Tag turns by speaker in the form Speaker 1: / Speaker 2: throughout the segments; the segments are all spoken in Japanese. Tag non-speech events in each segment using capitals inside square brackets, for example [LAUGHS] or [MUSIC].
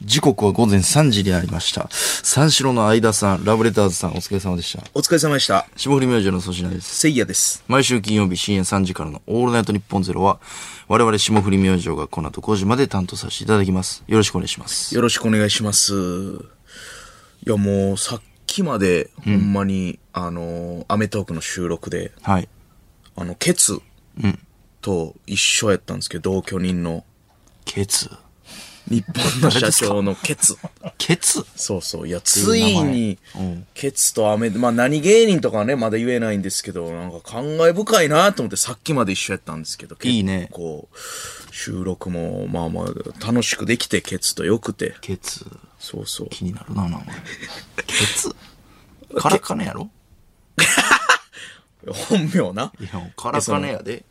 Speaker 1: 時刻は午前3時になりました。三四郎の相田さん、ラブレターズさん、お疲れ様でした。
Speaker 2: お疲れ様でした。
Speaker 1: 霜降り明星の粗品です。
Speaker 2: せいやです。
Speaker 1: 毎週金曜日深夜3時からのオールナイトニッポンゼロは、我々霜降り明星がこの後5時まで担当させていただきます。よろしくお願いします。
Speaker 2: よろしくお願いします。いや、もう、さっきまで、ほんまに、あの、アメトークの収録で、
Speaker 1: はい。
Speaker 2: あの、ケツと一緒やったんですけど、同居人の、
Speaker 1: ケツ。
Speaker 2: 日本の社長のケツ。
Speaker 1: ケツ
Speaker 2: そうそ
Speaker 1: [LAUGHS]
Speaker 2: う。いや、
Speaker 1: いう
Speaker 2: つ
Speaker 1: 名
Speaker 2: い
Speaker 1: 前
Speaker 2: に
Speaker 1: うん、
Speaker 2: ケツとアメ、まあ何芸人とかはね、まだ言えないんですけど、なんか感慨深いなと思って、さっきまで一緒やったんですけど、
Speaker 1: いいね
Speaker 2: こう、収録も、まあまあ、楽しくできて、ケツと良くて、
Speaker 1: ケツ。
Speaker 2: そうそう。
Speaker 1: 気になるな、なんか。ケツカラカネやろ
Speaker 2: 本名ない
Speaker 1: や、カラカネやで。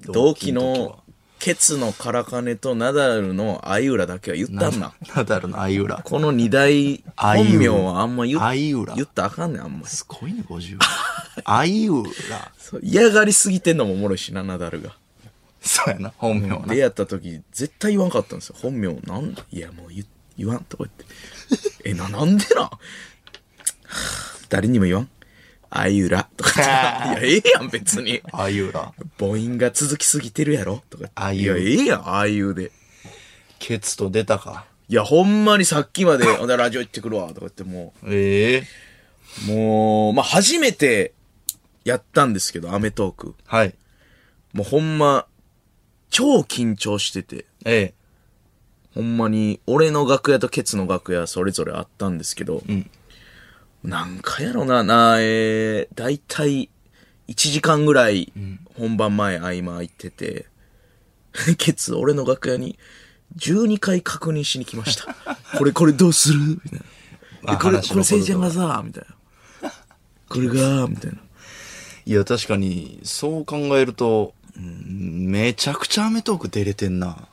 Speaker 2: 同期のケツのカラカネとナダルのアイウラだけは言ったんな
Speaker 1: ナダルの相浦。
Speaker 2: この二大
Speaker 1: アイ
Speaker 2: 本
Speaker 1: ウ
Speaker 2: 名
Speaker 1: ラ
Speaker 2: はあんま言っ
Speaker 1: アイウラ
Speaker 2: 言ったらあかんねんあんます
Speaker 1: ごいね、50。相浦。
Speaker 2: そう嫌がりすぎてんのもおもろいしなナダルが
Speaker 1: [LAUGHS] そうやな、本名はな。
Speaker 2: 出会った時絶対言わんかったんですよ本名なんだいやもう言言わんとか言って
Speaker 1: [LAUGHS]
Speaker 2: えななんでなはぁ誰にも言わんアイウラとか
Speaker 1: [LAUGHS]
Speaker 2: 言っていやええやん別に
Speaker 1: 相浦。
Speaker 2: 母音が続きすぎてるやろとか
Speaker 1: あ
Speaker 2: 言って
Speaker 1: いう
Speaker 2: いやええやんああいうで
Speaker 1: ケツと出たか。
Speaker 2: いや、ほんまにさっきまで、 [LAUGHS] ほんでラジオ行ってくるわ、とか言っても
Speaker 1: ええ
Speaker 2: う、もう、まあ、初めてやったんですけど、アメトーク。
Speaker 1: はい。
Speaker 2: もうほんま、超緊張してて、
Speaker 1: ええ
Speaker 2: ほんまに、俺の楽屋とケツの楽屋、それぞれあったんですけど、なんかやろな、な、えー、だいたい、1時間ぐらい、本番前合間行ってて、 [LAUGHS] ケツ、俺の楽屋に、12回確認しに来ました。
Speaker 1: [LAUGHS]
Speaker 2: これ、これどうするみたいな。
Speaker 1: まあ
Speaker 2: これ、
Speaker 1: 話
Speaker 2: こ
Speaker 1: のこと
Speaker 2: れ、せいちゃんがさ、みたいな。
Speaker 1: [LAUGHS]
Speaker 2: これが、みたいな。
Speaker 1: いや、確かに、そう考えると、うんめちゃくちゃアメトーク出れてんな。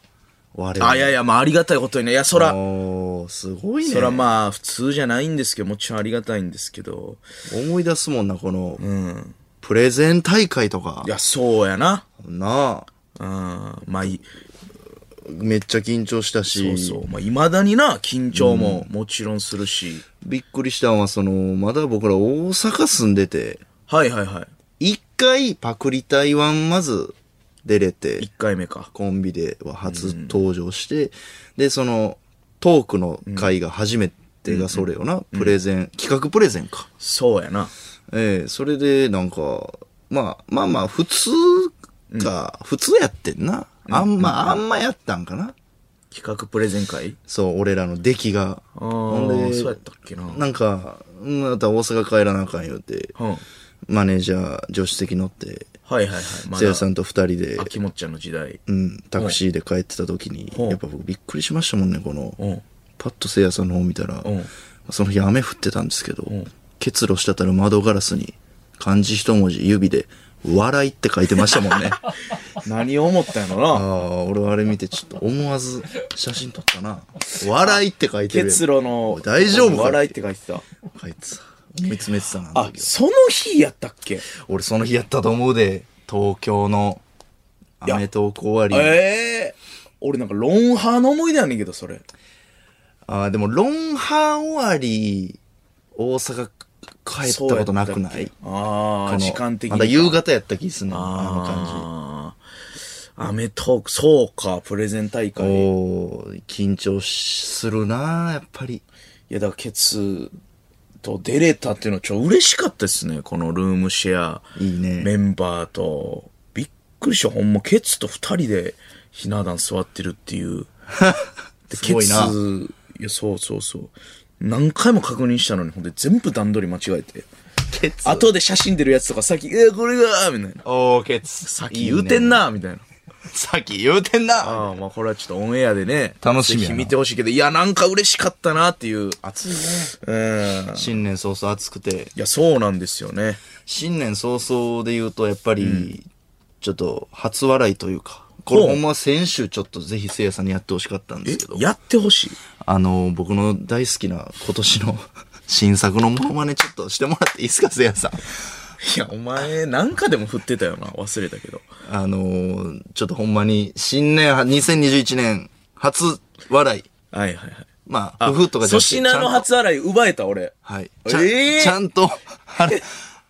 Speaker 1: 我々。
Speaker 2: あ、いやいや、まあ、ありがたいことにね。いや、そら、
Speaker 1: おーすごいね。
Speaker 2: そらまあ、普通じゃないんですけど、もちろんありがたいんですけど、
Speaker 1: 思い出すもんな、この、
Speaker 2: うん。
Speaker 1: プレゼン大会とか
Speaker 2: い。や、そうやな。
Speaker 1: なあ。
Speaker 2: うん。まあ、い
Speaker 1: めっちゃ緊張したし。
Speaker 2: そうそう。まあ、未だにな、緊張も、もちろんするし。
Speaker 1: びっくりしたのは、その、まだ僕ら大阪住んでて、
Speaker 2: はいはいはい。
Speaker 1: 一回パクリ台湾まず出れて
Speaker 2: 1、回目か。
Speaker 1: コンビでは初登場して、で、その、トークの回が初めてがそれよな、プレゼン、企画プレゼンか。
Speaker 2: そうやな。
Speaker 1: ええそれでなんか、まあまあまあ、普通か、普通やってんな。あんま、あんまやったんかな。
Speaker 2: 企画プレゼン会
Speaker 1: そう、俺らの出来が。
Speaker 2: ああ、
Speaker 1: ほんで
Speaker 2: そうやったっけな。うん。
Speaker 1: なんか、また大阪帰らなあかん言うて、
Speaker 2: はい
Speaker 1: マネージャー、助手席乗って、
Speaker 2: はいはい。ま
Speaker 1: せやさ
Speaker 2: だ、
Speaker 1: んと二人で、
Speaker 2: 秋元ちゃんの時代。
Speaker 1: うん、タクシーで帰ってた時に、
Speaker 2: ほう
Speaker 1: やっぱ僕びっくりしましたもんね、この、
Speaker 2: うん。
Speaker 1: パッとせいやさんの方見たら、
Speaker 2: うん
Speaker 1: その日雨降ってたんですけど、
Speaker 2: ん
Speaker 1: 結露したたる窓ガラスに、漢字一文字指で、笑いって書いてましたもんね。 [LAUGHS] あ
Speaker 2: 何を思ったんやろな。
Speaker 1: あ、俺はあれ見てちょっと思わず写真撮ったな。笑いって書いてるやん。
Speaker 2: 結露の。
Speaker 1: 大丈夫か
Speaker 2: 笑いって書いてた。
Speaker 1: 書いてた。見つめてたな、あの
Speaker 2: あ、
Speaker 1: 時は
Speaker 2: その日やったっけ
Speaker 1: 俺その日やったと思うで、東京の、
Speaker 2: いや
Speaker 1: アメトーク終わり。
Speaker 2: ええ俺なんか、ロン派の思い出やねんけど、それ。
Speaker 1: ああ、でも、ロンハー終わり、大阪帰ったことなくない
Speaker 2: あ
Speaker 1: こ
Speaker 2: あ、
Speaker 1: の
Speaker 2: 時間的
Speaker 1: ま
Speaker 2: に。
Speaker 1: だ夕方やった気すんねんあの感
Speaker 2: ああの感じ。アメトーク、そうか、プレゼン大
Speaker 1: じ。
Speaker 2: 会。い
Speaker 1: おー緊張するなやっぱり。
Speaker 2: や、だから、ケツと出れたっていうのは、ちょ、嬉しかったですね。このルームシェア、
Speaker 1: いいね。
Speaker 2: メンバーと。びっくりした、ほんま、ケツと二人で、ひな壇座ってるっ
Speaker 1: [LAUGHS]
Speaker 2: ていう。で、
Speaker 1: すごいな
Speaker 2: ケツ、いや、そうそうそう。何回も確認したのに、ほんで、全部段取り間違えて。
Speaker 1: ケツ。
Speaker 2: 後で写真出るやつとか、先、え、これが、みたいな。
Speaker 1: おー、ケツ。
Speaker 2: 先言うてん
Speaker 1: いいね。
Speaker 2: な、みたいな。
Speaker 1: さっき言うてんな
Speaker 2: ああ、まあこれはちょっとオンエアでね。
Speaker 1: 楽しみや
Speaker 2: ぜ
Speaker 1: な
Speaker 2: ひ見てほしいけど、いや、なんか嬉しかったなっていう。
Speaker 1: 暑いね。
Speaker 2: うん。
Speaker 1: 新年早々暑くて。
Speaker 2: いや、そうなんですよね。
Speaker 1: 新年早々で言うと、やっぱり、ちょっと、初笑いというか。これ
Speaker 2: ほう
Speaker 1: ほんま先週ちょっとぜひせいやさんにやってほしかったんですけど。
Speaker 2: やってほしい。
Speaker 1: あの、僕の大好きな今年の [LAUGHS] 新作のモノマネちょっとしてもらっていいですか、せいやさん。
Speaker 2: いや、お前、なんかでも振ってたよな。忘れたけど。
Speaker 1: あの、ちょっとほんまに、新年は、2021年、初笑い、
Speaker 2: はいはいはい。
Speaker 1: まあ、夫婦とかじゃ
Speaker 2: 粗
Speaker 1: なくてちゃん
Speaker 2: 品の初洗い奪えた、俺。
Speaker 1: はい。
Speaker 2: え
Speaker 1: ちゃ,、
Speaker 2: ー
Speaker 1: ちゃんと腹、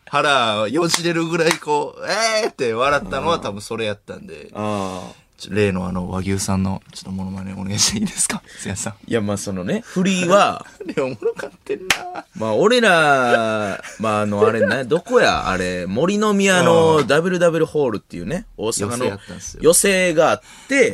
Speaker 1: 腹よじれるぐらいこう、えーって笑ったのは多分それやったんで、
Speaker 2: ああ。
Speaker 1: ちょ例のあの和牛さんのちょっとモノマネお願いしていいです
Speaker 2: [LAUGHS]
Speaker 1: かすやさん。
Speaker 2: いや、まあ、そのね、振りは、
Speaker 1: あれおもろかってんな
Speaker 2: まあ、俺ら、まあ、あの、あれ、ね、どこや、あれ、森の宮の WW ホールっていうね、大阪
Speaker 1: 寄せや
Speaker 2: の
Speaker 1: ったんすよ
Speaker 2: 予選があっ て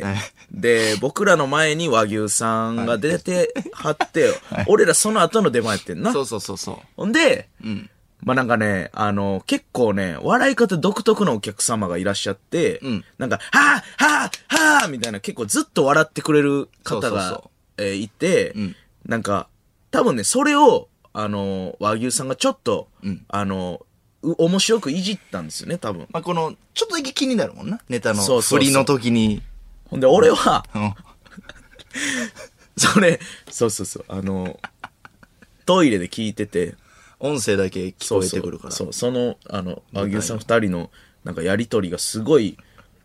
Speaker 1: [LAUGHS] はい、
Speaker 2: で、僕らの前に和牛さんが出てはって、俺らその後の出前やってんな
Speaker 1: そ。うそうそうそ
Speaker 2: ほんで、
Speaker 1: う。うん。
Speaker 2: まあなんかね、あの、結構ね、笑い方独特のお客様がいらっしゃって、
Speaker 1: うん
Speaker 2: なんか、はぁはぁはぁみたいな、結構ずっと笑ってくれる
Speaker 1: そ
Speaker 2: 方
Speaker 1: うそう
Speaker 2: が
Speaker 1: そ
Speaker 2: えーいて、
Speaker 1: ん
Speaker 2: なんか、多分ね、それを、あの、和牛さんがちょっと、
Speaker 1: うん
Speaker 2: あの、う面白くいじったんですよね、多分。
Speaker 1: まあ、この、ちょっとだけ気になるもんな。ネタ
Speaker 2: そ
Speaker 1: の
Speaker 2: うそうそう
Speaker 1: 振りの時に。
Speaker 2: ほんで、俺は、
Speaker 1: うん
Speaker 2: それ、そうそうそう、あの、トイレで聞いてて、
Speaker 1: 音声だけ聞こえてくるから。
Speaker 2: そうそうそうそのあの和牛さん2人のなんかやり取りがすごい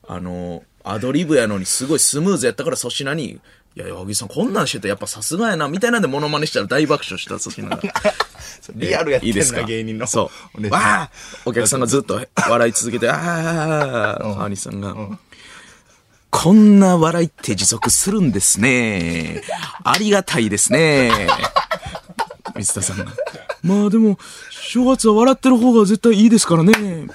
Speaker 2: あのアドリブやのにすごいスムーズやったから粗品に「いや和牛さんこんなんしてたらやっぱさすがやな」みたいなんでモノマネしたら大爆笑した粗品が
Speaker 1: リアルやってん
Speaker 2: いい
Speaker 1: な、
Speaker 2: ですか
Speaker 1: 芸人の。
Speaker 2: そう
Speaker 1: お姉さん
Speaker 2: わあお客さんがずっと笑い続けて「ああ」兄さんが、こんな笑いって持続するんですね。ありがたいで
Speaker 1: [LAUGHS]
Speaker 2: すね。水田さんが。まあでも、正月は笑ってる方が絶対いいですからね。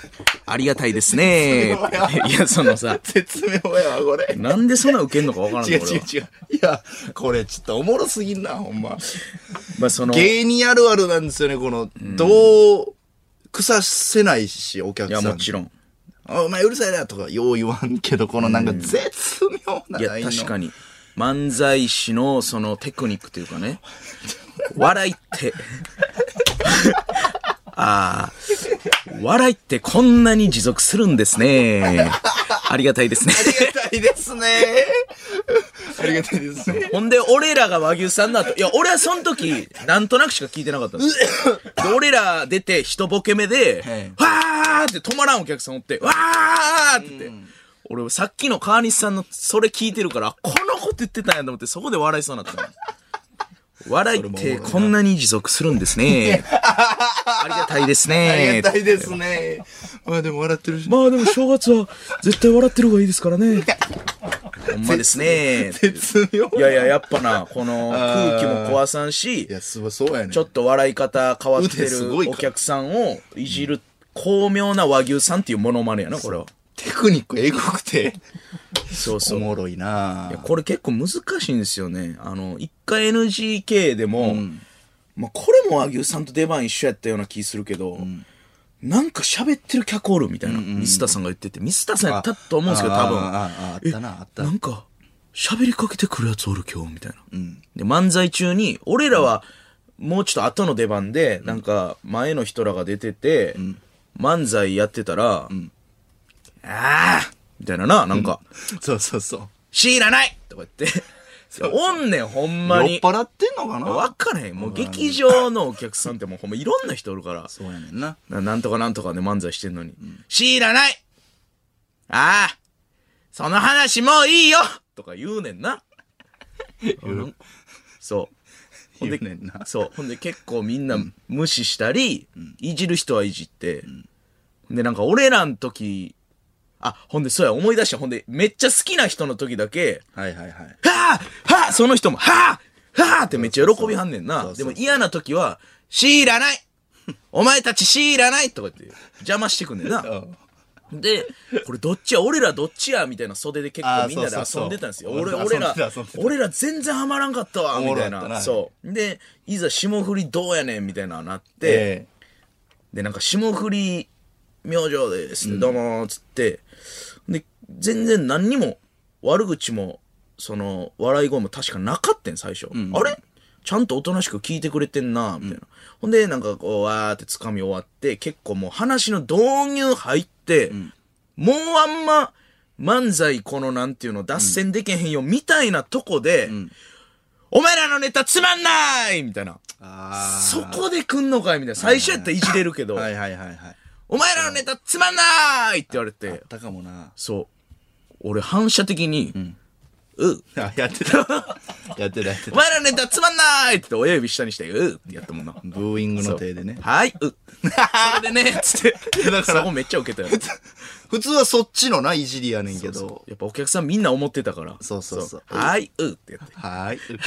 Speaker 2: ありがたいですね。いや、そのさ、
Speaker 1: 絶妙やわ、これ。
Speaker 2: なんでそんな受けんのかわからん
Speaker 1: 違う
Speaker 2: の
Speaker 1: 違
Speaker 2: 俺
Speaker 1: う
Speaker 2: は。
Speaker 1: 違う。いや、これちょっとおもろすぎんな、ほんま。
Speaker 2: まあその、い
Speaker 1: 芸人あるあるなんですよね、この、どう、腐せないし、お客
Speaker 2: や
Speaker 1: さん。
Speaker 2: もちろん。
Speaker 1: あお前うるさいなとか、よう言わんけど、このなんか絶妙ない
Speaker 2: や、
Speaker 1: ラインの。
Speaker 2: 確かに。漫才師のそのテクニックというかね。笑いって。 [LAUGHS] ああ。笑いってこんなに持続するんですね。ありがたいですね。
Speaker 1: ありがたいです
Speaker 2: [LAUGHS]
Speaker 1: ね。ありがたいですね。
Speaker 2: ほんで、俺らが和牛さんだと。いや、俺はその時、なんとなくしか聞いてなかったんですよ。で、俺ら出て、一ボケ目で
Speaker 1: はい、
Speaker 2: わーって止まらんお客さんおって、わーって言って。俺、さっきの川西さんのそれ聞いてるから、このこと言ってたんやと思って、そこで笑いそうになったの。笑いってこんなに持続するんですね。ありがたいです
Speaker 1: あり
Speaker 2: ね
Speaker 1: が。たいですね。まあでも笑ってるし。
Speaker 2: まあでも正月は絶対笑ってる方がいいですからね。ほんまですね。
Speaker 1: 絶妙。
Speaker 2: いやいや、やっぱな、この空気も壊さん
Speaker 1: い、
Speaker 2: し
Speaker 1: や、すごい、そうやね。
Speaker 2: ちょっと笑い方変わって
Speaker 1: 腕す
Speaker 2: る
Speaker 1: ごいか
Speaker 2: お客さんをいじる巧妙な和牛さんっていうモノマネやな、これは。
Speaker 1: テクニックエグくて、
Speaker 2: そうそ
Speaker 1: お
Speaker 2: う。
Speaker 1: もろいな
Speaker 2: これ結構難しいんですよね。あの、一回 NGK でも、まあ、これも和牛さんと出番一緒やったような気するけど、なんか喋ってる客おるみたいな、水田さんが言ってて、水田さんやったと思うんですけど、
Speaker 1: あ
Speaker 2: 多分。
Speaker 1: ああああったなあった
Speaker 2: えなんか、喋りかけてくるやつおる今日、みたいな。で、漫才中に、俺らは、もうちょっと後の出番で、なんか、前の人らが出てて、漫才やってたら、ああみたいなな、なんか、
Speaker 1: そうそうそう。
Speaker 2: 知らないとか [LAUGHS] 言って。いやおんねん、ほんま
Speaker 1: 酔っ
Speaker 2: に。
Speaker 1: 払ってんのかな
Speaker 2: わからへん。もう劇場のお客さんってもうほんまいろんな人おるから。
Speaker 1: そうやねんな。
Speaker 2: ななんとかなんとかで漫才してんのに。知らないああその話もういいよとか言うねんな。うんそう。ほんで
Speaker 1: 言うねんな
Speaker 2: そう。ほんで結構みんな無視したり、いじる人はいじって。ほんでなんか俺らの時、あ、ほんでそうや、思い出した。ほんでめっちゃ好きな人の時だけ、
Speaker 1: はいはいはい。
Speaker 2: はあはあその人も、はあはあってめっちゃ喜びはんねんな。
Speaker 1: う
Speaker 2: で
Speaker 1: そう
Speaker 2: も嫌な時は、知らないお前たち知らないとか言って邪魔してくんね
Speaker 1: [LAUGHS]
Speaker 2: んな。
Speaker 1: うん
Speaker 2: で、これどっちや、俺らどっちやみたいな袖で結
Speaker 1: あ
Speaker 2: 構
Speaker 1: ー
Speaker 2: みんなで
Speaker 1: そうそうそう
Speaker 2: 遊んでたんです
Speaker 1: [LAUGHS]
Speaker 2: よ。
Speaker 1: 遊んで
Speaker 2: 俺
Speaker 1: た
Speaker 2: 俺ら
Speaker 1: 遊んでた遊んで、た
Speaker 2: 俺ら全然ハマらんかったわ、
Speaker 1: お
Speaker 2: み
Speaker 1: もろ
Speaker 2: た
Speaker 1: か
Speaker 2: い
Speaker 1: ったな
Speaker 2: な。そう。で、いざ霜降りどうやねんみたいなのなって、
Speaker 1: え
Speaker 2: で、なんか霜降り明星ですって、どうもーっつって、で、全然何にも悪口も、その、笑い声も確かなかったん最初。あれちゃんとおとなしく聞いてくれてんなみたいな。ほんで、なんかこう、わーって掴み終わって、結構もう話の導入入って、もうあんま、漫才このなんていうの脱線でけへんよ、みたいなとこで、お前らのネタつまんないみたいな。
Speaker 1: えああ。
Speaker 2: そこで来んのかいみたいな。最初やったらいじれるけど、
Speaker 1: はいはいはいはい。
Speaker 2: お前らのネタつまんなーいって言われて、
Speaker 1: たかもな。
Speaker 2: そう。俺反射的に、うう
Speaker 1: あ、やってた。 [LAUGHS] やってた、やって
Speaker 2: [LAUGHS] お
Speaker 1: た。
Speaker 2: 前らのネタつまんないって言って親指下にして、うってやったもんな。
Speaker 1: ブーイングの手でね。
Speaker 2: はい、うそれでね、つって。
Speaker 1: だ
Speaker 2: だ
Speaker 1: か
Speaker 2: からら。そこめっちゃ受けたよね。
Speaker 1: 普通はそっちのな、いじりやねんけど。
Speaker 2: やっぱお客さんみんな思ってたから。
Speaker 1: そうそうそう
Speaker 2: はい、うってやって。
Speaker 1: はーい。 [LAUGHS]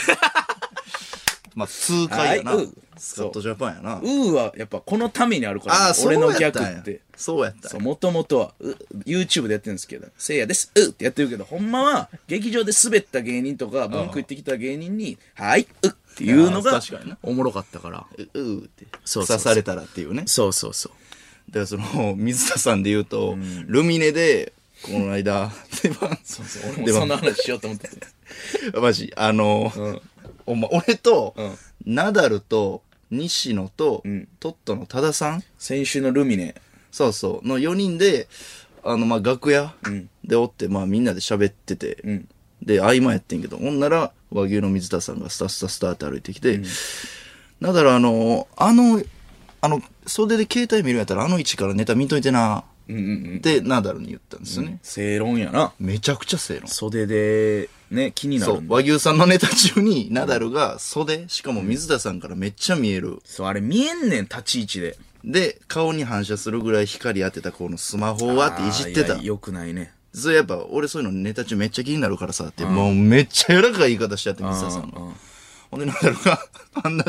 Speaker 1: まあ、痛快やな
Speaker 2: はいうん。
Speaker 1: スカットジャパンやな。
Speaker 2: うーはやっぱこのためにあるから、
Speaker 1: ああ、そう
Speaker 2: 俺の
Speaker 1: や
Speaker 2: 逆
Speaker 1: ったんや
Speaker 2: って。
Speaker 1: そうやったんや
Speaker 2: そう、もともとは、う YouTube でやってるんですけど、せいやです、うってやってるけど、ほんまは、劇場で滑った芸人とか、文句言ってきた芸人に、はい、うっていうの
Speaker 1: ああ
Speaker 2: が
Speaker 1: 確かにな、
Speaker 2: おもろかったから。
Speaker 1: ううって
Speaker 2: そうそうそう
Speaker 1: 刺されたらっていうね
Speaker 2: そうそうそう。
Speaker 1: だからその水田さんで言うと、ルミネでこの間出番
Speaker 2: 俺も
Speaker 1: 出
Speaker 2: そん
Speaker 1: 番
Speaker 2: な話しようと思って
Speaker 1: [LAUGHS]
Speaker 2: た。
Speaker 1: マジあの、お前俺と、
Speaker 2: うん
Speaker 1: ナダルと西野と、
Speaker 2: ん
Speaker 1: トットの多田さん
Speaker 2: 先週のルミネ、
Speaker 1: そうそうの4人であのまあ楽屋
Speaker 2: ん
Speaker 1: でおって、まあみんなで喋ってて、
Speaker 2: うん
Speaker 1: で合間やってんけどほんなら和牛の水田さんがスタスタスタって歩いてきて、ナダルあのあのあの袖で携帯見るんやったらあの位置からネタ見といてな
Speaker 2: うんうんうん。
Speaker 1: ってナダルに言ったんですよね。
Speaker 2: 正論やな。
Speaker 1: めちゃくちゃ正論。
Speaker 2: 袖で、ね、気にな
Speaker 1: そ
Speaker 2: る。
Speaker 1: うん
Speaker 2: だ
Speaker 1: 和牛さんのネタ中に、ナダルが袖、しかも水田さんからめっちゃ見える。
Speaker 2: そう、あれ見えんねん、立ち位置で。
Speaker 1: で、顔に反射するぐらい光当てたこのスマホはっていじって
Speaker 2: あ
Speaker 1: た
Speaker 2: ーいや。よくないね。
Speaker 1: それやっぱ、俺そういうのネタ中めっちゃ気になるからさって、もうめっちゃ柔らかい言い方しちゃって、水田さんが。ほんで、ナダルが、あんな、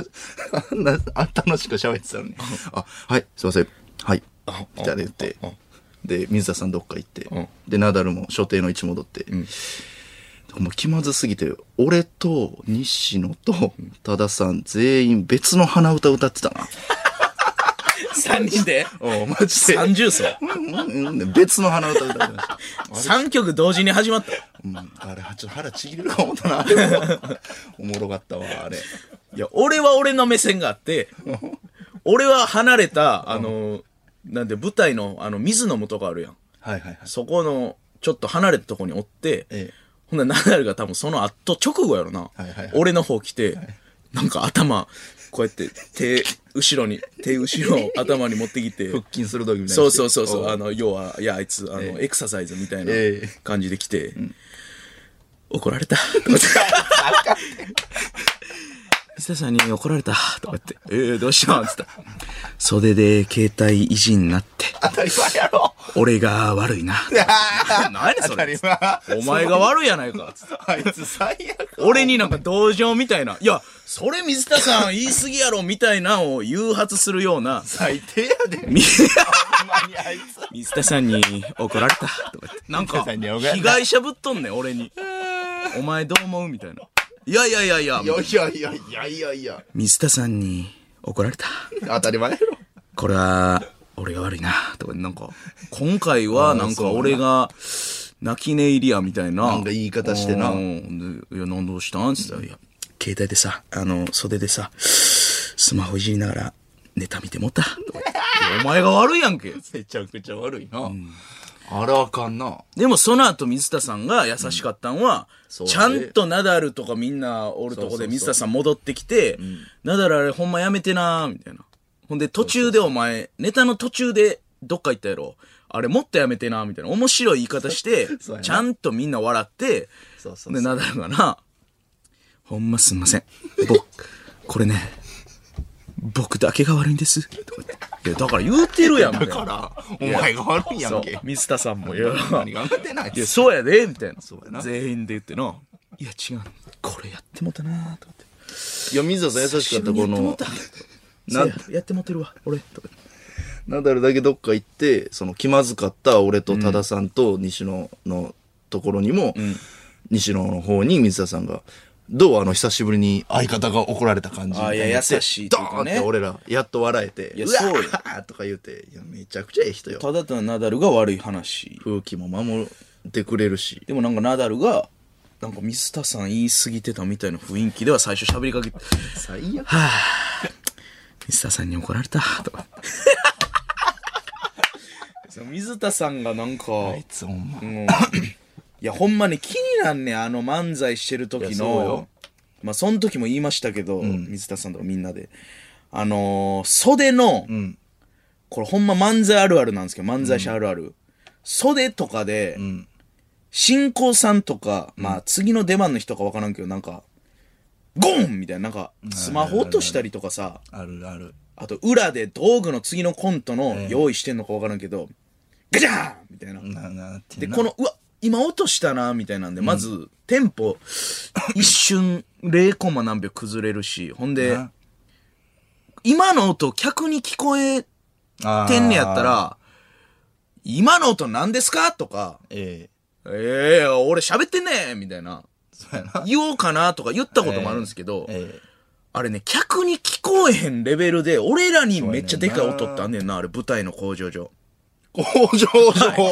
Speaker 1: あんな、あ楽しく喋ってたのに、あ、はい、すいません、はい、
Speaker 2: あ
Speaker 1: みたいな言って
Speaker 2: ああ、
Speaker 1: で、水田さんどっか行って
Speaker 2: うん、
Speaker 1: で、ナダルも所定の位置戻って、もう気まずすぎて、俺と西野と多田さん全員別の鼻歌歌ってたな。
Speaker 2: 3人で
Speaker 1: [LAUGHS] おうマジで。
Speaker 2: ?30 層。
Speaker 1: うんうんうん別の鼻歌歌ってました。
Speaker 2: 3曲同時に始まった。
Speaker 1: うん、あれ、ちょっと腹ちぎれるか思った [LAUGHS] な、あれもおもろかったわ、あれ。
Speaker 2: いや、俺は俺の目線が
Speaker 1: [LAUGHS]
Speaker 2: あって、俺は離れた、あの、なんで舞台の、あの、水の元があるやん。
Speaker 1: はいはいはい。
Speaker 2: そこの、ちょっと離れたとこにおって、
Speaker 1: ええ
Speaker 2: ほんならナダルが多分その後直後やろな。
Speaker 1: いはいはい
Speaker 2: 俺の方来て、なんか頭、こうやって手、後ろに、手後ろを頭に持って
Speaker 1: [LAUGHS]
Speaker 2: きて、
Speaker 1: 腹筋する時みたいな。
Speaker 2: そうそうそうそうう、あの、要は、いや、あいつ、あの、エクササイズみたいな
Speaker 1: ええ
Speaker 2: 感じで来て、怒られ [LAUGHS] た。水田さんに怒られた。とか言って、ええどうしたんつったら袖で携帯維持になって、
Speaker 1: 当たり前や [LAUGHS] ろ
Speaker 2: 俺が悪いな。 [LAUGHS] 何そ
Speaker 1: 当た
Speaker 2: れ
Speaker 1: り前。
Speaker 2: お前が悪いやないか。つって
Speaker 1: あいつ最悪。
Speaker 2: 俺になんか同情みたいな。いや、それ水田さん言い過ぎやろみたいなのを誘発するような。
Speaker 1: 最低やで。
Speaker 2: み
Speaker 1: ほんまにあいつ。
Speaker 2: 水田さんに怒られた。とか言って。なんか、
Speaker 1: 水田さんに怒られた
Speaker 2: 被害者ぶっとんねん、俺に。お前どう思うみたいな。いやいやいやいや
Speaker 1: い、やいやいやいやいやいや。
Speaker 2: 水田さんに怒られた。
Speaker 1: 当たり前やろ。
Speaker 2: これは、俺が悪いな。とか、なんか、今回はなんか俺が、泣き寝入りや、みたいな。
Speaker 1: なんか言い方してな
Speaker 2: うんでいや、なんどうしたんって言ったら、いや、携帯でさ、あの、袖でさ、スマホいじりながら、ネタ見てもった。とか言っていやお前が悪いやんけ。
Speaker 1: めちゃくちゃ悪いな。あらあかんな。
Speaker 2: でもその後水田さんが優しかったんは、
Speaker 1: うね
Speaker 2: ちゃんとナダルとかみんなおるとこで水田さん戻ってきて、ナダルあれほんまやめてなーみたいな。ほんで途中でお前、ネタの途中でどっか行ったやろ。あれもっとやめてなーみたいな。面白い言い方して
Speaker 1: [LAUGHS] そうや、な
Speaker 2: ちゃんとみんな笑って、
Speaker 1: そうそうそう
Speaker 2: で、ナダルがな、ほんますんません。僕、これね、僕だけが悪いんです。とか言っていや、だから言うてるやん、みたい
Speaker 1: だか
Speaker 2: な。
Speaker 1: ら、お前が悪いや
Speaker 2: そ
Speaker 1: ん
Speaker 2: う
Speaker 1: け。
Speaker 2: 水田さんも、いや、
Speaker 1: 何頑張ってない
Speaker 2: いや、そうやで、みたいな。
Speaker 1: そうやな
Speaker 2: 全員で言ってな。いや、違う。これやってもたなと思って。
Speaker 1: いや、水田さん優しかった、この、
Speaker 2: なんやってもてるわ、俺。とか
Speaker 1: ナダルだけどっか行って、その気まずかった俺と多田さんと西野のところにも、西野の方に水田さんが、どうあの、久しぶりに相方が怒られた感じみたな
Speaker 2: あいや優しい
Speaker 1: ド
Speaker 2: というか
Speaker 1: ーン
Speaker 2: ね
Speaker 1: って俺ら、やっと笑えて、
Speaker 2: いや
Speaker 1: うわ
Speaker 2: そうよ
Speaker 1: ーとか言って、いや、めちゃくちゃええ人よ。
Speaker 2: ただただナダルが悪い話。
Speaker 1: 空気も守ってくれるし。
Speaker 2: でもなんかナダルが、なんか水田さん言い過ぎてたみたいな雰囲気では最初喋りかけて、
Speaker 1: 最悪。
Speaker 2: 水田さんに怒られた。とか。 [LAUGHS] そう水田さんがなんか、
Speaker 1: あいつ、ほんま。
Speaker 2: うんいや、ほんまね、気になんねんあの漫才してる
Speaker 1: いや
Speaker 2: 時
Speaker 1: そうよ
Speaker 2: の。まあ、その時も言いましたけど、水田さんとかみんなで。あのー袖の、
Speaker 1: ん
Speaker 2: これほんま漫才あるあるなんですけど、漫才師あるある。袖とかで、進行さんとか、まあ次の出番の人かわからんけど、なんか、ゴンみたいな、なんか、スマホ落としたりとかさ、
Speaker 1: あるある。
Speaker 2: あと裏で道具の次のコントの用意してんのかわからんけど、ガチャーンみたいな。
Speaker 1: な、なって
Speaker 2: で、
Speaker 1: な
Speaker 2: この、うわ、今落としたな、みたいなんで、まず、テンポ、一瞬、0コマ何秒崩れるし、ほんで
Speaker 1: な、
Speaker 2: 今の音、客に聞こえてんねやっ
Speaker 1: あ
Speaker 2: た
Speaker 1: ー。
Speaker 2: ら、今の音何ですかとか、
Speaker 1: ええ
Speaker 2: ええ俺喋ってんねみたいな。
Speaker 1: そうやな。
Speaker 2: 言おうかなとか言ったこともあるんですけど、
Speaker 1: え
Speaker 2: あれね、客に聞こえへんレベルで、俺らにめっちゃでかい音ってあんねんな、あれ舞台の工場上。
Speaker 1: え工場上。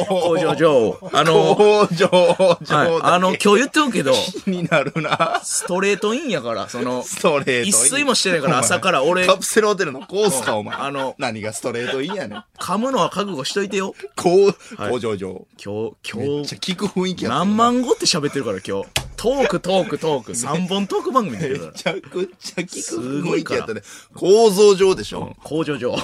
Speaker 2: 工場上。あの、
Speaker 1: 工場上。
Speaker 2: はい、あの、今日言っておくけど、
Speaker 1: [LAUGHS] 気になるな。
Speaker 2: ストレートインやから、その、
Speaker 1: ストレートイン。
Speaker 2: 一睡もしてないか
Speaker 1: お
Speaker 2: ら
Speaker 1: 前
Speaker 2: 朝から俺
Speaker 1: カプセルホテルのコースか、お前。
Speaker 2: あの
Speaker 1: 何がストレートインやねん。
Speaker 2: 噛むのは覚悟しといてよ。
Speaker 1: こう、工場上。
Speaker 2: 今日、
Speaker 1: めっ
Speaker 2: 今
Speaker 1: ちゃ
Speaker 2: 日、
Speaker 1: 聞く雰囲気やった
Speaker 2: 何万語って喋ってるから今日。トーク、トーク、トーク、3本トーク番組出てるか
Speaker 1: め
Speaker 2: ら。
Speaker 1: ちゃくちゃ聞
Speaker 2: す
Speaker 1: く
Speaker 2: ご
Speaker 1: 雰囲
Speaker 2: い
Speaker 1: 気
Speaker 2: から
Speaker 1: やったね。構造上でしょ。
Speaker 2: 工場上。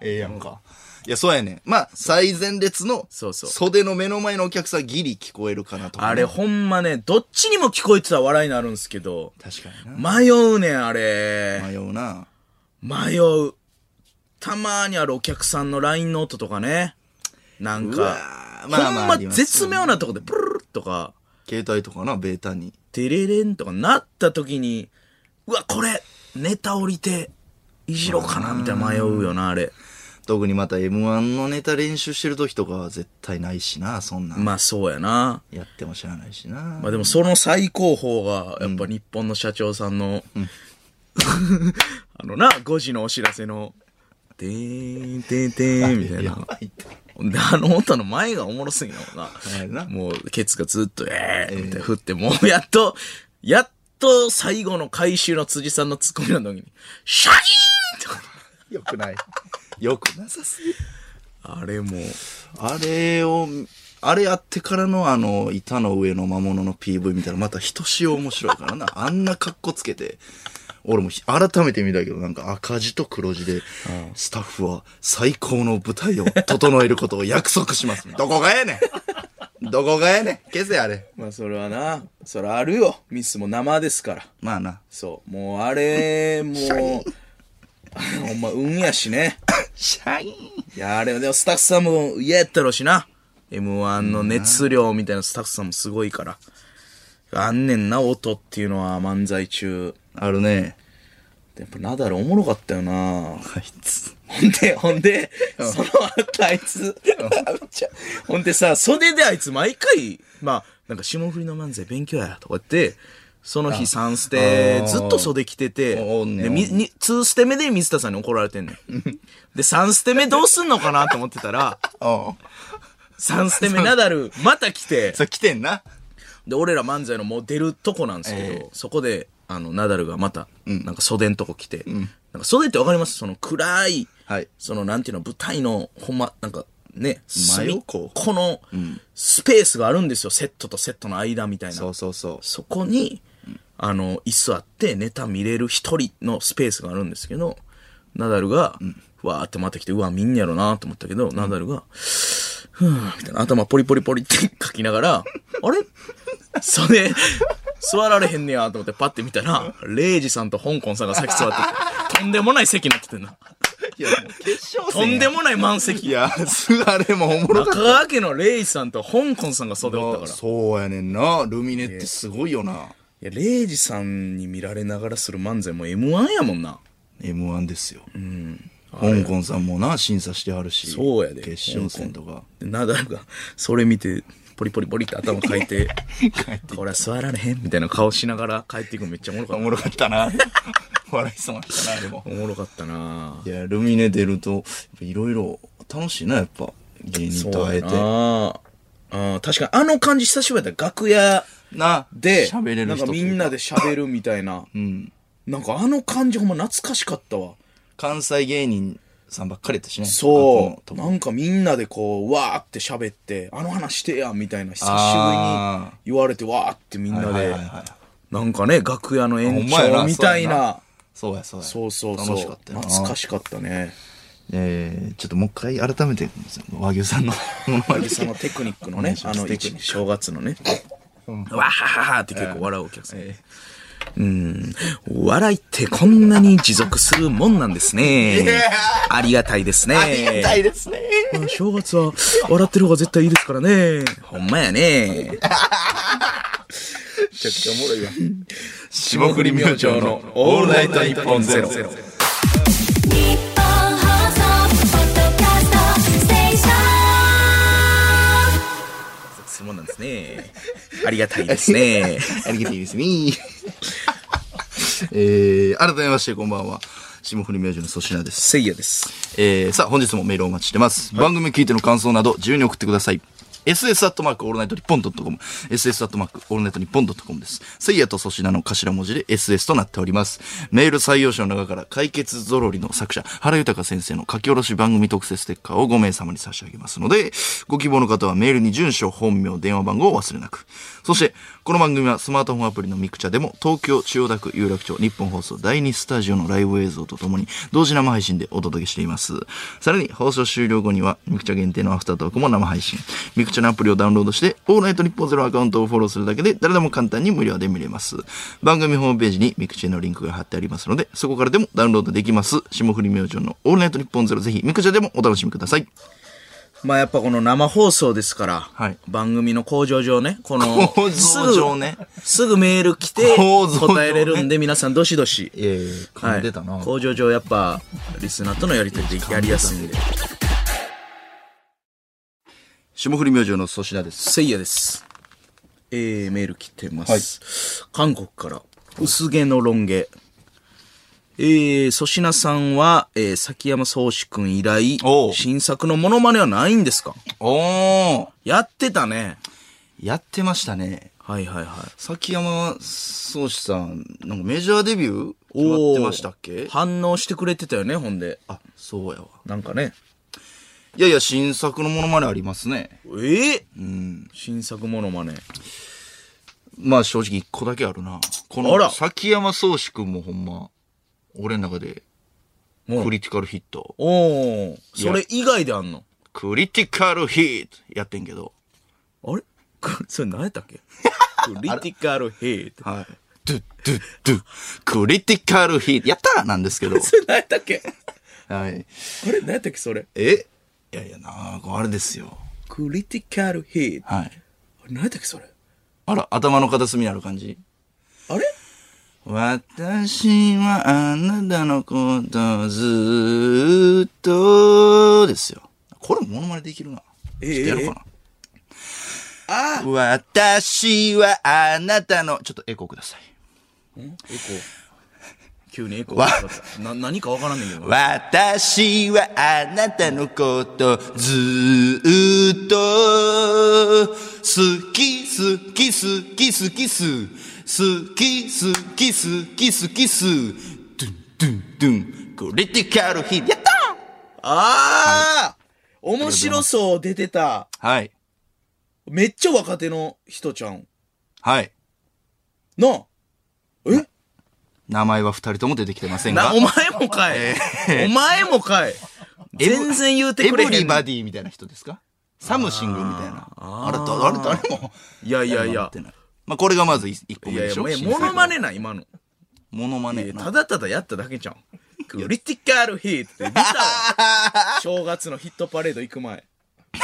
Speaker 1: ええやんか。いや、そうやねん。まあ、最前列の、
Speaker 2: そうそう
Speaker 1: 袖の目の前のお客さんギリ聞こえるかなとかね
Speaker 2: あれほんまね、どっちにも聞こえてたら笑いになるんですけど、
Speaker 1: 確か
Speaker 2: 迷うねん、あれ
Speaker 1: に。な。迷うな。
Speaker 2: 迷う。たまにあるお客さんの LINE の音とかね。なん
Speaker 1: うわ
Speaker 2: か、
Speaker 1: ーまあまああ
Speaker 2: ほん
Speaker 1: り
Speaker 2: ま
Speaker 1: ますよね
Speaker 2: 絶妙なとこで、プルルルとか、
Speaker 1: 携帯とかな、ベータに。
Speaker 2: デレレンとかなった時に、うわ、これ、ネタ降りて、いじろうかな、みたいな迷うよな、あれ。
Speaker 1: 特にまた M1 のネタ練習してる時とかは絶対ないしな、そんなん。
Speaker 2: まあそうやな。
Speaker 1: やっても知らないし
Speaker 2: ま
Speaker 1: な。
Speaker 2: あでもその最高峰が、やっぱ日本の社長さんの、 [LAUGHS] あのな、5時のお知らせの、でーん、てーん、てーん、みたい
Speaker 1: や
Speaker 2: な。
Speaker 1: ばいって。
Speaker 2: で、あの音の前がおもろすぎやもんな。
Speaker 1: や
Speaker 2: [LAUGHS]
Speaker 1: な
Speaker 2: もう、ケツがずっと、えー、みたいな振って、もうやっと、やっと最後の回収の辻さんのツッコミの時に、シャキーンと
Speaker 1: よくない。 [LAUGHS] よくなさすぎる。
Speaker 2: あれもう、
Speaker 1: あれを、あれやってからのあの、板の上の魔物の PV 見たらまたひとしお面白いから [LAUGHS] な。あんな格好つけて。俺もひ改めて見たけど、なんか赤字と黒字で、スタッフは最高の舞台を整えることを約束します。どこがやねんどこがやねん消せあれ。
Speaker 2: まあそれはな、それあるよ。ミスも生ですから。
Speaker 1: まあな。
Speaker 2: そう。もうあれ、もう、ほんま運やしね。
Speaker 1: シャイン
Speaker 2: いや、あれ、でもスタッフさんも嫌やったろうしな。M1 の熱量みたいなスタッフさんもすごいから。あんねんな、音っていうのは漫才中。
Speaker 1: あるね。
Speaker 2: やっぱナダルおもろかったよな。
Speaker 1: あいつ。
Speaker 2: ほんで、ほんで、その後あいつ、ほんでさ、袖であいつ毎回、まあ、なんか霜降りの漫才勉強や、とか言って、その日3ステ
Speaker 1: あ、ー
Speaker 2: ずっと袖着てて、
Speaker 1: おおんね
Speaker 2: で
Speaker 1: ん
Speaker 2: みに2ステ目で水田さんに怒られてんねん。で、3ステ目どうすんのかなと思って
Speaker 1: [LAUGHS]
Speaker 2: たら、
Speaker 1: おう
Speaker 2: 3ステ目ナダル、また来て、
Speaker 1: そう、来てんな。
Speaker 2: で、俺ら漫才のもう出るとこなんですけど、
Speaker 1: ええ
Speaker 2: そこで、あの、ナダルがまた、なんか袖んとこ来て、なんか袖ってわかりますその暗い、
Speaker 1: はい
Speaker 2: その、なんていうの、舞台の、ほんま、なんか、ね、
Speaker 1: 真
Speaker 2: 隅っ
Speaker 1: 横
Speaker 2: この、スペースがあるんですよ、セットとセットの間みたいな。
Speaker 1: そうそうそう。
Speaker 2: そこに、あの、椅子あって、ネタ見れる一人のスペースがあるんですけど、ナダルが、わーって待ってきて、うわ、見んねやろなと思ったけど、ナダルが、ふーみたいな、頭ポリポリポリって書きながら、あれそれ、座られへんねやと思ってパッて見たら、レイジさんと香港さんが先座ってて、とんでもない席になっててんな。
Speaker 1: いや、もう決勝
Speaker 2: とんでもない満席。
Speaker 1: いや、すあれもおもろかった
Speaker 2: 中川家のレイジさんと香港さんが袖おったから。
Speaker 1: そうやねんな。ルミネってすごいよな。
Speaker 2: いや、レイジさんに見られながらする漫才も M1 やもんな。
Speaker 1: M1 ですよ。香港さんもな、審査してはるし。
Speaker 2: そうやで
Speaker 1: 決勝戦とか。
Speaker 2: でナダルが、それ見て、ポリポリポリって頭かい [LAUGHS] て、俺は座られへんみたいな顔しながら帰っていくのめっちゃおもろか
Speaker 1: お
Speaker 2: っ
Speaker 1: もろかったな。 [LAUGHS] 笑いそうなったな、でも
Speaker 2: た。。おもろかったない
Speaker 1: や、ルミネ出ると、やっぱいろいろ楽しいな、やっぱ。芸人と会えて。
Speaker 2: ああ確かにあの感じ久しぶりだった。楽屋
Speaker 1: な、
Speaker 2: で、
Speaker 1: 喋れる人
Speaker 2: なんかみんなで喋るみたいな。
Speaker 1: うん。
Speaker 2: なんかあの感じほんま懐かしかったわ。
Speaker 1: 関西芸人さんばっかりやったしね。
Speaker 2: そ
Speaker 1: 学校
Speaker 2: う。
Speaker 1: の
Speaker 2: な
Speaker 1: 友
Speaker 2: んかみんなでこう、わーって喋って、あの話してや、みたいな久しぶりに
Speaker 1: あー
Speaker 2: 言われて、わーってみんな
Speaker 1: 達はい
Speaker 2: で
Speaker 1: はい、はいはい。
Speaker 2: なんかね、楽屋の
Speaker 1: ほ
Speaker 2: 延
Speaker 1: んまや
Speaker 2: 長
Speaker 1: な
Speaker 2: みたい
Speaker 1: そうや
Speaker 2: な
Speaker 1: そうや、そうや。
Speaker 2: そうそうそう。
Speaker 1: 楽しかったよな。 [LAUGHS]
Speaker 2: 懐かしかったね。
Speaker 1: えー、ちょっともう一回改めて、和牛さんのものまね。
Speaker 2: そのテクニックのね、あの、一正月のね、わはははって結構笑うお客さん。うん、笑いってこんなに持続するもんなんですね。ありがたいですね。
Speaker 1: ありがたいですね。
Speaker 2: まあ正月は笑ってる方が絶対いいですからね。ほんまやね。めちゃくちゃおもろいわ。
Speaker 1: 霜降り明星のオールナイトニッポンゼロ。
Speaker 3: 日本放送ポッドキャストステーション
Speaker 2: するもんなんですね。ありがたいですね。
Speaker 1: ありがたいですね。えー、改めましてこんばんは。霜降り明星の粗品です。
Speaker 2: せいやです。
Speaker 1: えー、さあ、本日もメールをお待ちしてます。番組聞いての感想など自由に送ってください。ss アットマークオールナイトニッポンドットコム。ss アットマークオールナイトニッポンドットコムです。せいやと粗品の頭文字で ss となっております。メール採用者の中から解決ぞろりの作者、原豊先生の書き下ろし番組特設ステッカーを5名様に差し上げますので、ご希望の方はメールに住所、本名、電話番号を忘れなく。そして、この番組はスマートフォンアプリのミクチャでも、東京、千代田区、有楽町、日本放送第2スタジオのライブ映像とともに、同時生配信でお届けしています。さらに、放送終了後には、ミクチャ限定のアフタートークも生配信。ミクチャのアプリをダウンロードして、オールナイト日本ゼロアカウントをフォローするだけで、誰でも簡単に無料で見れます。番組ホームページにミクチャのリンクが貼ってありますので、そこからでもダウンロードできます。霜降り明星のオールナイト日本ゼロ、ぜひ、ミクチャでもお楽しみください。
Speaker 2: まあやっぱこの生放送ですから、
Speaker 1: はい
Speaker 2: 番組の向上上ね、この、
Speaker 1: 構造上ね
Speaker 2: すぐ、すぐメール来て、
Speaker 1: 構造上ね
Speaker 2: 答えれるんで皆さんどしどし。
Speaker 1: え
Speaker 2: はい、向上上やっぱ、リスナーとのやりとりでやりやすいんで。
Speaker 1: 霜降り明星の粗品です。
Speaker 2: せいやです。えー、メール来てます。韓国から、薄毛のロン毛。えー、粗品さんは、えー、崎山宗志くん以来
Speaker 1: お、う
Speaker 2: 新作のモノマネはないんですか
Speaker 1: おー
Speaker 2: やってたね。
Speaker 1: やってましたね。
Speaker 2: はいはいは
Speaker 1: 崎山宗志さん、なんかメジャーデビュー
Speaker 2: い。
Speaker 1: 決まってましたっけ
Speaker 2: おー反応してくれてたよね、ほんで。
Speaker 1: あ、そうやわ。
Speaker 2: なんかね。
Speaker 1: いやいや、新作のものまでありますね。
Speaker 2: えー、新作モノマネ。
Speaker 1: まあ正直一個だけあるな。こ
Speaker 2: あら
Speaker 1: の、崎山宗志くんもほんま、俺の中で、
Speaker 2: うん
Speaker 1: クリティカルヒット。
Speaker 2: おー、それ以外であんの
Speaker 1: クリティカルヒットやってんけど。
Speaker 2: あれ [LAUGHS] これそれ何やった [LAUGHS] っけクリティカルヘイト。
Speaker 1: はい。ドゥ、ドゥ、ドゥ。クリティカルヒット。やったらなんですけ
Speaker 2: [LAUGHS]
Speaker 1: ど。
Speaker 2: [LAUGHS] それ何やったっけ
Speaker 1: はい。
Speaker 2: あれ何やったっけそれ。
Speaker 1: えいやいやなあれですよ。
Speaker 2: クリティカルヒート。
Speaker 1: はい。
Speaker 2: 何やったっけそれ。
Speaker 1: あら、頭の片隅にある感じ。
Speaker 2: あれ
Speaker 1: 私はあなたのことずーっとですよ。これモノマネできるな。
Speaker 2: え
Speaker 1: ちょっとやろうか
Speaker 2: あ
Speaker 1: な。私はあなたの、ちょっとエコーください。
Speaker 2: エコー。急にエコーしてください。な、何かわからんねんけどな。
Speaker 1: 私はあなたのことずーっと好き好き好き好き好き好き好き好き好きドゥンドゥンドゥンクリティカルヒットやった
Speaker 2: ああ、面白そう出てた。
Speaker 1: はい。
Speaker 2: めっちゃ若手の人ちゃん。
Speaker 1: はい。
Speaker 2: なあえ
Speaker 1: 名前は二人とも出てきてません
Speaker 2: な、
Speaker 1: が
Speaker 2: お。前もかい。お前もかい。全然言うて
Speaker 1: エ
Speaker 2: く
Speaker 1: ブ
Speaker 2: れへん。
Speaker 1: リバディみたいな人ですかサムシングみたいな。あれ、だあれ誰も。
Speaker 2: いやいや
Speaker 1: 誰
Speaker 2: い
Speaker 1: もなっ
Speaker 2: や
Speaker 1: て。ない。まあ、これがまずい一個
Speaker 2: い
Speaker 1: 目
Speaker 2: や
Speaker 1: で
Speaker 2: い
Speaker 1: し
Speaker 2: や、
Speaker 1: ょ
Speaker 2: もうモノマネな、今の。
Speaker 1: モノマネ
Speaker 2: え
Speaker 1: な。
Speaker 2: ただただやっただけじゃん。クリティカルヒートって見たわ。 [LAUGHS] 正月のヒットパレード行く前。見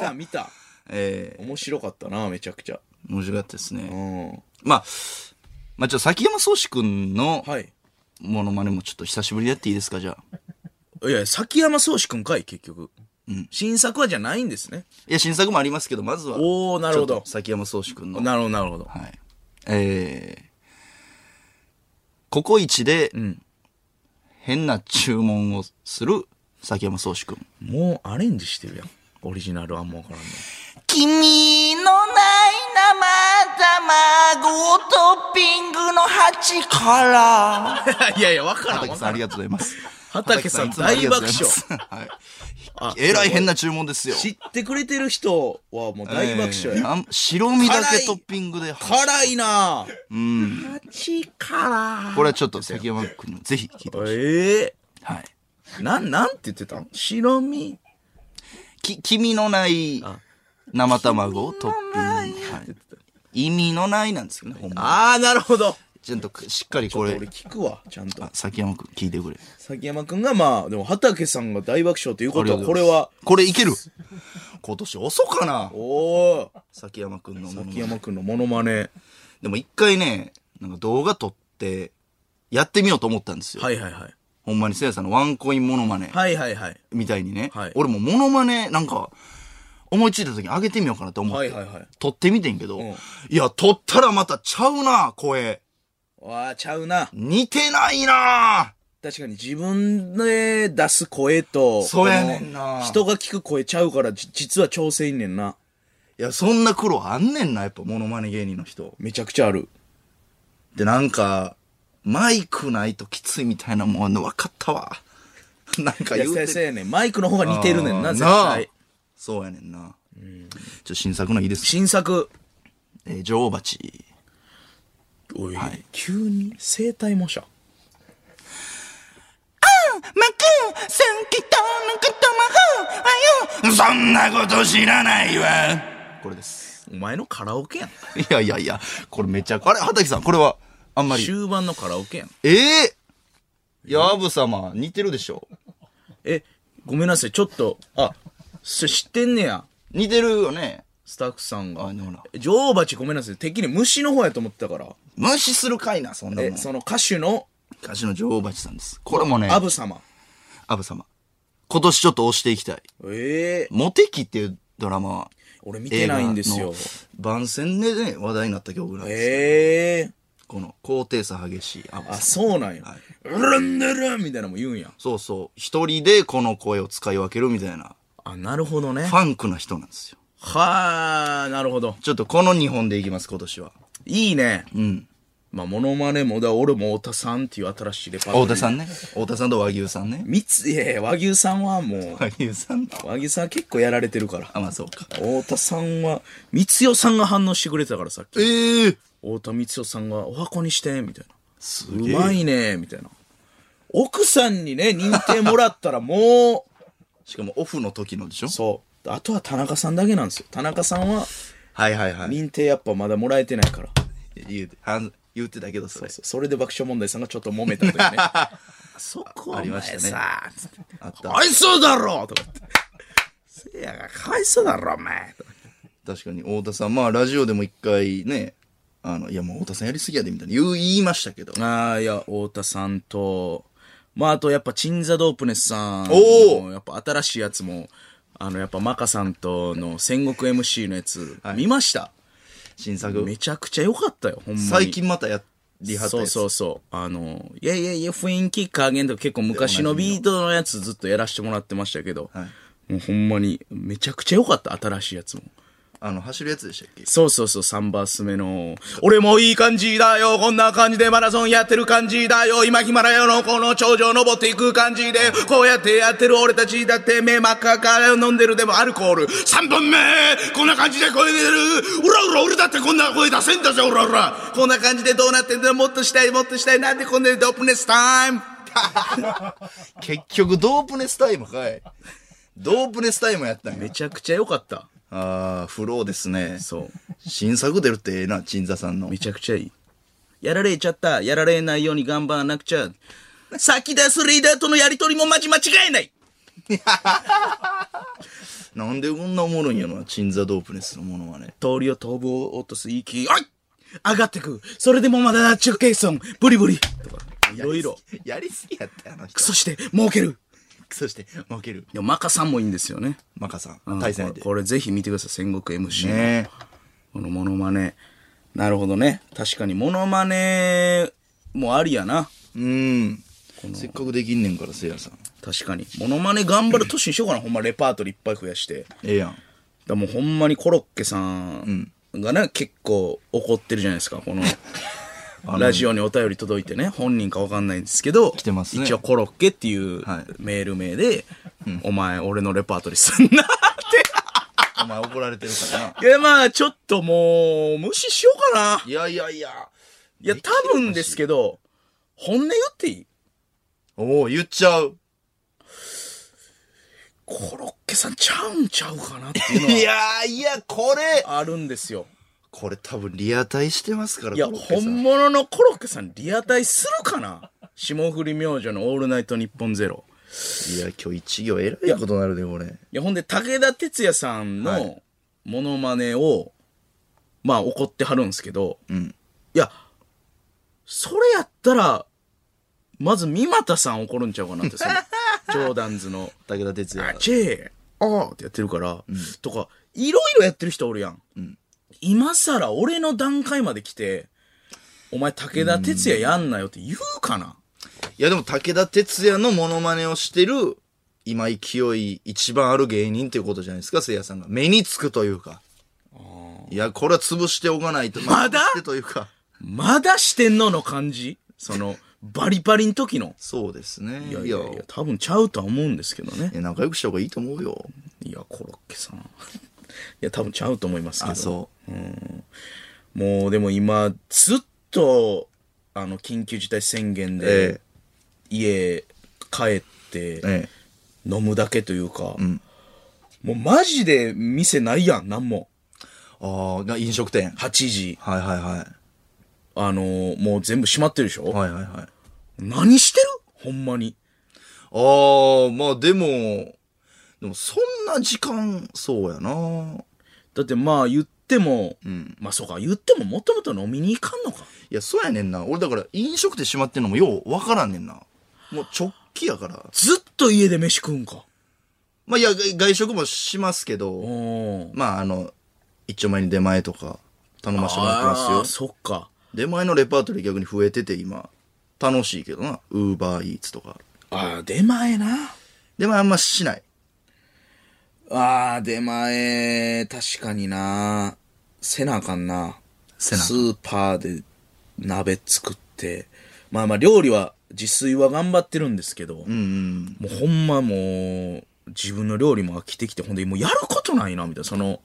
Speaker 2: た見た。
Speaker 1: え
Speaker 2: 面白かったな、めちゃくちゃ。
Speaker 1: ー、面白かったです
Speaker 2: う
Speaker 1: ね。
Speaker 2: ん。
Speaker 1: まあ、まあ、ちょっと崎山宗志くんの
Speaker 2: はい。
Speaker 1: モノマネもちょっと久しぶりでやっていいですか、じゃあ。
Speaker 2: いや、崎山宗志くんかい、結局。新作はじゃないんですね。
Speaker 1: いや、新作もありますけど、まずは。
Speaker 2: おーなるほど
Speaker 1: ちょっと崎山宗志くんの。
Speaker 2: なるほど、なるほど。
Speaker 1: はい。えー、ココイチで
Speaker 2: ん、
Speaker 1: 変な注文をする崎山宗志くん。
Speaker 2: もうアレンジしてるやん。オリジナルあんまわからんの。 [LAUGHS]
Speaker 1: 君のない生卵をトッピングの鉢から。
Speaker 2: いやいや、わからん。
Speaker 1: [LAUGHS] 畑さんありがとうございます。
Speaker 2: 畑さん大爆笑。
Speaker 1: 笑。 [LAUGHS] はい。
Speaker 2: あ
Speaker 1: えらい変な注文ですよ。
Speaker 2: 知ってくれてる人はもう大爆笑
Speaker 1: え
Speaker 2: や。
Speaker 1: ーあん白身だけトッピングで。
Speaker 2: 辛いな
Speaker 1: うん。
Speaker 2: ぁ。辛
Speaker 1: これはちょっと関山君にもぜひ聞いてほしい。
Speaker 2: ええ
Speaker 1: はい。
Speaker 2: なん、なんて言ってたん白身
Speaker 1: き、黄身のない
Speaker 2: あ
Speaker 1: 生卵をトッピング。は
Speaker 2: って言ってた。
Speaker 1: い、意味のないなんですよね、ほんま。
Speaker 2: あー、なるほど。
Speaker 1: ちゃんとくしっかりこ
Speaker 2: 俺
Speaker 1: れ、
Speaker 2: 聞くわ、ちゃんと
Speaker 1: あ。崎山くん聞いてくれ。
Speaker 2: 崎山くんが、まあ、でも、畑さんが大爆笑ということ
Speaker 1: あり
Speaker 2: は、
Speaker 1: が
Speaker 2: ことれ
Speaker 1: うございま
Speaker 2: は
Speaker 1: す、これいける今年遅かな
Speaker 2: おー、
Speaker 1: 崎山くんのもの
Speaker 2: 崎山くんのモノマネ。
Speaker 1: でも一回ね、なんか動画撮って、やってみようと思ったんですよ。
Speaker 2: はいはいはい。
Speaker 1: ほんまにせいやさんのワンコインモノマネ
Speaker 2: はいはいはい。
Speaker 1: みたいにね。
Speaker 2: はい
Speaker 1: 俺もモノマネなんか、思いついた時に上げてみようかなと思って。
Speaker 2: はいはいはい
Speaker 1: 撮ってみてんけど、
Speaker 2: ん
Speaker 1: いや、撮ったらまたちゃうな、声。
Speaker 2: わー、ちゃうな。
Speaker 1: 似てないな
Speaker 2: 確かに自分で出す声と、
Speaker 1: そうやねんな
Speaker 2: この人が聞く声ちゃうから、じ実は調整いんねんな。
Speaker 1: いや、そんな苦労あんねんな、やっぱモノマネ芸人の人。
Speaker 2: めちゃくちゃある。
Speaker 1: で、なんか、マイクないときついみたいなもん、分かったわ。 [LAUGHS] なんか
Speaker 2: いや、
Speaker 1: 言う
Speaker 2: 先
Speaker 1: て
Speaker 2: 生ねん、マイクの方が似てるねん
Speaker 1: あ
Speaker 2: な、
Speaker 1: ー
Speaker 2: 絶対。
Speaker 1: そうやねんな。ちょ、新作のいいですか
Speaker 2: 新作。
Speaker 1: えー、女王蜂。
Speaker 2: おい、急に生体模写。
Speaker 1: マクセンキトのこともふわよそんなこと知らないわこれです。 [LAUGHS]
Speaker 2: お前のカラオケやん。
Speaker 1: いやいやいや、これめちゃ、あれ、畑さん、これは、あんまり。
Speaker 2: 終盤のカラオケやん。
Speaker 1: ええー、やぶ様、似てるでしょ
Speaker 2: え、ごめんなさい、ちょっと、あ、そ知ってんねや。
Speaker 1: 似てるよね
Speaker 2: スタッフさんが
Speaker 1: あでもな。
Speaker 2: え女王蜂ごめんなさい。てっきり虫の方やと思ってたから。
Speaker 1: 無視するかいな、そんなも
Speaker 2: え、
Speaker 1: ん。
Speaker 2: その歌手の
Speaker 1: 昔の女王蜂さんです。これもね、
Speaker 2: アブ様。
Speaker 1: アブ様。今年ちょっと押していきたい。
Speaker 2: ええ
Speaker 1: モテキっていうドラマは、
Speaker 2: 俺見てないんですよ。
Speaker 1: 映画の番宣でね、話題になった曲なんですよ。
Speaker 2: ええ
Speaker 1: この、高低差激しいアブ
Speaker 2: あ、
Speaker 1: 様。
Speaker 2: そうなんや。ルンデルンみたいなのも言うんや。
Speaker 1: そうそう。一人でこの声を使い分けるみたいな、
Speaker 2: あ、なるほどね
Speaker 1: フ。ァンクな人なんですよ。
Speaker 2: はあ、なるほど。
Speaker 1: ちょっとこの2本でいきます、今年は。
Speaker 2: いいね。
Speaker 1: うん。
Speaker 2: まあ、モノマネも、だから俺も太田さんっていう新しいレパートリー。
Speaker 1: 太田さんね。太田さんと和牛さんね。
Speaker 2: 三つ、いやいや、和牛さんはもう、
Speaker 1: 和牛さんと。
Speaker 2: 和牛さんは結構やられてるから。
Speaker 1: あ、まあそうか。
Speaker 2: 太田さんは、光代さんが反応してくれてたからさっき。
Speaker 1: ええ
Speaker 2: 太田光代さんが、お箱にして、みたいな。
Speaker 1: す
Speaker 2: う
Speaker 1: げえ。
Speaker 2: まいね、みたいな。奥さんにね、認定もらったら [LAUGHS] も
Speaker 1: しかもオフの時のでしょ
Speaker 2: う、そう。あとは田中さんだけなんですよ。田中さんは、
Speaker 1: はいはいはい。
Speaker 2: 認定やっぱまだもらえてないから。
Speaker 1: 言うて、はん言うてたけど、それ。
Speaker 2: そうそれで爆笑問題さんがちょっと揉めたという [LAUGHS] ね。そこは
Speaker 1: ありましたね
Speaker 2: お前さ、つって
Speaker 1: あった
Speaker 2: か。わいそうだろとか言って。せいやがかわいそうだろ、お前。とか
Speaker 1: 確かに、太田さん、まあラジオでも一回ね、あの、いやもう太田さんやりすぎやで、みたいな言う、言いましたけど。
Speaker 2: ああ、いや、太田さんと、まあ、あとやっぱ、チンザ・ドープネスさん。
Speaker 1: おー
Speaker 2: やっぱ、新しいやつも、あの、やっぱ、マカさんとの戦国 MC のやつ、見ました。
Speaker 1: 新作。
Speaker 2: めちゃくちゃ良かったよ、ほんまに。
Speaker 1: 最近またやりはった
Speaker 2: そ
Speaker 1: や
Speaker 2: う
Speaker 1: つ。
Speaker 2: そうそう。あの、いやいやいや、雰囲気加減とか結構昔のビートのやつずっとやらせてもらってましたけど、もうほんまにめちゃくちゃ良かった、新しいやつも。
Speaker 1: あの、走るやつでしたっけ
Speaker 2: そうそうそう、3バース目の、俺もいい感じだよ、こんな感じでマラソンやってる感じだよ、今ヒマラヤのこの頂上登っていく感じで、こうやってやってる俺たちだって目真っ赤から飲んでるでもアルコール。3本目こんな感じで声出るうらうら俺だってこんな声出せんだぜ、うらうらこんな感じでどうなってんだもっとしたい、もっとしたい、なんでこんなにドープネスタイム
Speaker 1: 結局、ドープネスタイムかい。ドープネスタイムやったんや。
Speaker 2: ちゃくちゃ良かった。
Speaker 1: ああ、フローですね。
Speaker 2: そう。
Speaker 1: 新作出るってええな、鎮座さんの
Speaker 2: め。ちゃくちゃいい。やられちゃった。やられないように頑張らなくちゃ。先出すリーダーとのやりとりもまじ間違えない
Speaker 1: なんでこんなおもろいんやろな、鎮座ドープネスのものはね。
Speaker 2: 通りを飛ぶ落とす息、おい上がってく。それでもまだ中継ソン、ブリブリ。とか、いろいろ。。
Speaker 1: やりすぎやったよ、あの人。
Speaker 2: クソして、儲ける。
Speaker 1: そして、負ける。
Speaker 2: でも、マカさんもいいんですよね。
Speaker 1: マカさ
Speaker 2: うん
Speaker 1: ん、対戦相手。
Speaker 2: これこれぜひ見てください、戦国 MC。
Speaker 1: ね
Speaker 2: このモノマネ。なるほどね。確かに、モノマネもありやな。
Speaker 1: え。うん。せっかくできんねんから、せいやさん。
Speaker 2: 確かに。モノマネ頑張る年にしようかな。ほんま、レパートリーいっぱい増やして。
Speaker 1: ええやん。
Speaker 2: だからもうほんまにコロッケさんがね、結構怒ってるじゃないですか、この。
Speaker 1: [LAUGHS]
Speaker 2: ラジオにお便り届いてね、本人かわかんないんですけど、来
Speaker 1: てますね
Speaker 2: 一応コロッケっていう
Speaker 1: はい
Speaker 2: メール名で、お前俺のレパートリーすんな [LAUGHS] っ
Speaker 1: お前怒られてるからな。
Speaker 2: て。いや、まあ、ちょっともう、無視しようかな。
Speaker 1: いやいやいや。
Speaker 2: いや、多分ですけど、本音言っていい
Speaker 1: おお、言っちゃう。
Speaker 2: コロッケさんちゃうんちゃうかなっていうの
Speaker 1: い
Speaker 2: は
Speaker 1: やー、いや、これ [LAUGHS]
Speaker 2: あるんですよ。
Speaker 1: これ多分リアタイしてますから、
Speaker 2: いや、
Speaker 1: コロッケさ
Speaker 2: 本物のコロッケさんリアタイするかな霜降り明星のオールナイトニッポンゼロ。
Speaker 1: いや、今日一行えらいことになるね、これ。
Speaker 2: いや、ほんで、武田鉄矢さんのモノマネを、まあ、怒ってはるんですけど、
Speaker 1: ん
Speaker 2: いや、それやったら、まず、三股さん怒るんちゃうかなって、 [LAUGHS] その、ジョーダンズの、
Speaker 1: 武田鉄
Speaker 2: あ
Speaker 1: 矢。
Speaker 2: ちぇあーってやってるから、とか、いろいろやってる人おるやん。今さら俺の段階まで来て、お前武田鉄矢やんなよって言うかな、
Speaker 1: いや、でも武田鉄矢のモノマネをしてる、今勢い一番ある芸人っていうことじゃないですか、せいやさんが。目につくというか。いや、これは潰しておかないと。
Speaker 2: まだ
Speaker 1: 潰してというか。
Speaker 2: まだしてんのの感じその、バリバリの時の。
Speaker 1: そうですね。い
Speaker 2: い
Speaker 1: や
Speaker 2: やいやいや、多分ちゃうとは思うんですけどね。
Speaker 1: え仲良くした方がいいと思うよ。
Speaker 2: いや、コロッケさん。い [LAUGHS] や、多分ちゃうと思いますけ
Speaker 1: あ、
Speaker 2: ど。
Speaker 1: そ
Speaker 2: もう、でも今、ずっと、あの、緊急事態宣言
Speaker 1: う。
Speaker 2: で
Speaker 1: え、
Speaker 2: 家、帰って、
Speaker 1: ええ
Speaker 2: 飲むだけというか、もうマジで店ないやん、なんも。
Speaker 1: えああ、が飲食店。
Speaker 2: 8時。
Speaker 1: はいはいはい。
Speaker 2: あのーもう全部閉まってるでしょ、
Speaker 1: はいはいはい。
Speaker 2: 何してるほんまに。
Speaker 1: ああ、まあでも、でもそんな時間、そうやな。
Speaker 2: だってまあ言っても、まあそうか、言ってももともと飲みに行かんのか。
Speaker 1: いや、そうやねんな。俺だから飲食店閉まってんのもようわからんねんな。もう直帰やから。
Speaker 2: ずっと家で飯食うんか。
Speaker 1: まあいや、外外食もしますけど、
Speaker 2: うん。
Speaker 1: まああの、一丁前に出前とか頼ましてもらって
Speaker 2: あ
Speaker 1: ま
Speaker 2: ー
Speaker 1: すよ。
Speaker 2: そっか。
Speaker 1: 出前のレパートリー逆に増えてて今、楽しいけどな。ウーバーイーツとか。
Speaker 2: ああ、出前な。
Speaker 1: 出前あんましない。
Speaker 2: ああ、出前、確かにな。せなあかんな。
Speaker 1: せなあか
Speaker 2: ス
Speaker 1: ん
Speaker 2: ーパーで鍋作って。まあまあ、料理は、自炊は頑張ってるんですけど、
Speaker 1: うん
Speaker 2: もうほんまもう、自分の料理も飽きてきて、ほんで、もうやることないな、みたいな。
Speaker 1: [LAUGHS]
Speaker 2: その、も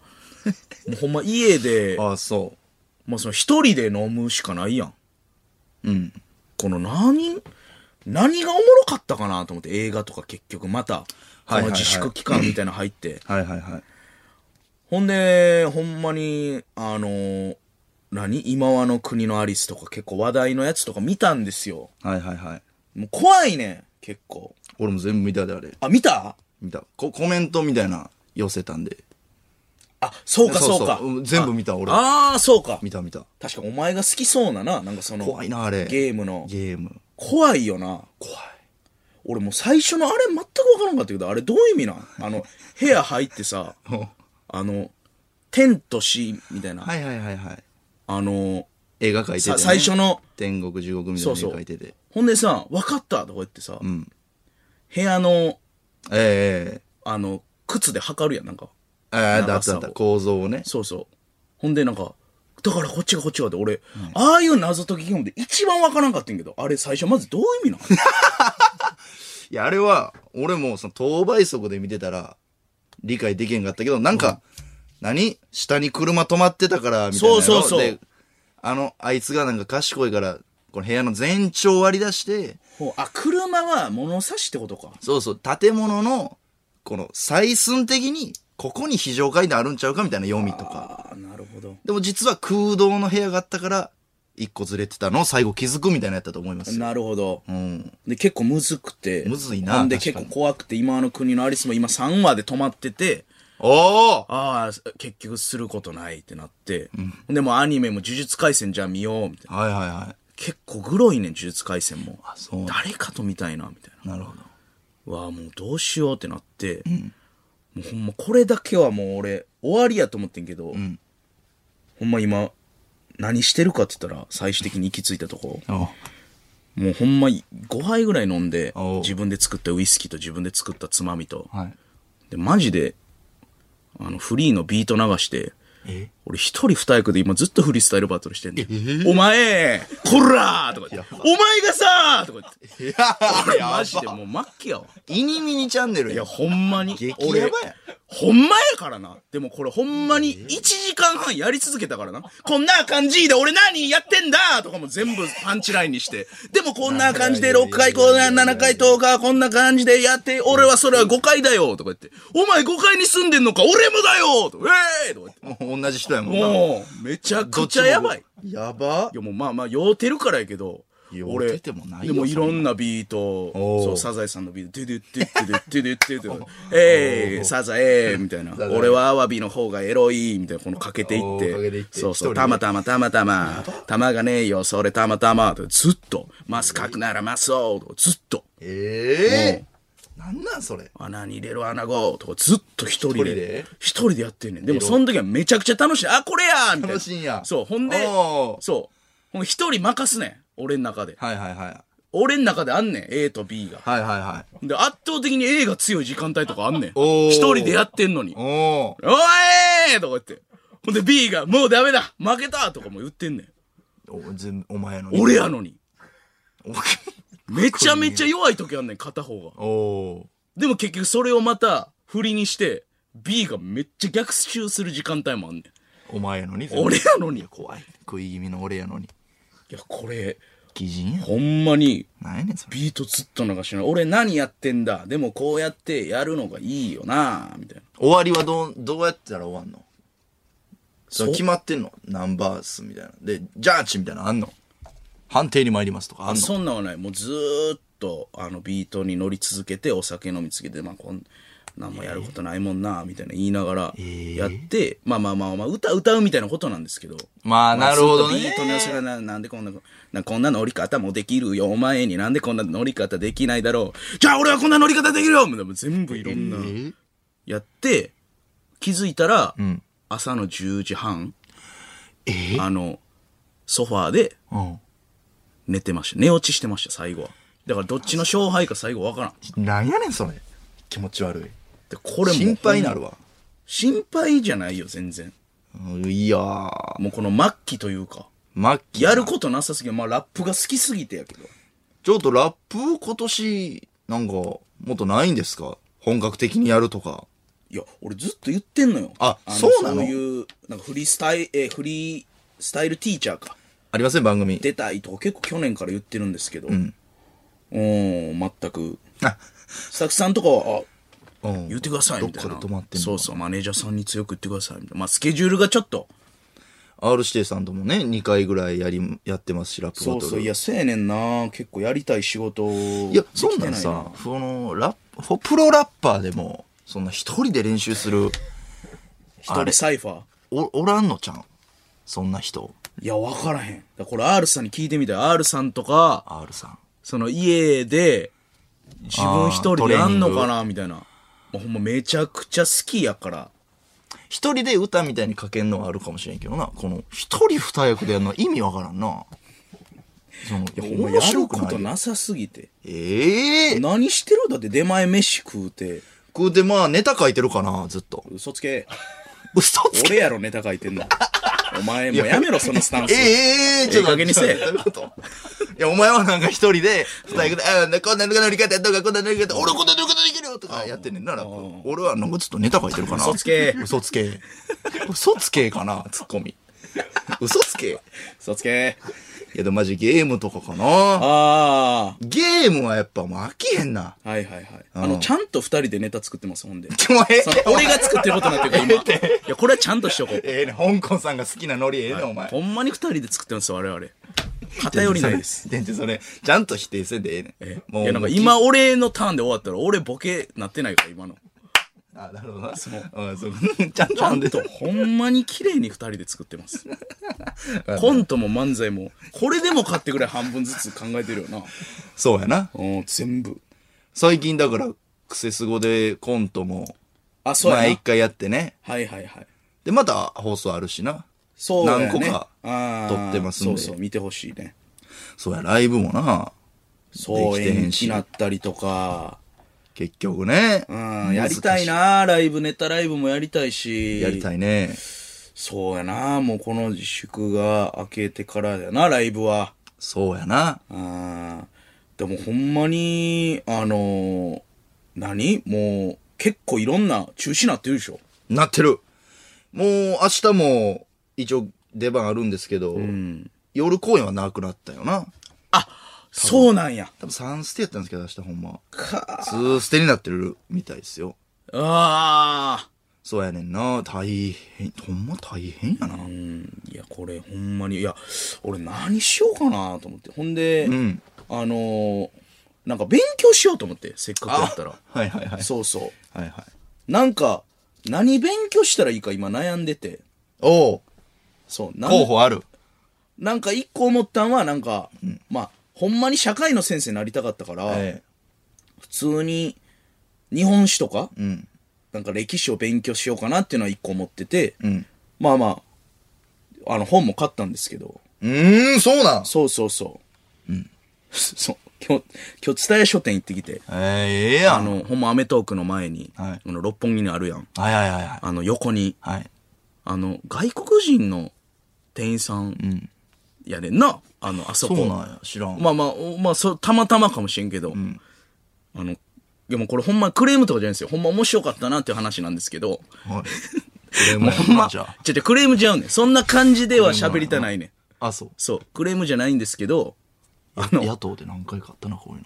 Speaker 2: うほんま家で
Speaker 1: うん。、ああ、そ
Speaker 2: まあその一人で飲むしかないやん。
Speaker 1: う。うん。
Speaker 2: この何、何がおもろかったかなと思って、映画とか結局また、こ
Speaker 1: はいはい
Speaker 2: の
Speaker 1: はい
Speaker 2: 自粛期間みたいなの入って、
Speaker 1: はいはいはい。
Speaker 2: ほんで、ほんまに、あの何今はの国のアリスとか結構話題のやつとか見たんですよ。
Speaker 1: はいはいはい。
Speaker 2: もう怖いねん、結構。
Speaker 1: 俺も全部見たであれ。
Speaker 2: あ、見た
Speaker 1: 見た。こコメントみたいな寄せたんで。
Speaker 2: あ、そうか
Speaker 1: そう
Speaker 2: そ
Speaker 1: そう
Speaker 2: うか。
Speaker 1: うん全部見た俺
Speaker 2: ああー、そうか。
Speaker 1: 見た見た。
Speaker 2: 確かお前が好きそうなな、なんかその。
Speaker 1: 怖いな、あれ。
Speaker 2: ゲームの。
Speaker 1: ゲーム。
Speaker 2: 怖いよな。
Speaker 1: 怖い。
Speaker 2: 俺もう最初のあれ全くわからんかったけど、あれどういう意味なんあの、部屋入ってさ、あの、天と死みたいな。
Speaker 1: はいはいはいはい。
Speaker 2: あの、
Speaker 1: 映画描いてて、ね
Speaker 2: さ。最初の、
Speaker 1: 天国地獄みたい
Speaker 2: そ
Speaker 1: うな絵
Speaker 2: そう
Speaker 1: 描いてて。。
Speaker 2: ほんでさ、分かったとか言ってさ、
Speaker 1: ん
Speaker 2: 部屋の、
Speaker 1: ええ
Speaker 2: あの、靴で測るやん、なんか。
Speaker 1: ええああ、だっ
Speaker 2: 長
Speaker 1: た
Speaker 2: さを
Speaker 1: だった。構造をね。
Speaker 2: そうそう。ほんでなんか、だからこっちがこっちがって、俺、ああいう謎解きゲームで一番分からんかったんやけど、あれ最初まずどういう意
Speaker 1: [LAUGHS]
Speaker 2: 味なの
Speaker 1: いや、あれは、俺もその、等倍速で見てたら、理解できへんかったけど、なんか、何下に車止まってたから、みたいなの。
Speaker 2: そうそうそう
Speaker 1: であの、あいつがなんか賢いから、この部屋の全長割り出して、
Speaker 2: ほうあ、車は物差しってことか。
Speaker 1: そうそう、建物の、この、採寸的に、ここに非常階段あるんちゃうかみたいな読みとか。
Speaker 2: ああ、なるほど。
Speaker 1: でも実は空洞の部屋があったから、一個ずれてたのを最後気づくみたいなやったと思いますよ。
Speaker 2: なるほど。
Speaker 1: うん。
Speaker 2: で、結構むずくて。
Speaker 1: むずいなん
Speaker 2: で
Speaker 1: 確か
Speaker 2: 結
Speaker 1: に
Speaker 2: 構怖くて、今の国のアリスも今3話で止まってて、
Speaker 1: おー
Speaker 2: ああ、結局することないってなって。で、もうアニメも呪術廻戦じゃあ見よう、みたいな。
Speaker 1: はいはいは
Speaker 2: 結構グロいねん、呪術廻戦も。
Speaker 1: あそう
Speaker 2: 誰かと見たいな、みたいな。
Speaker 1: い。なるほど。
Speaker 2: うわあ、もうどうしようってなって、もうほんまこれだけはもう俺、終わりやと思ってんけど、
Speaker 1: ん
Speaker 2: ほんま今、何してるかって言ったら、最終的に行き着いたとこ。
Speaker 1: お
Speaker 2: もうほんま5杯ぐらい飲んで
Speaker 1: おう、
Speaker 2: 自分で作ったウイスキーと自分で作ったつまみと、
Speaker 1: はい。
Speaker 2: で、マジで、あの、フリーのビート流して、
Speaker 1: え
Speaker 2: 俺一人二役で今ずっとフリースタイルバトルしてんねんお前こらーとか言って、お前がさーとか言って、
Speaker 1: い [LAUGHS] や
Speaker 2: 俺
Speaker 1: ー、
Speaker 2: マジ
Speaker 1: や
Speaker 2: で
Speaker 1: ば。
Speaker 2: もう末期やわ。
Speaker 1: イニミニチャンネル
Speaker 2: い
Speaker 1: や
Speaker 2: や、。ほんまに
Speaker 1: 激。ヤバ
Speaker 2: 俺
Speaker 1: や、
Speaker 2: ほんまやからな。でもこれほんまに1時間半やり続けたからな。こんな感じで俺何やってんだとかも全部パンチラインにして。でもこんな感じで6回、こんな7回、10日、こんな感じでやって、俺はそれは5回だよとか言って。お前5回に住んでんのか俺もだよとか、えーとか
Speaker 1: もう同じ人やもん
Speaker 2: 言
Speaker 1: な
Speaker 2: って。もう、めちゃくちゃやばい。
Speaker 1: やば
Speaker 2: いやもうまあまあ酔うてるからやけど
Speaker 1: 酔
Speaker 2: 俺
Speaker 1: うててもないよ
Speaker 2: でもいろんなビート
Speaker 1: おう
Speaker 2: そうサザエさんのビート「ドゥドゥドゥドゥドゥドゥドゥドゥドゥ」「えいサザエ」みたいな
Speaker 1: ザ
Speaker 2: 「
Speaker 1: エ
Speaker 2: 俺はアワビの方がエロい」みたいなこのかけてい
Speaker 1: お
Speaker 2: っ
Speaker 1: うかけていってて
Speaker 2: そう
Speaker 1: 一人
Speaker 2: そう「
Speaker 1: で
Speaker 2: たまたまたまたまたまがねえよそれたまたま」とずっと「マス書くならマスを」とずっと
Speaker 1: ええなんなんそれ。
Speaker 2: 穴に入れる穴子とかずっと一人で一人でやってんねんで
Speaker 1: エ
Speaker 2: も
Speaker 1: ロ
Speaker 2: その時はめちゃくちゃ楽しいあこれやみたいな
Speaker 1: 楽しいんや
Speaker 2: そうほんで
Speaker 1: おー
Speaker 2: そうほんで一人任すねん俺の中で
Speaker 1: はいはいはい。
Speaker 2: 俺の中であんねん A と B が
Speaker 1: はいはいはい。
Speaker 2: で圧倒的に A が強い時間帯とかあんねん
Speaker 1: おー
Speaker 2: 一人でやってんのに「
Speaker 1: お
Speaker 2: おい!」とか言ってほんで B が「もうダメだ負けた!」とかも言ってんねん
Speaker 1: ーお全部お前の。
Speaker 2: 俺やのに
Speaker 1: お。
Speaker 2: めちゃめちゃ弱い時あんねん片方が
Speaker 1: お [LAUGHS] お
Speaker 2: でも結局それをまた振りにして B がめっちゃ逆襲する時間帯もあんねん
Speaker 1: ーお前やのに。
Speaker 2: 俺やのに
Speaker 1: いや怖い。食い気味の俺やのに。
Speaker 2: いやこれ
Speaker 1: 擬人や。
Speaker 2: ほんまに
Speaker 1: なんやねんそれ。
Speaker 2: ビートずっと流しな俺何やってんだでもこうやってやるのがいいよなみたいな
Speaker 1: 終わりはどう、どうやったら終わんのそ
Speaker 2: そ
Speaker 1: の決まってんのナンバースみたいな。で、ジャッジみたいなのあんの判定に参りますとかあんの
Speaker 2: そんなんはないもうずーっとあのビートに乗り続けてお酒飲み続けてまあこんなんもやることないもんなみたいな言いながら
Speaker 1: ー
Speaker 2: やって、まあまあまあまあ歌歌うみたいなことなんですけど
Speaker 1: まあなるほどね
Speaker 2: ずっとビートに寄せがななんでこんななこんな乗り方もできるよお前になんでこんな乗り方できないだろうじゃあ俺はこんな乗り方できるよみたいな全部いろんな
Speaker 1: え
Speaker 2: やって気づいたら、
Speaker 1: ん
Speaker 2: 朝の10時半
Speaker 1: えー
Speaker 2: あのソファーで
Speaker 1: うん。
Speaker 2: 寝てました寝落ちしてました最後はだからどっちの勝敗か最後わからん
Speaker 1: なんやねんそれ。気持ち悪い。
Speaker 2: でこれも
Speaker 1: 心配になるわ。
Speaker 2: 心配じゃないよ全然
Speaker 1: うんいやー。
Speaker 2: もうこの末期というか
Speaker 1: マッキー
Speaker 2: やることなさすぎてまあラップが好きすぎてやけど
Speaker 1: ちょっとラップを今年、なんか、もっとないんですか本格的にやるとか。
Speaker 2: いや俺ずっと言ってんのよ
Speaker 1: あ
Speaker 2: の
Speaker 1: そうなの
Speaker 2: そういうなんかフリースタイル、えーフリースタイルティーチャーか
Speaker 1: ありません、番組。
Speaker 2: 出たいとか結構去年から言ってるんですけどうん全く
Speaker 1: あ、
Speaker 2: スタッフさんとかはあ
Speaker 1: [LAUGHS] うん。
Speaker 2: 言ってくださいみたいな
Speaker 1: どっかで止まってんの
Speaker 2: そうそうマネージャーさんに強く言ってくださいみたいなまあスケジュールがちょっと
Speaker 1: R 指定さんともね、2回ぐらいやり、やってますし、ラップ
Speaker 2: そ
Speaker 1: バト
Speaker 2: う
Speaker 1: ル。
Speaker 2: そういやせえねんな結構やりたい仕事を
Speaker 1: いや、
Speaker 2: で
Speaker 1: そ
Speaker 2: き
Speaker 1: ん
Speaker 2: て
Speaker 1: なん
Speaker 2: い
Speaker 1: さ、その、ラップ、プロラッパーでも、そんな一人で練習する、
Speaker 2: 一人サイファー
Speaker 1: お、おらんのちゃんそんな人、
Speaker 2: いや分からへんだからこれ R さんに聞いてみたい R さんとか
Speaker 1: R さん。
Speaker 2: その家で自分一人でやんのかなみたいなもうほんまめちゃくちゃ好きやから
Speaker 1: 一人で歌みたいに書けんのはあるかもしれんけどな。この、一人二役でやるのは意味わからんな。その、
Speaker 2: いやほんま
Speaker 1: 面
Speaker 2: や
Speaker 1: 白
Speaker 2: る
Speaker 1: く
Speaker 2: こ
Speaker 1: ない
Speaker 2: となさすぎて
Speaker 1: ええ
Speaker 2: 何してるだって出前飯食うて
Speaker 1: これでまあネタ書いてるかな、ずっと。
Speaker 2: 嘘つけ
Speaker 1: 嘘つけ
Speaker 2: 俺やろネタ書
Speaker 1: [LAUGHS]
Speaker 2: いてんのお前もうやめろそのスタン
Speaker 1: え
Speaker 2: ス
Speaker 1: えええちょっと
Speaker 2: ええ加減にせえ
Speaker 1: ちょっとどういうこといや、お前はなんか一人で、二人で、あこんな乗り方やったか、こんな乗り方、俺こんな乗り方できるよとかやってんねんな、ラップ。俺はなんかちょっとネタ書いてるかな。
Speaker 2: 嘘つけ
Speaker 1: 嘘つけ。嘘つけかな、ツッコミ。嘘つけ。い
Speaker 2: 嘘つけ
Speaker 1: や、でもマジゲームとかかな。
Speaker 2: あ
Speaker 1: ゲームはやっぱもう飽きへんな。
Speaker 2: あはいはいはいあのちゃんと二人でネタ作ってますほんで
Speaker 1: お前、
Speaker 2: その俺が作ってることになって
Speaker 1: [LAUGHS]
Speaker 2: るから今いやこれはちゃんとしとこう
Speaker 1: ええね、香港さんが好きなノリええね、お前。
Speaker 2: ほんまに二人で作ってます我々偏りないです。
Speaker 1: 全然それ、ちゃんと否定せんでええねん。
Speaker 2: え
Speaker 1: もう
Speaker 2: いやなんか今俺のターンで終わったら俺ボケなってないから今の
Speaker 1: あ、なるほどな。うんそう。ちゃんと
Speaker 2: ちゃ
Speaker 1: なん
Speaker 2: ん
Speaker 1: で
Speaker 2: とほんまに綺麗に二人で作ってます
Speaker 1: [LAUGHS]
Speaker 2: コントも漫才もこれでも買ってくれ半分ずつ考えてるよな
Speaker 1: そうやな。
Speaker 2: うん全部
Speaker 1: 最近だから、クセスゴでコントも、
Speaker 2: あそうや
Speaker 1: 前一
Speaker 2: な
Speaker 1: 回やってね。
Speaker 2: はいはいはい
Speaker 1: で、また放送あるしな。
Speaker 2: そうやね
Speaker 1: 何個か
Speaker 2: あー
Speaker 1: 撮ってますんで
Speaker 2: そうそう見てほしいね
Speaker 1: そうや、ライブもな。
Speaker 2: そ
Speaker 1: で
Speaker 2: う
Speaker 1: きてへ
Speaker 2: 延
Speaker 1: んし
Speaker 2: 期なったりとか
Speaker 1: 結局ね。
Speaker 2: うんやりたいなライブネタライブもやりたい
Speaker 1: 難し
Speaker 2: し
Speaker 1: い。やりたいね。
Speaker 2: そうやなもうこの自粛が明けてからやな、ライブは。
Speaker 1: そうやな。
Speaker 2: うん。でもほんまに、あのー何もう、結構いろんな中止なってるでしょ。
Speaker 1: なってる。もう明日も一応出番あるんですけど、夜公演はなくなったよな。
Speaker 2: そうなんや。
Speaker 1: 多分3ステやったんですけど、明日ほんま。
Speaker 2: か
Speaker 1: 2ステになってるみたいですよ。
Speaker 2: ああ。
Speaker 1: そうやねんな。大変。ほんま大変やな。
Speaker 2: うん。いや、これほんまに、いや、俺何しようかなと思って。ほんで、
Speaker 1: ん
Speaker 2: あのーなんか勉強しようと思って、せっかくやったら。
Speaker 1: はいはいはい。
Speaker 2: そうそう。
Speaker 1: はいはい。
Speaker 2: なんか、何勉強したらいいか今悩んでて。
Speaker 1: おう
Speaker 2: そう。なん
Speaker 1: 候補ある。
Speaker 2: なんか一個思ったんは、なんか、まあ、ほんまに社会の先生になりたかったから、
Speaker 1: え
Speaker 2: 普通に日本史とか、
Speaker 1: えうん。
Speaker 2: なんか歴史を勉強しようかなっていうのは一個思ってて、
Speaker 1: うん。
Speaker 2: まあまあ、あの本も買ったんですけど、
Speaker 1: うーん、そうなん。
Speaker 2: そうそうそう。 [LAUGHS] そう。今日、今日、伝え書店行ってきて、
Speaker 1: ええええや
Speaker 2: あ
Speaker 1: ん。
Speaker 2: の、ほんまアメトークの前に、
Speaker 1: はい
Speaker 2: あの六本木にあるやん。
Speaker 1: はいはいはいはい。
Speaker 2: あの横に、
Speaker 1: はい。
Speaker 2: あの、外国人の店員さん、やねんな、あの、あそ
Speaker 1: そ
Speaker 2: こ。
Speaker 1: うなんや。知らん。
Speaker 2: まあまあ、おまあ、そう、たまたまかもしれんけど、あの、でもうこれほんまクレームとかじゃないんですよ。ほんま面白かったなっていう話なんですけど、
Speaker 1: はい。これも
Speaker 2: ほんま、
Speaker 1: じ
Speaker 2: ち
Speaker 1: ゃ
Speaker 2: ょ
Speaker 1: あ。
Speaker 2: ちょ、クレームちゃうねん。そんな感じでは喋りたないねん。
Speaker 1: あ、そう。
Speaker 2: そう、クレームじゃないんですけど、あの、
Speaker 1: 野党で何回かあったな、こういう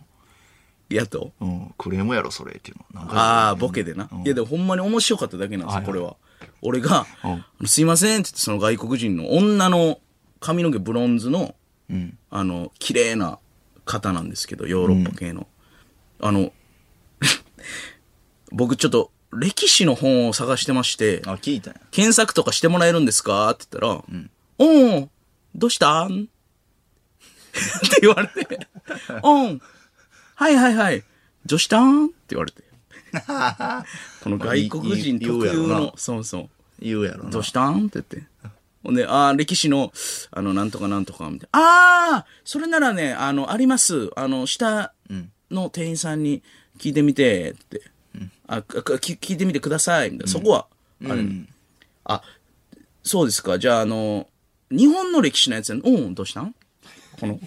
Speaker 2: 野党
Speaker 1: の。うん。クレームやろ、それっていうの。何回か
Speaker 2: ああ、ボケでな。いや、でもほんまに面白かっただけなんですよ、
Speaker 1: はい
Speaker 2: これは。俺が、
Speaker 1: うん
Speaker 2: あのすいませんって言って、その外国人の女の髪の毛ブロンズの、
Speaker 1: うん。
Speaker 2: あの、綺麗な方なんですけど、ヨーロッパ系の。あの、 [LAUGHS] 僕ちょっと歴史の本を探してまして、
Speaker 1: あ、聞いたんや。
Speaker 2: 検索とかしてもらえるんですかって言ったら、うん、おどうしたんって言われて、
Speaker 1: [LAUGHS]
Speaker 2: うん、はいはいはい、どうしたんって言わ
Speaker 1: [LAUGHS]
Speaker 2: れて。この外国人
Speaker 1: 言
Speaker 2: 特有
Speaker 1: うやろ
Speaker 2: の
Speaker 1: な、
Speaker 2: そうそう。
Speaker 1: 言うやろな。
Speaker 2: どうしたんって言って。ほんで、ああ、歴史の、あの、なんとかなんとか、みたいな。ああそれならね、あの、あります。あの、下の店員さんに聞いてみて、って。あかかき聞いてみてください、みたいな。そこは、あれ、あ、そうですか。じゃあ、あの、日本の歴史のやつやん。うん、どうしたん
Speaker 1: [LAUGHS]
Speaker 2: この、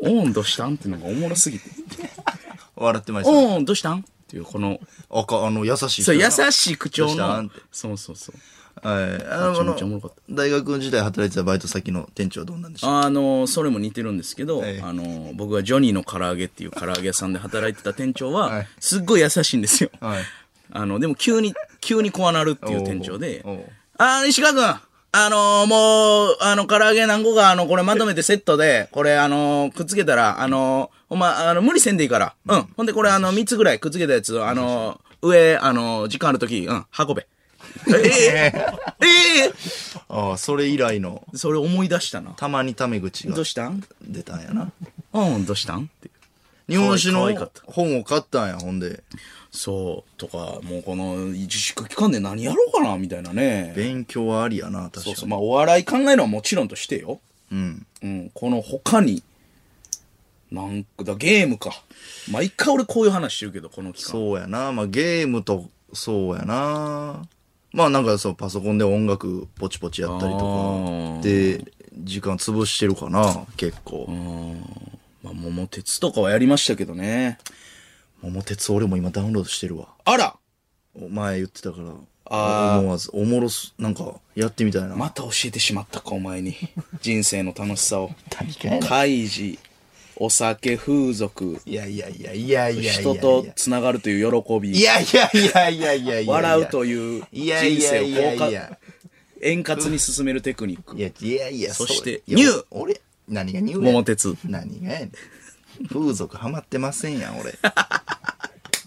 Speaker 2: うん、どうしたんってのがおもろすぎて。
Speaker 1: 笑ってましたね。
Speaker 2: うん、どうしたんっていう、この、
Speaker 1: あか、あの、優しい。
Speaker 2: そう、優しい口調
Speaker 1: どうしたん
Speaker 2: の
Speaker 1: って。
Speaker 2: そうそうそう。
Speaker 1: はい。あ
Speaker 2: めちゃめちゃおもろかっ
Speaker 1: の
Speaker 2: た、
Speaker 1: 大学時代働いてたバイト先の店長はどんなんでした
Speaker 2: あのそれも似てるんですけど、
Speaker 1: ええ
Speaker 2: あの僕がジョニーの唐揚げっていう唐揚げ屋さんで働いてた店長は、
Speaker 1: はい
Speaker 2: すっごい優しいんですよ。
Speaker 1: はい
Speaker 2: あのでも急に、急に怖なるっていう店長で
Speaker 1: おうおう、
Speaker 2: あー、西川君、あのもう、あの、唐揚げ何個か、あの、これまとめてセットで、これ、あのくっつけたら、あのほんま、あの、無理せんでいいから、うん。ほんで、これ、あの、3つぐらいくっつけたやつ、あの上、あの時間ある時うん、運べ。ええええ
Speaker 1: ああ、それ以来の、
Speaker 2: それ思い出したな。
Speaker 1: たまにタメ口が
Speaker 2: どうしたん
Speaker 1: 出たんやな。
Speaker 2: うん、どうしたんって。
Speaker 1: 日本史
Speaker 2: 可
Speaker 1: の
Speaker 2: 愛い可愛かった
Speaker 1: 本を買ったんや、ほんで。
Speaker 2: そう、とか、もうこの自粛期間で何やろうかな、みたいなね。
Speaker 1: 勉強はありやな、確か
Speaker 2: そう
Speaker 1: に。
Speaker 2: そう、まあお笑い考えるのはもちろんとしてよ。
Speaker 1: うん。
Speaker 2: うん、この他に、なんか、だゲームか。毎回俺こういう話してるけど、この期間。
Speaker 1: そうやな。まあ、ゲームと、そうやな。まあ、なんかそう、パソコンで音楽ポチポチやったり
Speaker 2: あ
Speaker 1: と
Speaker 2: ー
Speaker 1: か、で、時間潰してるかな、結構。
Speaker 2: まあ、桃鉄とかはやりましたけどね。
Speaker 1: 桃鉄俺も今ダウンロードしてるわ。
Speaker 2: あら
Speaker 1: お前言ってたから、
Speaker 2: あー
Speaker 1: 思わず、おもろす、なんか、やってみたいな。
Speaker 2: また教えてしまったか、お
Speaker 1: [LAUGHS]
Speaker 2: 前に。人生の楽しさを。
Speaker 1: 何かやな
Speaker 2: 開示、お酒、風俗、
Speaker 1: いやいやいやいやいやいやいや。
Speaker 2: 人と繋がるという喜び。
Speaker 1: いやいやいやいやいやいや。
Speaker 2: 笑うという
Speaker 1: い
Speaker 2: 人
Speaker 1: やいや
Speaker 2: 生
Speaker 1: いや
Speaker 2: を
Speaker 1: い
Speaker 2: 効
Speaker 1: やい
Speaker 2: 果
Speaker 1: や
Speaker 2: 円滑に進めるテクニック
Speaker 1: いやいやいや
Speaker 2: そして
Speaker 1: ういや
Speaker 2: ニュー
Speaker 1: 俺何がニューや
Speaker 2: 桃鉄
Speaker 1: 何がやねん風俗ハマってませんやん俺 [LAUGHS]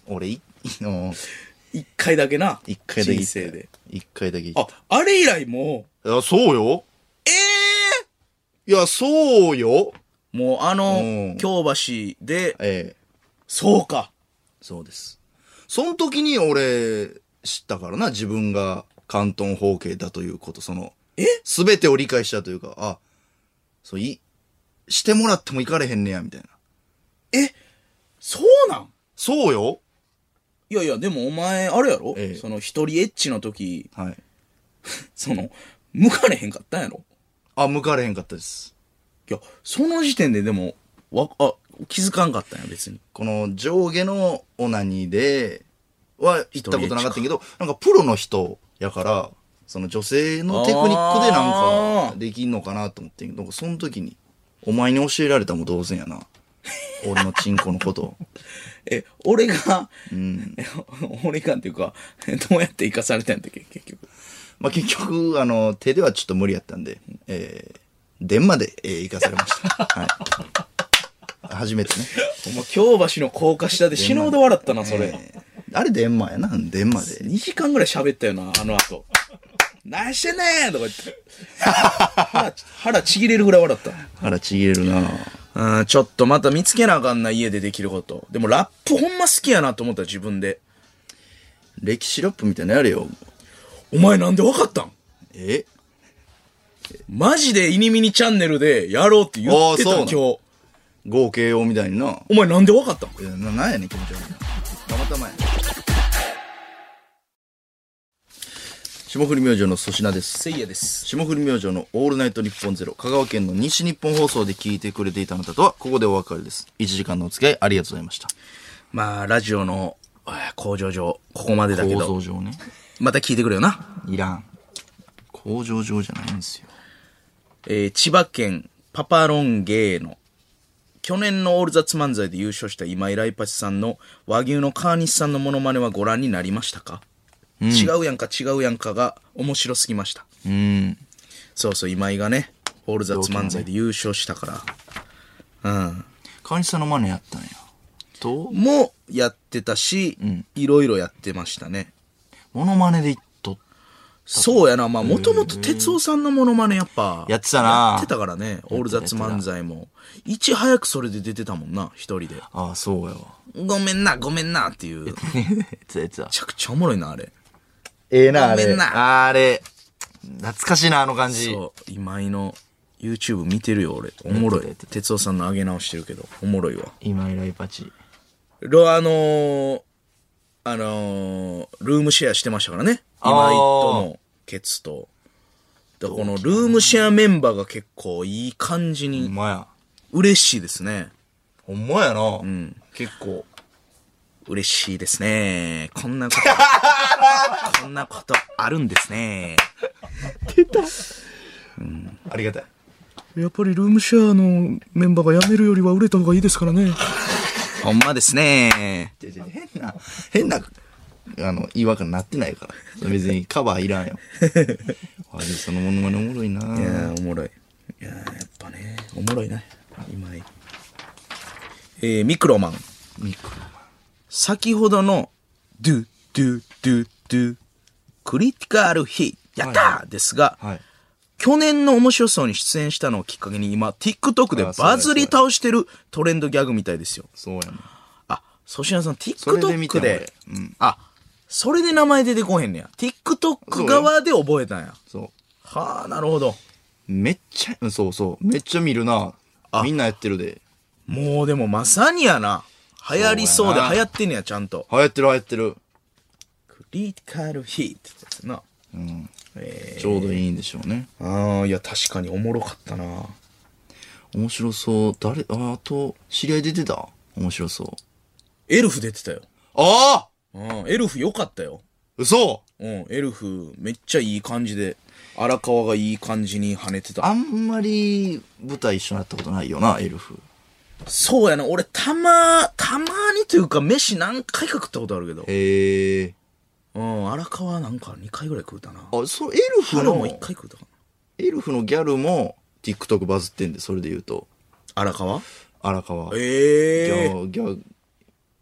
Speaker 1: 俺いの
Speaker 2: 一回だけな
Speaker 1: 一回だけ
Speaker 2: 人生で
Speaker 1: 一回だけ行
Speaker 2: あ
Speaker 1: っ
Speaker 2: あれ以来も
Speaker 1: たいやそうよええいやそうよ
Speaker 2: うもうあ
Speaker 1: うん
Speaker 2: の京橋で
Speaker 1: ええ
Speaker 2: そうか
Speaker 1: そうですその時に俺知ったからな自分が関東方形だということその
Speaker 2: え
Speaker 1: 全てを理解したというかあそういしてもらっても行かれへんねやみたいな
Speaker 2: そうなん
Speaker 1: そうよ
Speaker 2: いやいやでもお前あれやろ、
Speaker 1: ええ
Speaker 2: その一人エッチの時
Speaker 1: はい
Speaker 2: その向かれへんかったんやろ
Speaker 1: あ、向かれへんかったです。
Speaker 2: いやその時点ででもわあ気づかんかったんや別に
Speaker 1: この上下のオナニーで、は行ったことなかったけど、なんかプロの人やから、その女性のテクニックでなん
Speaker 2: あ
Speaker 1: かできんのかなと思ってんけど、なんかその時に、お前に教えられたも同然やな。俺のチンコのこと。
Speaker 2: え、俺が、
Speaker 1: うん。
Speaker 2: 俺がっていうか、どうやって生かされたんだっけ、結局。
Speaker 1: [LAUGHS] まあ、結局、あの、手ではちょっと無理やったんで、えー、電まで、えー行かされま [LAUGHS] した。はい。初めてね。
Speaker 2: お前、京橋の高架下で死ぬほど笑ったな、それ。
Speaker 1: えーあれ電話やな、電話で。
Speaker 2: 2時間ぐらい喋ったよな、あの後。何してんねんとか言って。 [LAUGHS] 腹、腹ちぎれるぐらい笑った。
Speaker 1: 腹ちぎれるな
Speaker 2: うん、ちょっとまた見つけなあかんな、家でできること。でもラップほんま好きやなと思った、自分で。
Speaker 1: 歴史ラップみたいなのやれよ。
Speaker 2: お前なんでわかったん
Speaker 1: え
Speaker 2: マジでイニミニチャンネルでやろうって言ってた
Speaker 1: あー
Speaker 2: 今
Speaker 1: そうな
Speaker 2: 日。
Speaker 1: の
Speaker 2: お
Speaker 1: 合計をみたいにな。
Speaker 2: 前なんでわかったん
Speaker 1: いやななんやねん気持ち悪いなたまたまやね霜降り明星の粗品です
Speaker 2: せいやです。
Speaker 1: 霜降り明星の「オールナイトニッポンゼロ香川県の西日本放送で聞いてくれていたあなたとはここでお別れです1時間のお付き合いありがとうございました
Speaker 2: まあ、ラジオのえー工場上、ここまでだけ
Speaker 1: 構
Speaker 2: ど
Speaker 1: 造、上ね
Speaker 2: また聞いてくれよな。
Speaker 1: いらん構造上じゃないんですよ
Speaker 2: えー千葉県パパロンゲーの去年のオールザッツ漫才で優勝した今井来チさんの和牛の川西さんのモノマネはご覧になりましたか、違うやんか違うやんかが面白すぎました
Speaker 1: うん
Speaker 2: そうそう今井がねオールザッツ漫才で優勝したから、
Speaker 1: 川西さんのマネやったんやと
Speaker 2: うんもやってたし、いろいろやってましたね
Speaker 1: モノマネでいっと
Speaker 2: そうやなまあもともと哲夫さんのモノマネやっぱ
Speaker 1: やってたな
Speaker 2: やってたからねオールザッツ漫才もいち早くそれで出てたもんな一人で
Speaker 1: ああそうやわ
Speaker 2: ごめんな、ごめんなっていう。め
Speaker 1: つ [LAUGHS] やつや
Speaker 2: ちゃくちゃおもろいな、あれ。
Speaker 1: ええなあ
Speaker 2: ごめ
Speaker 1: れ
Speaker 2: んな
Speaker 1: あれ懐かしいなあの感じ
Speaker 2: そう、今井の YouTube 見てるよ、俺。おもろ
Speaker 1: やってた
Speaker 2: い
Speaker 1: やって。た
Speaker 2: 哲夫さんの上げ直してるけど、おもろいわ。
Speaker 1: 今井ライパチ
Speaker 2: ロ、あのー、あのー、ルームシェアしてましたからね。今井とのケツと。だからこのルームシェアメンバーが結構いい感じ
Speaker 1: ほん
Speaker 2: に
Speaker 1: まや。
Speaker 2: 嬉しいですね。
Speaker 1: ほんまやな。結構。
Speaker 2: 嬉しいですね。こんなこと、こんなことあるんですね。
Speaker 1: ありがたい。
Speaker 2: やっぱりルームシェアのメンバーが辞めるよりは売れた方がいいですからね。ほんまですね。
Speaker 1: 変な、変な、あの、言い訳になってないから。それ別にカバーいらん [LAUGHS] よ。あれ、そのものまねおもろいない
Speaker 2: やー、おもろい。いやー、やっぱね、おもろいね。今井。えー、ミクロマン。
Speaker 1: ミクロ
Speaker 2: 先ほどの、ドゥ、ドゥ、ドゥ、ドゥ、クリティカルヒット、やったー、ですが、
Speaker 1: はい。
Speaker 2: 去年の面白そうに出演したのをきっかけに今、TikTok で
Speaker 1: あそうだ
Speaker 2: バズり倒してるトレンドギャグみたいですよ。
Speaker 1: そうやな。
Speaker 2: あ、粗品さん、
Speaker 1: それで見
Speaker 2: TikTok
Speaker 1: てん
Speaker 2: で、
Speaker 1: 俺うん
Speaker 2: あ、それで名前出てこへんねや。TikTok 側で覚えたんや。
Speaker 1: そ
Speaker 2: はあ、なるほど。
Speaker 1: う。めっちゃ、うんそうそう。めっちゃ見るな。みんなやってるで。
Speaker 2: もうでもまさにやな。流行りそう
Speaker 1: そ
Speaker 2: で
Speaker 1: うやな
Speaker 2: 流行ってんねや、ちゃんと。
Speaker 1: 流行ってる流行ってる。
Speaker 2: クリティカルヒーってやつやな。
Speaker 1: ちょうどいいんでしょうね。
Speaker 2: ああ、いや、確かにおもろかったな。
Speaker 1: 面白そう。誰、あ、あと、知り合い出てた面白そう。
Speaker 2: エルフ出てたよ。
Speaker 1: ああ
Speaker 2: うん、エルフ良かったよ。
Speaker 1: 嘘
Speaker 2: うん、エルフ、めっちゃいい感じで、荒川がいい感じに跳ねてた。
Speaker 1: あんまり舞台一緒になったことないよな、エルフ。
Speaker 2: そうやな、俺、たま、たまにというか、飯何回か食ったことあるけど。
Speaker 1: へえ。
Speaker 2: うん、荒川なんか2回ぐらい食うたな。
Speaker 1: あ、そう、エルフ
Speaker 2: 春も
Speaker 1: の、
Speaker 2: 1回食うたか
Speaker 1: エルフのギャルも TikTok バズってんで、それで言うと、
Speaker 2: な。荒川
Speaker 1: 荒川。ギ
Speaker 2: ええ
Speaker 1: ャギャ、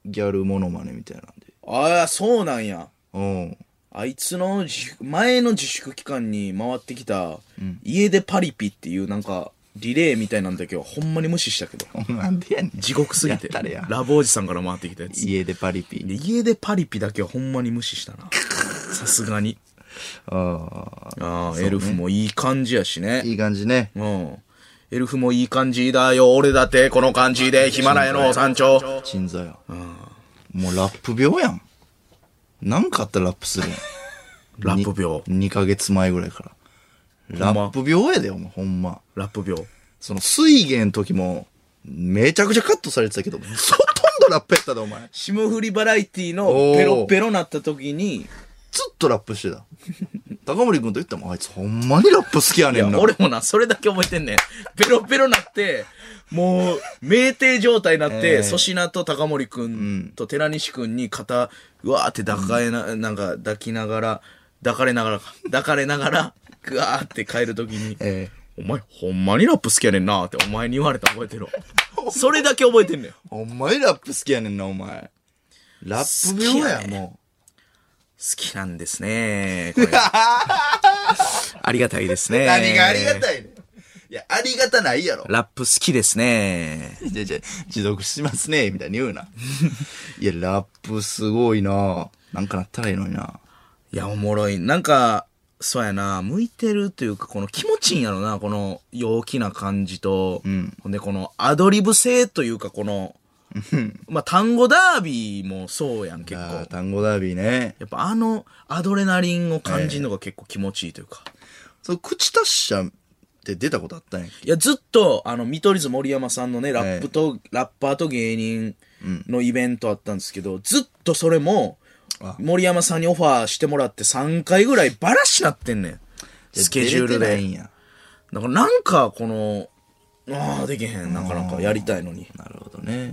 Speaker 1: ギャルモノマネみたいなんで。
Speaker 2: ああ、そうなんや。
Speaker 1: うん。
Speaker 2: あいつの自粛前の自粛期間に回ってきた、家でパリピっていうなんか、リレーみたいなんだけど、ほんまに無視したけど。
Speaker 1: なん [LAUGHS] でやねん。
Speaker 2: 地獄すぎて。
Speaker 1: やったれや
Speaker 2: ラボおじさんから回ってきたやつ。
Speaker 1: 家でパリピ。
Speaker 2: で家でパリピだけはほんまに無
Speaker 1: [LAUGHS]
Speaker 2: 視したな。さすがに。
Speaker 1: ああ。
Speaker 2: ああ、エルフもいい感じやしね。
Speaker 1: いい感じね。
Speaker 2: うん。エルフもいい感じだよ。俺だってこの感じでヒマラヤの山頂。
Speaker 1: 鎮座や。もうラップ病やん。なんかあったらラップするやん。
Speaker 2: ラップ病。
Speaker 1: 2ヶ月前ぐらいから。
Speaker 2: ほ
Speaker 1: ラ
Speaker 2: んま
Speaker 1: ップ病やで、お前、ほんま。
Speaker 2: ラップ病。
Speaker 1: その水源の時も、めちゃくちゃカットされてたけど、外度ラップやったで、お前。
Speaker 2: 霜降りバラエティのペロペロなった時に、
Speaker 1: ずっとラップしてた。 [LAUGHS] 高森君と言っても、あいつほんまにラップ好きや
Speaker 2: い
Speaker 1: ね
Speaker 2: や
Speaker 1: んな。
Speaker 2: 俺もな、それだけ覚えてん [LAUGHS] ねん。ペロペロなって、もう、酩酊状態になって、粗品と高森くんと寺西くんに肩、うわーって抱かえな、なんか抱きながら、抱かれながらか、抱かれながら、ぐわーって帰るときに、
Speaker 1: え
Speaker 2: お前、ほんまにラップ好きやねんなーってお前に言われた覚えてる
Speaker 1: [LAUGHS]
Speaker 2: わ。それだけ覚えてんねん。好
Speaker 1: えほんまにラップ好きやねんな、お前。ラップ病や、
Speaker 2: 好きやね
Speaker 1: も
Speaker 2: きなんですね
Speaker 1: [LAUGHS]
Speaker 2: ーこれありがたいですね
Speaker 1: う。
Speaker 2: ー
Speaker 1: 何がありがたいねん。いや、ありがたないやろ。
Speaker 2: ラップ好きですねー
Speaker 1: じゃじゃ持続しますね、みたいに言う
Speaker 2: [LAUGHS]
Speaker 1: な。いや、ラップすごいななんかなったらいいのにない
Speaker 2: や、おもろい。なんか、そうやな、向いてるというか、この気持ちいいんやろな、この陽気な感じと、ほんで、このアドリブ性というか、この、まあ、単語ダービーもそうやん、結構。
Speaker 1: あー単語ダービーね。
Speaker 2: やっぱあのアドレナリンを感じるのが結構気持ちいいというか。
Speaker 1: その口達者って出たことあったんやっけ
Speaker 2: いや、ずっと、あの、見取り図森山さんのね、ラップと、ラッパーと芸人のイベントあったんですけど、ずっとそれも
Speaker 1: あ、
Speaker 2: 森山さんにオファーしてもらって3回ぐらいバラしなってんねん。スケジュール
Speaker 1: 出れてな
Speaker 2: で
Speaker 1: い。んや。
Speaker 2: だからなんかこの、ああ、できへん。なかなかやりたいのに。
Speaker 1: なるほどね。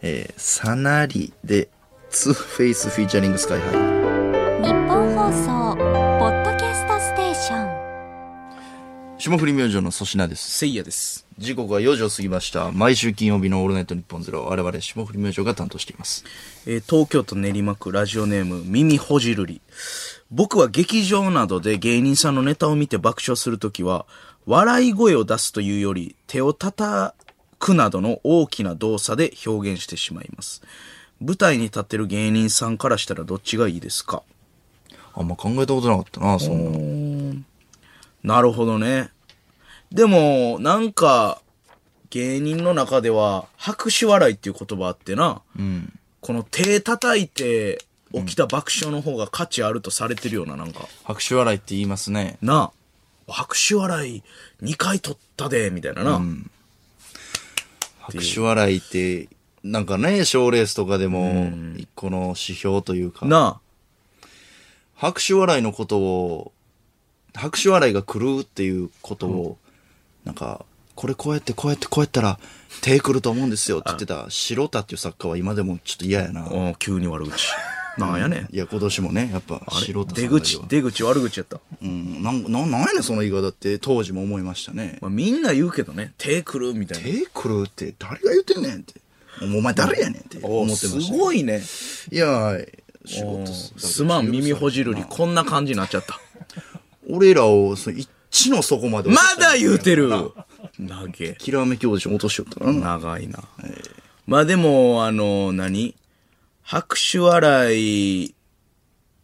Speaker 1: えー、サナリで、ツーフェイスフィーチャリングスカイハ
Speaker 3: 日本放送ポッドキャストステーション
Speaker 1: イ。霜降り明星の粗品です。
Speaker 2: せいやです。
Speaker 1: 時刻は4時を過ぎました。毎週金曜日のオールナイトニッポンゼロ、我々霜降り明星が担当しています。
Speaker 2: えー東京都練馬区ラジオネーム、耳ほじるり。僕は劇場などで芸人さんのネタを見て爆笑するときは、笑い声を出すというより、手を叩くなどの大きな動作で表現してしまいます。舞台に立ってる芸人さんからしたらどっちがいいですか
Speaker 1: あんま考えたことなかったな、そんなの。
Speaker 2: なるほどね。でも、なんか、芸人の中では、拍手笑いっていう言葉あってな、この手叩いて起きた爆笑の方が価値あるとされてるような、なんか。
Speaker 1: 拍手笑いって言いますね。
Speaker 2: なあ、拍手笑い2回取ったで、みたいなな。
Speaker 1: 拍手笑いって、なんかね、賞レースとかでも、一個の指標というか、
Speaker 2: なあ、
Speaker 1: 拍手笑いのことを、拍手笑いが来るっていうことを、なんか、これこうやってこうやってこうやったら、手来ると思うんですよって言ってた、白田っていう作家は今でもちょっと嫌やな。
Speaker 2: うん急に悪口。なんやねん。
Speaker 1: いや、今年もね、やっぱ、
Speaker 2: あれ
Speaker 1: 白田さん
Speaker 2: 出
Speaker 1: だけ
Speaker 2: 口
Speaker 1: は、。
Speaker 2: 出口悪口やった。
Speaker 1: うん、なん、なんなんやねん、その言い方って、当時も思いましたね。
Speaker 2: まあ、みんな言うけどね、手来るみたいな。
Speaker 1: 手来るって、誰が言ってんねんって。もうお前誰やねんって思
Speaker 2: お
Speaker 1: って
Speaker 2: ー
Speaker 1: ました
Speaker 2: す
Speaker 1: ね、
Speaker 2: ごいね。
Speaker 1: いや、はい仕事だけど
Speaker 2: すまん、耳ほじるり、こんな感じになっちゃった。
Speaker 1: 俺らを、その、一の底まで。
Speaker 2: まだ言うてる長げ。
Speaker 1: キラーメキオーディション落としよったな。
Speaker 2: 長いな。まあでも、あの、何拍手笑い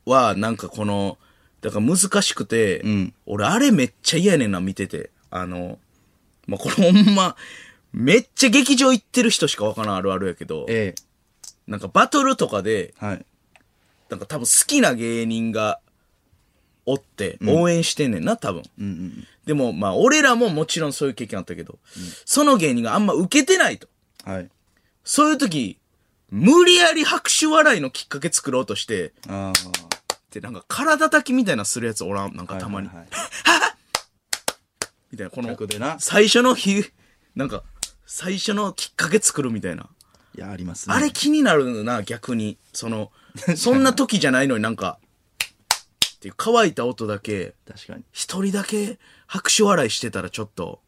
Speaker 2: は、なんかこの、だから難しくて、俺あれめっちゃ嫌やねんな、見てて。あの、まあこれほんま、めっちゃ劇場行ってる人しかわからんあるあるやけど、
Speaker 1: え
Speaker 2: なんかバトルとかで、
Speaker 1: え。はい。
Speaker 2: なんか多分好きな芸人がおって応援してんねんな、多分。でもまあ俺らももちろんそういう経験あったけど、その芸人があんま受けてないと。
Speaker 1: はい。
Speaker 2: そういう時、無理やり拍手笑いのきっかけ作ろうとして、
Speaker 1: あ
Speaker 2: でなんか体叩きみたいなのするやつおらん。なんか
Speaker 1: あ。
Speaker 2: たまに。
Speaker 1: はいはい
Speaker 2: みたいな、この
Speaker 1: 逆でな、
Speaker 2: 最初の日、なんか最初のきっかけ作るみたいな。
Speaker 1: いや、ありますね。
Speaker 2: あれ気になるな、逆に。その、そんな時じゃないのになんか、っていう乾いた音だけ、
Speaker 1: 確かに。
Speaker 2: 一人だけ拍手笑いしてたらちょっと、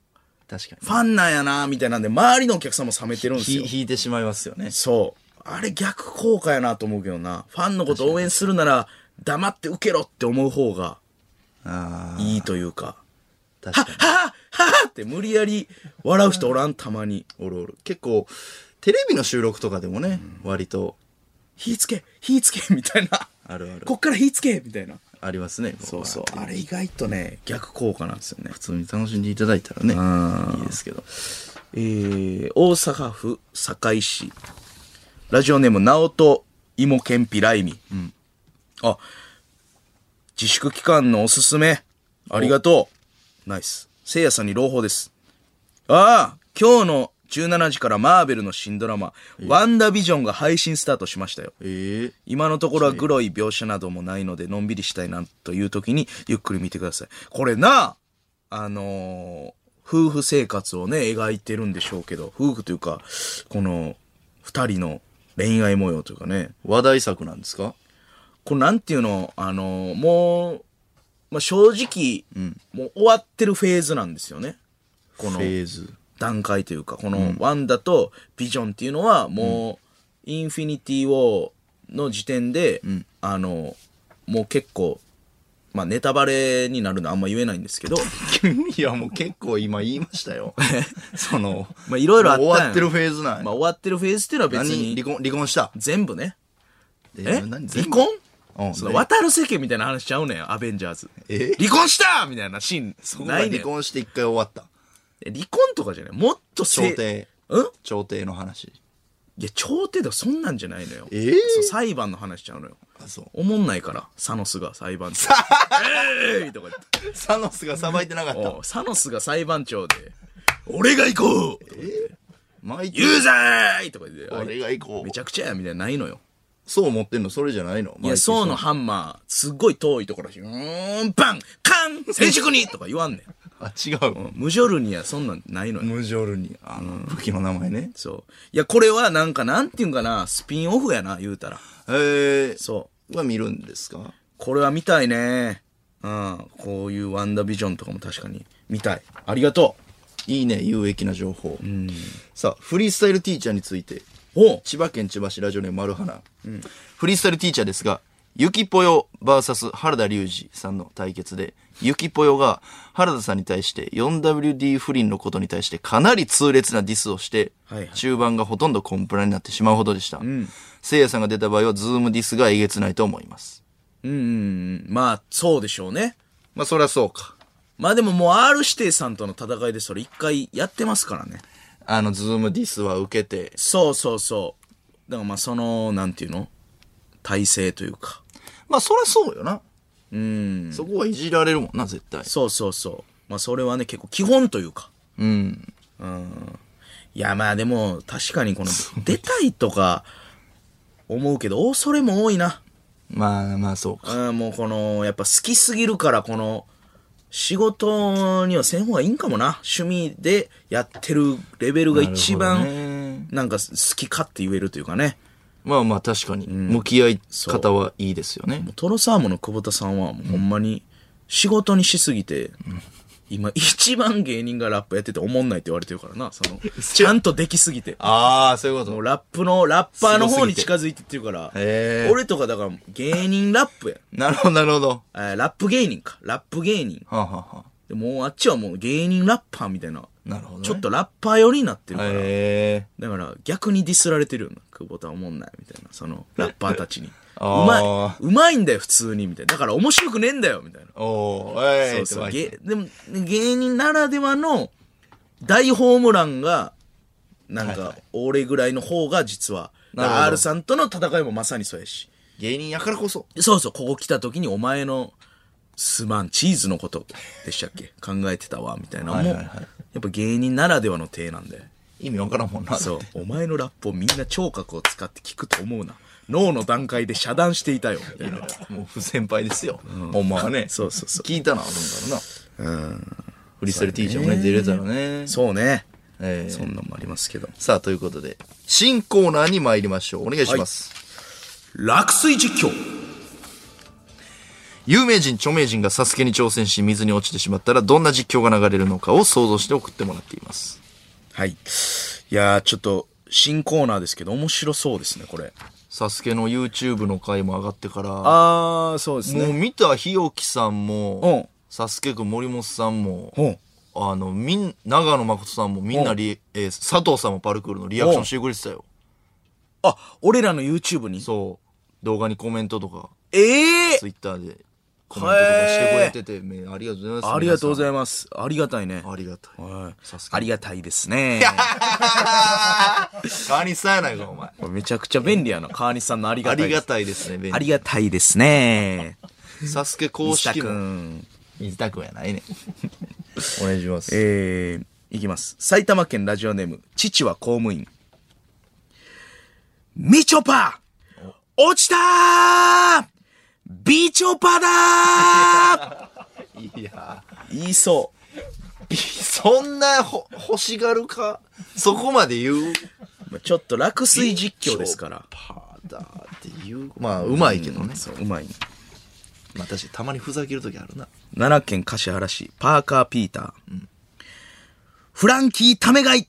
Speaker 1: 確かに。
Speaker 2: ファンなんやな、みたいなんで、周りのお客さんも冷めてるんです
Speaker 1: ひ
Speaker 2: よ。
Speaker 1: 引いてしまいますよね。
Speaker 2: そう。あれ逆効果やなと思うけどな。ファンのこと応援するなら、黙って受けろって思う方が
Speaker 1: あ
Speaker 2: いいというか。
Speaker 1: あ。
Speaker 2: は
Speaker 1: 確
Speaker 2: っ
Speaker 1: かに。
Speaker 2: はっはっはって無理やり笑う人おらん、たまに。
Speaker 1: おるおる。結構、テレビの収録とかでもね、割と、
Speaker 2: 火つけ火つけみたいな。
Speaker 1: あるある
Speaker 2: こっから火つけみたいな。
Speaker 1: ありますね。
Speaker 2: そうそう。
Speaker 1: あ
Speaker 2: あ
Speaker 1: れ
Speaker 2: れ意外とね、逆効果なんですよね。
Speaker 1: 普通に楽しんでいただいたらね、いいですけど。
Speaker 2: えー、大阪府堺市。ラジオネーム、直人、芋けんぴらいみ。あ、自粛期間のおすすめ。ありがとう。ナイス。せいやさんに朗報です。ああ、今日の17時からマーベルの新ドラマ、ワンダービジョンが配信スタートしましたよ。
Speaker 1: ええ
Speaker 2: 今のところはグロい描写などもないので、のんびりしたいなという時に、ゆっくり見てください。これな、あのー夫婦生活をね、描いてるんでしょうけど、夫婦というか、この、二人の恋愛模様というかね、
Speaker 1: 話題作なんですか
Speaker 2: これなんていうの、あのーもう、まあ、正直、もう終わってるフェーズなんですよね。こ
Speaker 1: フ、
Speaker 2: の
Speaker 1: ェーズ。
Speaker 2: 段階というか、このワンダとビジョンっていうのはもう、インフィニティ・ウォーの時点で、あの、もう結構、まあネタバレになるのはあんま言えないんですけど、
Speaker 1: [LAUGHS] いや、もう結構今言いました [LAUGHS] よ。その、
Speaker 2: まあいろいろあったん
Speaker 1: も
Speaker 2: や
Speaker 1: う終わってるフェーズなんや。
Speaker 2: まあ終わってるフェーズっていうのは別
Speaker 1: 何
Speaker 2: に
Speaker 1: 離婚、離婚した。
Speaker 2: 全部ね。え
Speaker 1: え
Speaker 2: 離
Speaker 1: 何全部
Speaker 2: 婚
Speaker 1: うん
Speaker 2: その
Speaker 1: ね
Speaker 2: 渡る世間みたいな話しちゃうねん、アベンジャーズ。
Speaker 1: え
Speaker 2: 離婚したみたいなシーン、
Speaker 1: そこが
Speaker 2: ないね
Speaker 1: 離
Speaker 2: ん。
Speaker 1: 婚して一回終わった。
Speaker 2: え離婚とかじゃない。もっと
Speaker 1: 調
Speaker 2: せ
Speaker 1: 停。
Speaker 2: うん
Speaker 1: 調停の話。
Speaker 2: いや、調停とかそんなんじゃないのよ。
Speaker 1: えー
Speaker 2: そう裁判の話しちゃうのよ。
Speaker 1: あ、
Speaker 2: [LAUGHS]
Speaker 1: そう。
Speaker 2: おもんないから、サノスが裁判長。えーいとか言って
Speaker 1: サノスがさばいてなかった。
Speaker 2: おうサノスが裁判長で、俺が行こう
Speaker 1: マイティ
Speaker 2: ユーザーイとか言って、
Speaker 1: 俺が行こ
Speaker 2: めち
Speaker 1: う。
Speaker 2: ゃくちゃやみたいな、ないのよ。
Speaker 1: そう思ってんのそれじゃないの
Speaker 2: いや、そうの
Speaker 1: マイ
Speaker 2: ハンマー、すっごい遠いところだし、うーん、バンカン静粛にとか言わんねん。
Speaker 1: ティさんあ、違う。
Speaker 2: 無ジョルニア、そんなんないのよ。
Speaker 1: ムジョルニア。あの、武器の名前ね。
Speaker 2: そう。いや、これはなんか、なんていうんかな、スピンオフやな、言うたら。
Speaker 1: ええ
Speaker 2: そう。
Speaker 1: は見るんですか
Speaker 2: これは見たいね。うん。こういうワンダービジョンとかも確かに見たい。ありがと
Speaker 1: いいね、有益な情報。さあ、フリースタイルティーチャーについて。
Speaker 2: う。おう
Speaker 1: 千葉県千葉市ラジオネーム丸花、フリースタイルティーチャーですがゆきぽよ VS 原田龍二さんの対決でゆきぽよが原田さんに対して 4WD 不倫のことに対してかなり痛烈なディスをして、
Speaker 2: はいはい
Speaker 1: 中盤がほとんどコンプラになってしまうほどでした、せいやさんが出た場合はズームディスがえげつないと思います
Speaker 2: うんうんうん。まあ、そうでしょうね。
Speaker 1: まあそりゃそうか
Speaker 2: まあでももう R 指定さんとの戦いでそれ一回やってますからね。
Speaker 1: あのズームディスは受けて
Speaker 2: そうそうそう。だからまあその、なんていうの体制というか。
Speaker 1: まあそりゃそうよな
Speaker 2: うん。
Speaker 1: そこはいじられるもんな絶対
Speaker 2: そうそうそう。まあそれはね、結構基本というか。
Speaker 1: うん
Speaker 2: いやまあでも、確かにこの、出たいとか、思うけど、恐れも多いな。
Speaker 1: まあまあそうか
Speaker 2: うん、もうこの、やっぱ好きすぎるから、この、仕事にはせん方がいいんかもな。趣味でやってるレベルが一
Speaker 1: なるほどね
Speaker 2: 番、なんか好きかって言えるというかね。
Speaker 1: まあまあ確かに、向き合い方はいいですよね。
Speaker 2: トロサーモンの久保田さんは、もうほんまに、仕事にしすぎて、今一番芸人がラップやってて思んないって言われてるからな、そ
Speaker 1: [LAUGHS]
Speaker 2: の、ちゃんとできすぎて。
Speaker 1: ああ、そういうこ
Speaker 2: もう
Speaker 1: と。
Speaker 2: ラップの、ラッパーの方に近づいてってるから
Speaker 1: へ、ー
Speaker 2: 俺とかだから芸人ラップや。
Speaker 1: なるほど、なるほど。は
Speaker 2: えーラップ芸人か。ラップ芸人。
Speaker 1: あ、はあは
Speaker 2: でもうあっちはもう芸人ラッパーみたいな、
Speaker 1: あ、なるほど、ね。
Speaker 2: ちょっとラッパー寄りになってるから、
Speaker 1: へえ。
Speaker 2: だから逆にディスられてるよな久保田おもんないみたいなそ
Speaker 1: [LAUGHS]
Speaker 2: のラッパーたちにうま
Speaker 1: あ
Speaker 2: いうまいんだよ普通にみたいなだから面白くねえんだよみたいな
Speaker 1: おー、え
Speaker 2: そ
Speaker 1: え
Speaker 2: うそう
Speaker 1: ってわけ
Speaker 2: げでも芸人ならではの大ホームランがなん
Speaker 1: はいは
Speaker 2: か俺ぐらいの方が実は
Speaker 1: なるほど
Speaker 2: R さんとの戦いもまさにそうやし
Speaker 1: 芸人やからこそ。
Speaker 2: そうそうここ来た時にお前のすまんチーズのことでしたっ [LAUGHS] け考えてたわみたいなのも
Speaker 1: はいはいはい
Speaker 2: やっぱ芸人ならではの体なんで
Speaker 1: 意味わからんもんな。
Speaker 2: そう。お前のラップをみんな聴覚を使って聞くと思うな。脳の段階で遮断していたよ。みたいな
Speaker 1: もう不先輩ですよ。ほんま [LAUGHS] はね。
Speaker 2: そうそうそう
Speaker 1: 聞いたな、あるんだろうな。うん。フリースタイル T シャツもね、出れたらね。
Speaker 2: そうね。
Speaker 1: ええ
Speaker 2: そんなんもありますけど。
Speaker 1: さあ、ということで、新コーナーに参りましょう。お願いします。
Speaker 2: 落水実況
Speaker 1: 有名人、著名人がサスケに挑戦し、水に落ちてしまったら、どんな実況が流れるのかを想像して送ってもらっています。
Speaker 2: はい。いやー、ちょっと、新コーナーですけど、面白そうですね、これ。
Speaker 1: サスケの YouTube の回も上がってから、
Speaker 2: あー、そうです
Speaker 1: もう。見た日置さん
Speaker 2: うん
Speaker 1: も、サスケくん森本さんも、
Speaker 2: ほう。
Speaker 1: あの、みん、長野誠さんもみんなリ、えー佐藤さんもパルクールのリアクションしてくれてたよ。
Speaker 2: あ、俺らの YouTube に
Speaker 1: そう。動画にコメントとか、
Speaker 2: ええ
Speaker 1: Twitter でコメントとかしてくれてて、めありがとうございます。
Speaker 2: ー、ありがとうござ
Speaker 1: い
Speaker 2: います。ありがたいね。
Speaker 1: ありがたい。
Speaker 2: はい
Speaker 1: サスケ
Speaker 2: ありがたいです [LAUGHS] ね。
Speaker 1: カにさえないか、お前。
Speaker 2: これめちゃくちゃ便利やな。川西さんのあり
Speaker 1: あ
Speaker 2: がたい
Speaker 1: り
Speaker 2: で
Speaker 1: が
Speaker 2: す。
Speaker 1: たいですね、ベン
Speaker 2: ありがたいですね。
Speaker 1: サスケ公
Speaker 2: 西田
Speaker 1: 式
Speaker 2: く
Speaker 1: も。
Speaker 2: ん。 [LAUGHS]
Speaker 1: 水田くんやないね。お願いします。
Speaker 2: えー、いきます。埼玉県ラジオネーム、父は公務員。みちょぱ落ちたービチョパだ
Speaker 1: いや
Speaker 2: ー [LAUGHS] 言いそ
Speaker 1: そんなほ欲しがるかそこまで言う
Speaker 2: う。まあちょっと落水実況ですから。
Speaker 1: パーだって言うまあうまいけどね、
Speaker 2: そう、うまいね。
Speaker 1: まあ確かにたまにふざける時あるな
Speaker 2: 奈良県橿原市、パーカー・ピーター。フランキー・ためがい、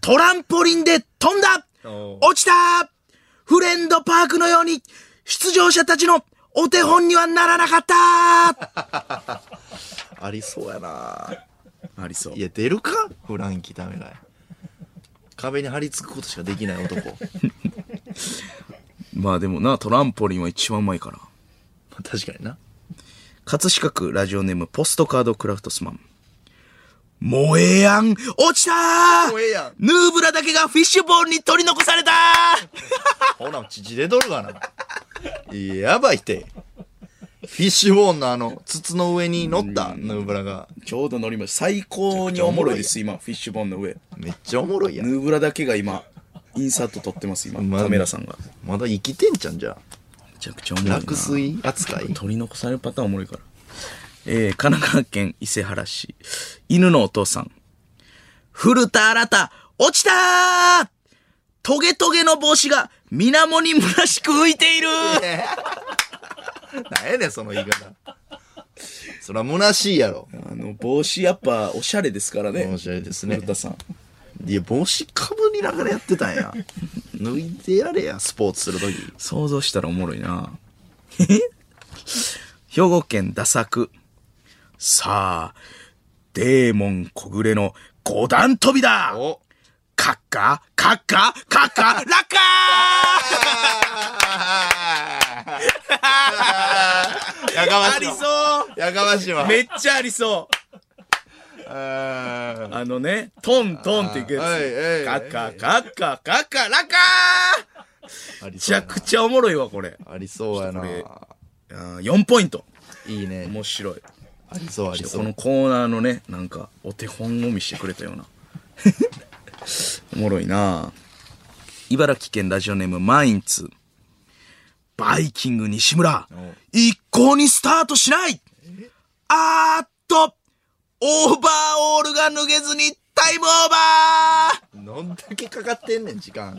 Speaker 2: トランポリンで飛んだ
Speaker 1: お
Speaker 2: 落ちたフレンドパークのように、出場者たちのお手本にはならなかった
Speaker 1: [LAUGHS] ありそうやな
Speaker 2: ありそう
Speaker 1: い。や出るかフランキーダメだよ壁に張り付くことしかできない男ま
Speaker 2: まあでもな、トランポリンは一番うまいから。
Speaker 1: あ確かにな
Speaker 2: 葛飾区ラジオネームポストカードクラフトスマン。萌えやん落ちたー
Speaker 1: もうええやん
Speaker 2: ヌーブラだけがフィッシュボールに取り残されたー
Speaker 1: ほな縮れとるがなやばいってフィッシュボーンのあの筒の上に乗ったヌーブラが
Speaker 2: ちょうど乗りました。最高におもろいです、今、フィッシュボーンの上。
Speaker 1: めっちゃおもろいやん
Speaker 2: ヌーブラだけが今、インサート撮ってます、今。
Speaker 1: まあ
Speaker 2: カメラさんが。
Speaker 1: まだ生きてんじゃんじゃ
Speaker 2: めちゃくちゃおもろい
Speaker 1: あ
Speaker 2: な。
Speaker 1: 落水扱い
Speaker 2: 取り残されるパターンおもろいから。えー、神奈川県伊勢原市。犬のお父さん。古田新太、落ちたートゲトゲの帽子が水面に虚しく浮いている
Speaker 1: なんやねんその言い方そりゃ虚しいやろ
Speaker 2: あの、帽子やっぱおしゃれですからね。
Speaker 1: 面白いですね
Speaker 2: 古田さん。
Speaker 1: いや帽子かぶりながらやってたんや脱いでやれやスポーツする時
Speaker 2: 想像したらおもろいな [LAUGHS] 兵庫県ダサク。さあ、デーモン小暮の五段飛びだ
Speaker 1: お
Speaker 2: カッカー、カッカー、カッカー、ラッカー
Speaker 1: やかま
Speaker 2: あ
Speaker 1: しい
Speaker 2: り
Speaker 1: わ
Speaker 2: そう
Speaker 1: やかましい [LAUGHS] わ
Speaker 2: めっちゃありそう
Speaker 1: あー
Speaker 2: あのね、トントンっていくやつ。
Speaker 1: はいはい
Speaker 2: カ
Speaker 1: はい
Speaker 2: ッカー、カッカー、カッカー、ラッカー
Speaker 1: ありそう
Speaker 2: めちゃ
Speaker 1: や
Speaker 2: くちゃおもろいわ、これ。
Speaker 1: なありそうやな
Speaker 2: ちょっとあー4ポイント。
Speaker 1: いいね
Speaker 2: 面白い。
Speaker 1: ありそうありそ
Speaker 2: こ
Speaker 1: う
Speaker 2: のコーナーのね、なんか、お手本を見せてくれたような。 [LAUGHS] おもろいな茨城県ラジオネームマインツ。バイキング西村、一向にスタートしないあーっと、オーバーオールが脱げずにタイムオーバー
Speaker 1: どんだけかかってんねん時間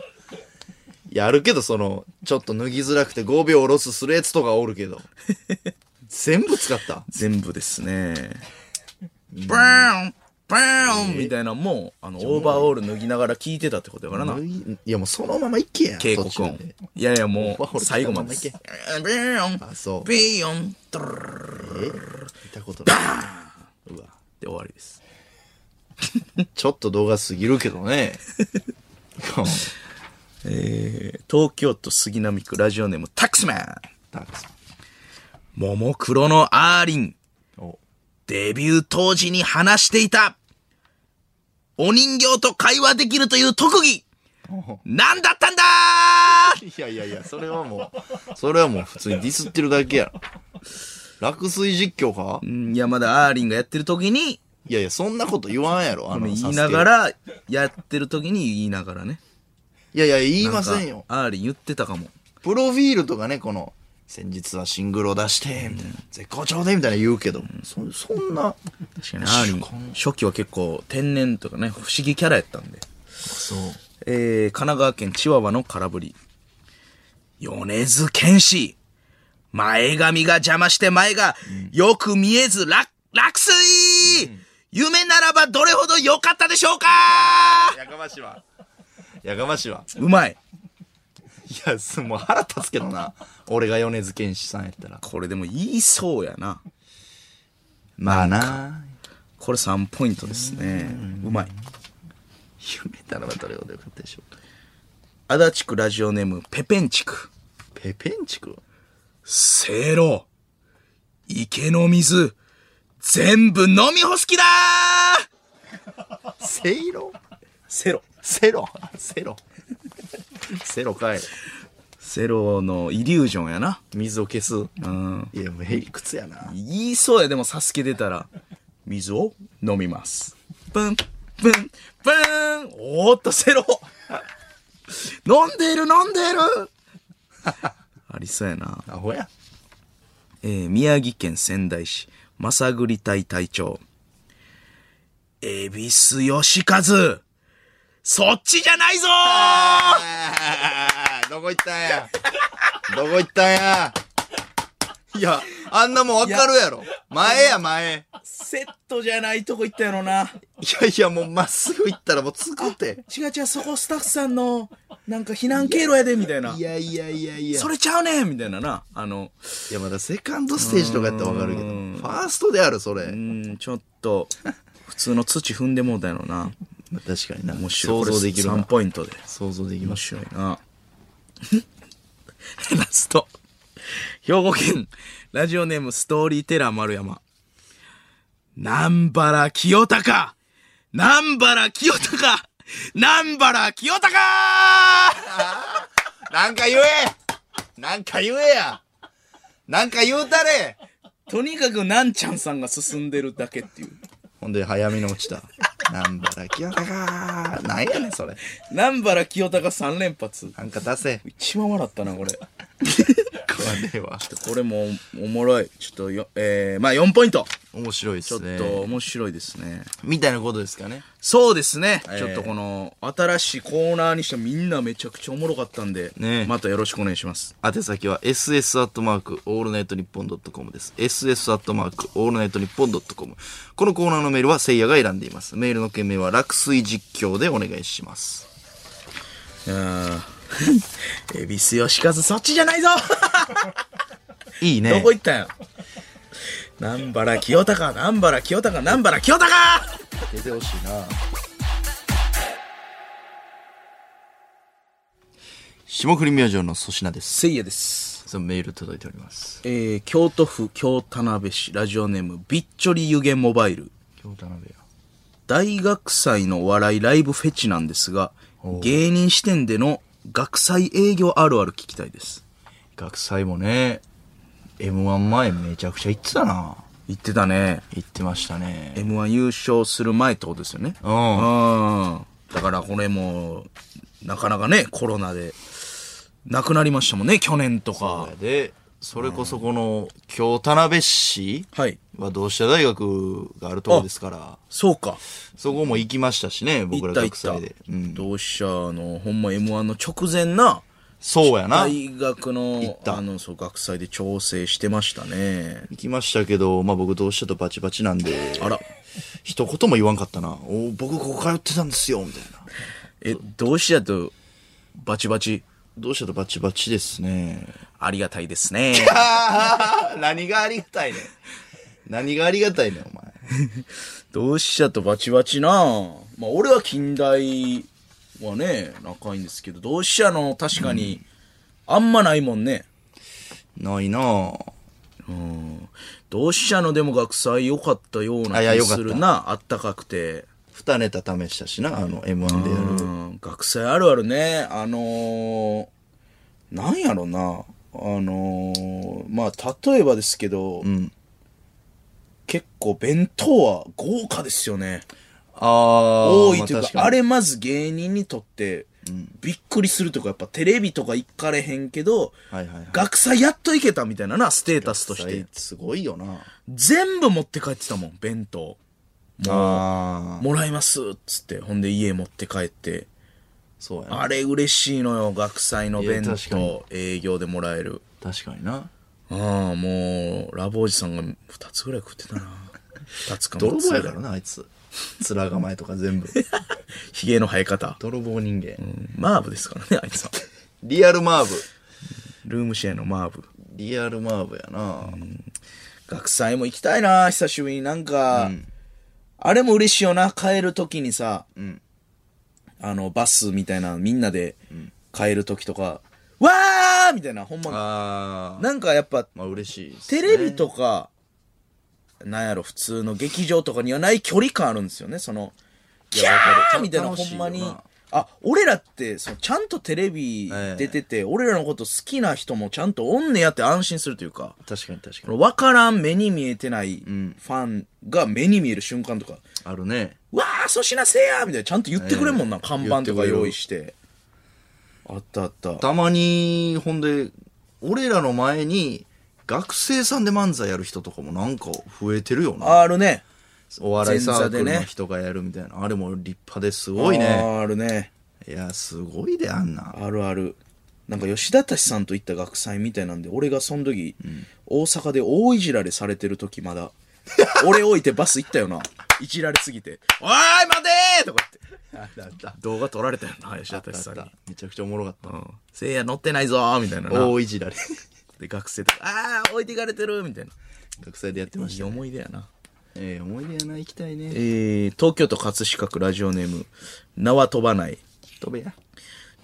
Speaker 1: いやあるけどそのちょっと脱ぎづらくて5秒下ろすするやつとかおるけど全部使った
Speaker 2: 全部ですね。バーンバーンみたいなのもう、あの、オーバーオール脱ぎながら聞いてたってことやからな
Speaker 1: 脱。いいやもうそのままいけや
Speaker 2: 警告
Speaker 1: 途中
Speaker 2: 音
Speaker 1: で。
Speaker 2: いやいや、も
Speaker 1: ほ
Speaker 2: う、
Speaker 1: ら
Speaker 2: 最後 [LAUGHS] までです。ビ
Speaker 1: こ
Speaker 2: ヨン
Speaker 1: あそう
Speaker 2: ビヨンドルルルルルっ
Speaker 1: 見たことな
Speaker 2: て終わりです。
Speaker 1: いちょっと動画すぎるけどねこう
Speaker 2: えー東京都杉並区ラジオネームタックスマン。
Speaker 1: たくさん
Speaker 2: ももクロのアーリン。
Speaker 1: お
Speaker 2: デビュー当時に話していた。お人形と会話できるという特技。なんだったんだー
Speaker 1: いやいやいやそれはもうそれはもう普通にディスってるだけや落水実況か
Speaker 2: うんいや、まだアーリンがやってる時に、
Speaker 1: いやいやそんなこと言わんやろあの
Speaker 2: 言
Speaker 1: サ
Speaker 2: い
Speaker 1: スケ
Speaker 2: ながら、やってる時に言いながらね。
Speaker 1: いやいや言いません
Speaker 2: なん
Speaker 1: よ
Speaker 2: かアーリン言ってたかも。
Speaker 1: プロフィールとかね、この、先日はシングルを出して、みたいな、絶好調で、みたいな言うけど、そそんな、
Speaker 2: 確かに、アーリン、初期は結構天然とかね、不思議キャラやったんで。
Speaker 1: そう。
Speaker 2: えー、神奈川県チワワの空振り。米津玄師。前髪が邪魔して前がよく見えず落、落水、夢ならばどれほど良かったでしょうか
Speaker 1: やかましいわ。やかましいわ。
Speaker 2: うまい。
Speaker 1: いや、すもう腹立つけどな。俺が米津玄師さんやったら。
Speaker 2: これでも言いそうやな。
Speaker 1: まあな
Speaker 2: これ3ポイントですね。うまい。
Speaker 1: 夢ならばどれほどよかったでしょうか。
Speaker 2: 足立区ラジオネームペペンチク。
Speaker 1: ペペンチク
Speaker 2: せいろ。池の水。全部飲み干す気だ
Speaker 1: セイロ
Speaker 2: セロ。
Speaker 1: セロセロ。セロかい。
Speaker 2: セロのイリュージョンやな。
Speaker 1: 水を消す。
Speaker 2: うん。
Speaker 1: いや、もうへりくつやな。
Speaker 2: 言いそうや、でもサスケ出たら。水を飲みます。プン、ブン、ブンおーっと、セロ飲んでいる、飲んでいるありそうやな。
Speaker 1: アホや。
Speaker 2: えー宮城県仙台市、まさぐり隊隊長。恵比寿義和そっちじゃないぞー
Speaker 1: [LAUGHS] どこ行ったんや。どこ行ったんや。いや、あんなもんわかるやろ。前や、前。
Speaker 2: セットじゃないとこ行ったやろな。
Speaker 1: いやいや、もうまっすぐ行ったらもうつくて。
Speaker 2: 違う違う、そこスタッフさんの、なんか避難経路やで、みたいな。
Speaker 1: いやいやいやいや。
Speaker 2: それちゃうねんみたいなな。あの、
Speaker 1: いや、まだセカンドステージとかやったらわかるけど、ファーストである、それ。
Speaker 2: うーん、ちょっと、普通の土踏んでもうたやろな。
Speaker 1: 確かにな。
Speaker 2: 面白い。
Speaker 1: 想像できる
Speaker 2: これ3
Speaker 1: な。
Speaker 2: ポイントで。
Speaker 1: 想像でき
Speaker 2: 面
Speaker 1: ます。
Speaker 2: 白いな。 [LAUGHS] ラスト。兵庫県、ラジオネームストーリーテラー丸山。南原清隆南原清隆南原清隆
Speaker 1: なんか言えなんか言えやなんか言うたれ
Speaker 2: とにかくなんちゃんさんが進んでるだけっていう。
Speaker 1: ほんで、早めの落ちた。なんばらきやたかー。なんやねん、それ。
Speaker 2: 南原清隆3連発。
Speaker 1: なんか出せ。
Speaker 2: 一番笑ったな、これ。
Speaker 1: 食わねえわ。
Speaker 2: これもおもろい。ちょっとよ、えー、まあ4ポイント。
Speaker 1: 面白いで
Speaker 2: ちょ
Speaker 1: す
Speaker 2: っ
Speaker 1: ね。
Speaker 2: と面白いですね。
Speaker 1: みたいなことですかね。
Speaker 2: そうですね、
Speaker 1: ー
Speaker 2: ちょっとこの新しいコーナーにしてみんなめちゃくちゃおもろかったんで、
Speaker 1: ねえ
Speaker 2: またよろしくお願いします。
Speaker 1: 宛先は ss アットマークオールナイトニッポンドットコムです。ss アットマークオールナイトニッポンドットコム。このコーナーのメールはせいやが選んでいます。メールの件名は落水実況でお願いします。
Speaker 2: あー [LAUGHS] 恵比寿よしかずそっちじゃないぞ
Speaker 1: いいね。
Speaker 2: どこ行ったんや南原清隆南原清隆南原清隆
Speaker 1: 出てほしいな霜降り明星の粗品です
Speaker 2: せいやです。
Speaker 1: そのメール届いております
Speaker 2: えー、京都府京田辺市ラジオネームびっちょり湯気モバイル。
Speaker 1: 今日田辺や
Speaker 2: 大学祭のお笑いライブフェチなんですが、芸人視点での学祭営業あるある聞きたいです。
Speaker 1: 学祭もね m 1前めちゃくちゃ行ってたな
Speaker 2: 言ってたね。
Speaker 1: 行ってましたね
Speaker 2: M1 優勝する前ってことですよね。
Speaker 1: うん
Speaker 2: うん。だからこれも、なかなかね、コロナで、なくなりましたもんね、去年とか。
Speaker 1: でそれこそこの京田辺市
Speaker 2: はい。
Speaker 1: は同志社大学があるところですから
Speaker 2: そうか。
Speaker 1: そこも行きましたしね僕
Speaker 2: 行
Speaker 1: ら
Speaker 2: った
Speaker 1: 学
Speaker 2: 行った
Speaker 1: 祭で、。うん、
Speaker 2: 同志社の、ほんま M1 の直前な、
Speaker 1: そうやな
Speaker 2: 大学の、
Speaker 1: った
Speaker 2: あの、そう、学祭で調整してましたね。
Speaker 1: 行きましたけど、まあ、僕同志社とバチバチなんで
Speaker 2: あら。
Speaker 1: 一言も言わんかったな。お僕ここ通ってたんですよ、みたいな。
Speaker 2: え、同志社と、バチバチ、
Speaker 1: どうしたとバチバチです
Speaker 2: [LAUGHS]
Speaker 1: ね。
Speaker 2: ありがたいですね。
Speaker 1: 何がありがたいねん。 [LAUGHS] 何がありがたいねん、お前。
Speaker 2: 同志社とバチバチなまあ俺は近代はね仲いいんですけど同志社の確かにあんまないもんね、
Speaker 1: ないなぁ。
Speaker 2: うん、同志社のでも学祭良かったような
Speaker 1: あいや
Speaker 2: 気
Speaker 1: 良かった
Speaker 2: するなあったかくて、
Speaker 1: 二ネタ試したしな、あの、M1 でや
Speaker 2: う
Speaker 1: る。
Speaker 2: ん、学祭あるあるねあのー、なんやろなあのー、まあ例えばですけど、
Speaker 1: ん
Speaker 2: 結構弁当は豪華ですよね
Speaker 1: ああ
Speaker 2: 多いというか,、あ、
Speaker 1: ま確に
Speaker 2: れまず芸人にとってびっくりするというかやっぱテレビとか行かれへんけど、
Speaker 1: はいはいはい
Speaker 2: 学祭やっと行けたみたいななステータスとし
Speaker 1: 実
Speaker 2: て
Speaker 1: 際すごいよな
Speaker 2: 全部持って帰ってたもん弁当も
Speaker 1: ああ。
Speaker 2: うもらいますっつってほんで家持って帰って
Speaker 1: そうやな。
Speaker 2: あれ嬉しいのよ学祭の弁
Speaker 1: いや確かに
Speaker 2: 当営業でもらえる
Speaker 1: 確かにな。
Speaker 2: ああもうラブおじさんが2つぐらい食ってたな
Speaker 1: [LAUGHS]
Speaker 2: 2つか
Speaker 1: 泥
Speaker 2: 3つ
Speaker 1: 棒や
Speaker 2: ぐ
Speaker 1: からら
Speaker 2: い
Speaker 1: な、あいつ。面構えとか
Speaker 2: [LAUGHS]
Speaker 1: 全部。
Speaker 2: ひげの生え方
Speaker 1: 泥棒人間。
Speaker 2: マーブですからねあ
Speaker 1: [LAUGHS]
Speaker 2: いつは
Speaker 1: リアルマーブ。
Speaker 2: ルームシェアのマーブ
Speaker 1: リアルマーブやな。
Speaker 2: 学祭も行きたいな久しぶりになんか、あれも嬉しいよな帰る時にさ、
Speaker 1: ん
Speaker 2: あのバスみたいなみんなで帰る時とか、わーみたいなほんま
Speaker 1: ああ。
Speaker 2: なんかやっぱ
Speaker 1: まあ嬉しいですね
Speaker 2: テレビとか、なんやろ普通の劇場とかにはない距離感あるんですよねそのキャーみたいな
Speaker 1: 楽
Speaker 2: ほ
Speaker 1: しい
Speaker 2: ん
Speaker 1: よな
Speaker 2: まにあ、俺らって、そのちゃんとテレビ
Speaker 1: ええ
Speaker 2: 出てて、俺らのこと好きな人もちゃんとおんねやって安心するというか、
Speaker 1: 確かに確かに。
Speaker 2: わからん目に見えてないファンが目に見える瞬間とか、
Speaker 1: あるね。
Speaker 2: うわー、粗品せいやみたいな、ちゃんと言ってくれんもんな、
Speaker 1: ええ
Speaker 2: 看板
Speaker 1: 言
Speaker 2: とか
Speaker 1: ってくれる
Speaker 2: 用意して。あったあった。
Speaker 1: たまに、ほんで、俺らの前に、学生さんで漫才やる人とかもなんか増えてるよな。
Speaker 2: あるね。
Speaker 1: お笑いサークル
Speaker 2: 前座で
Speaker 1: の
Speaker 2: ね
Speaker 1: 人がやるみたいな。あれも立派ですごいね。
Speaker 2: あーあるね。
Speaker 1: いや、すごいで、あんな。
Speaker 2: あるある。なんか吉田達さんと行った学祭みたいなんで、俺がその時、大阪で大いじられされてる時まだ、 [LAUGHS] 俺置いてバス行ったよな。いじられすぎて、おーい待てーとか言って。動画撮られたよな、吉田達さんに。
Speaker 1: めちゃくちゃおもろかった。
Speaker 2: うん。せいや乗ってないぞーみたいなな。
Speaker 1: 大いじられ。
Speaker 2: で、学生とか、あー置いていかれてるみたいな。
Speaker 1: [LAUGHS] 学生でやってま
Speaker 2: い
Speaker 1: し
Speaker 2: い
Speaker 1: た。
Speaker 2: 思い出やな。
Speaker 1: ええ、思い出やな、行きたいね。
Speaker 2: えー、東京都葛飾区ラジオネーム、縄飛ばない。
Speaker 1: 飛べや。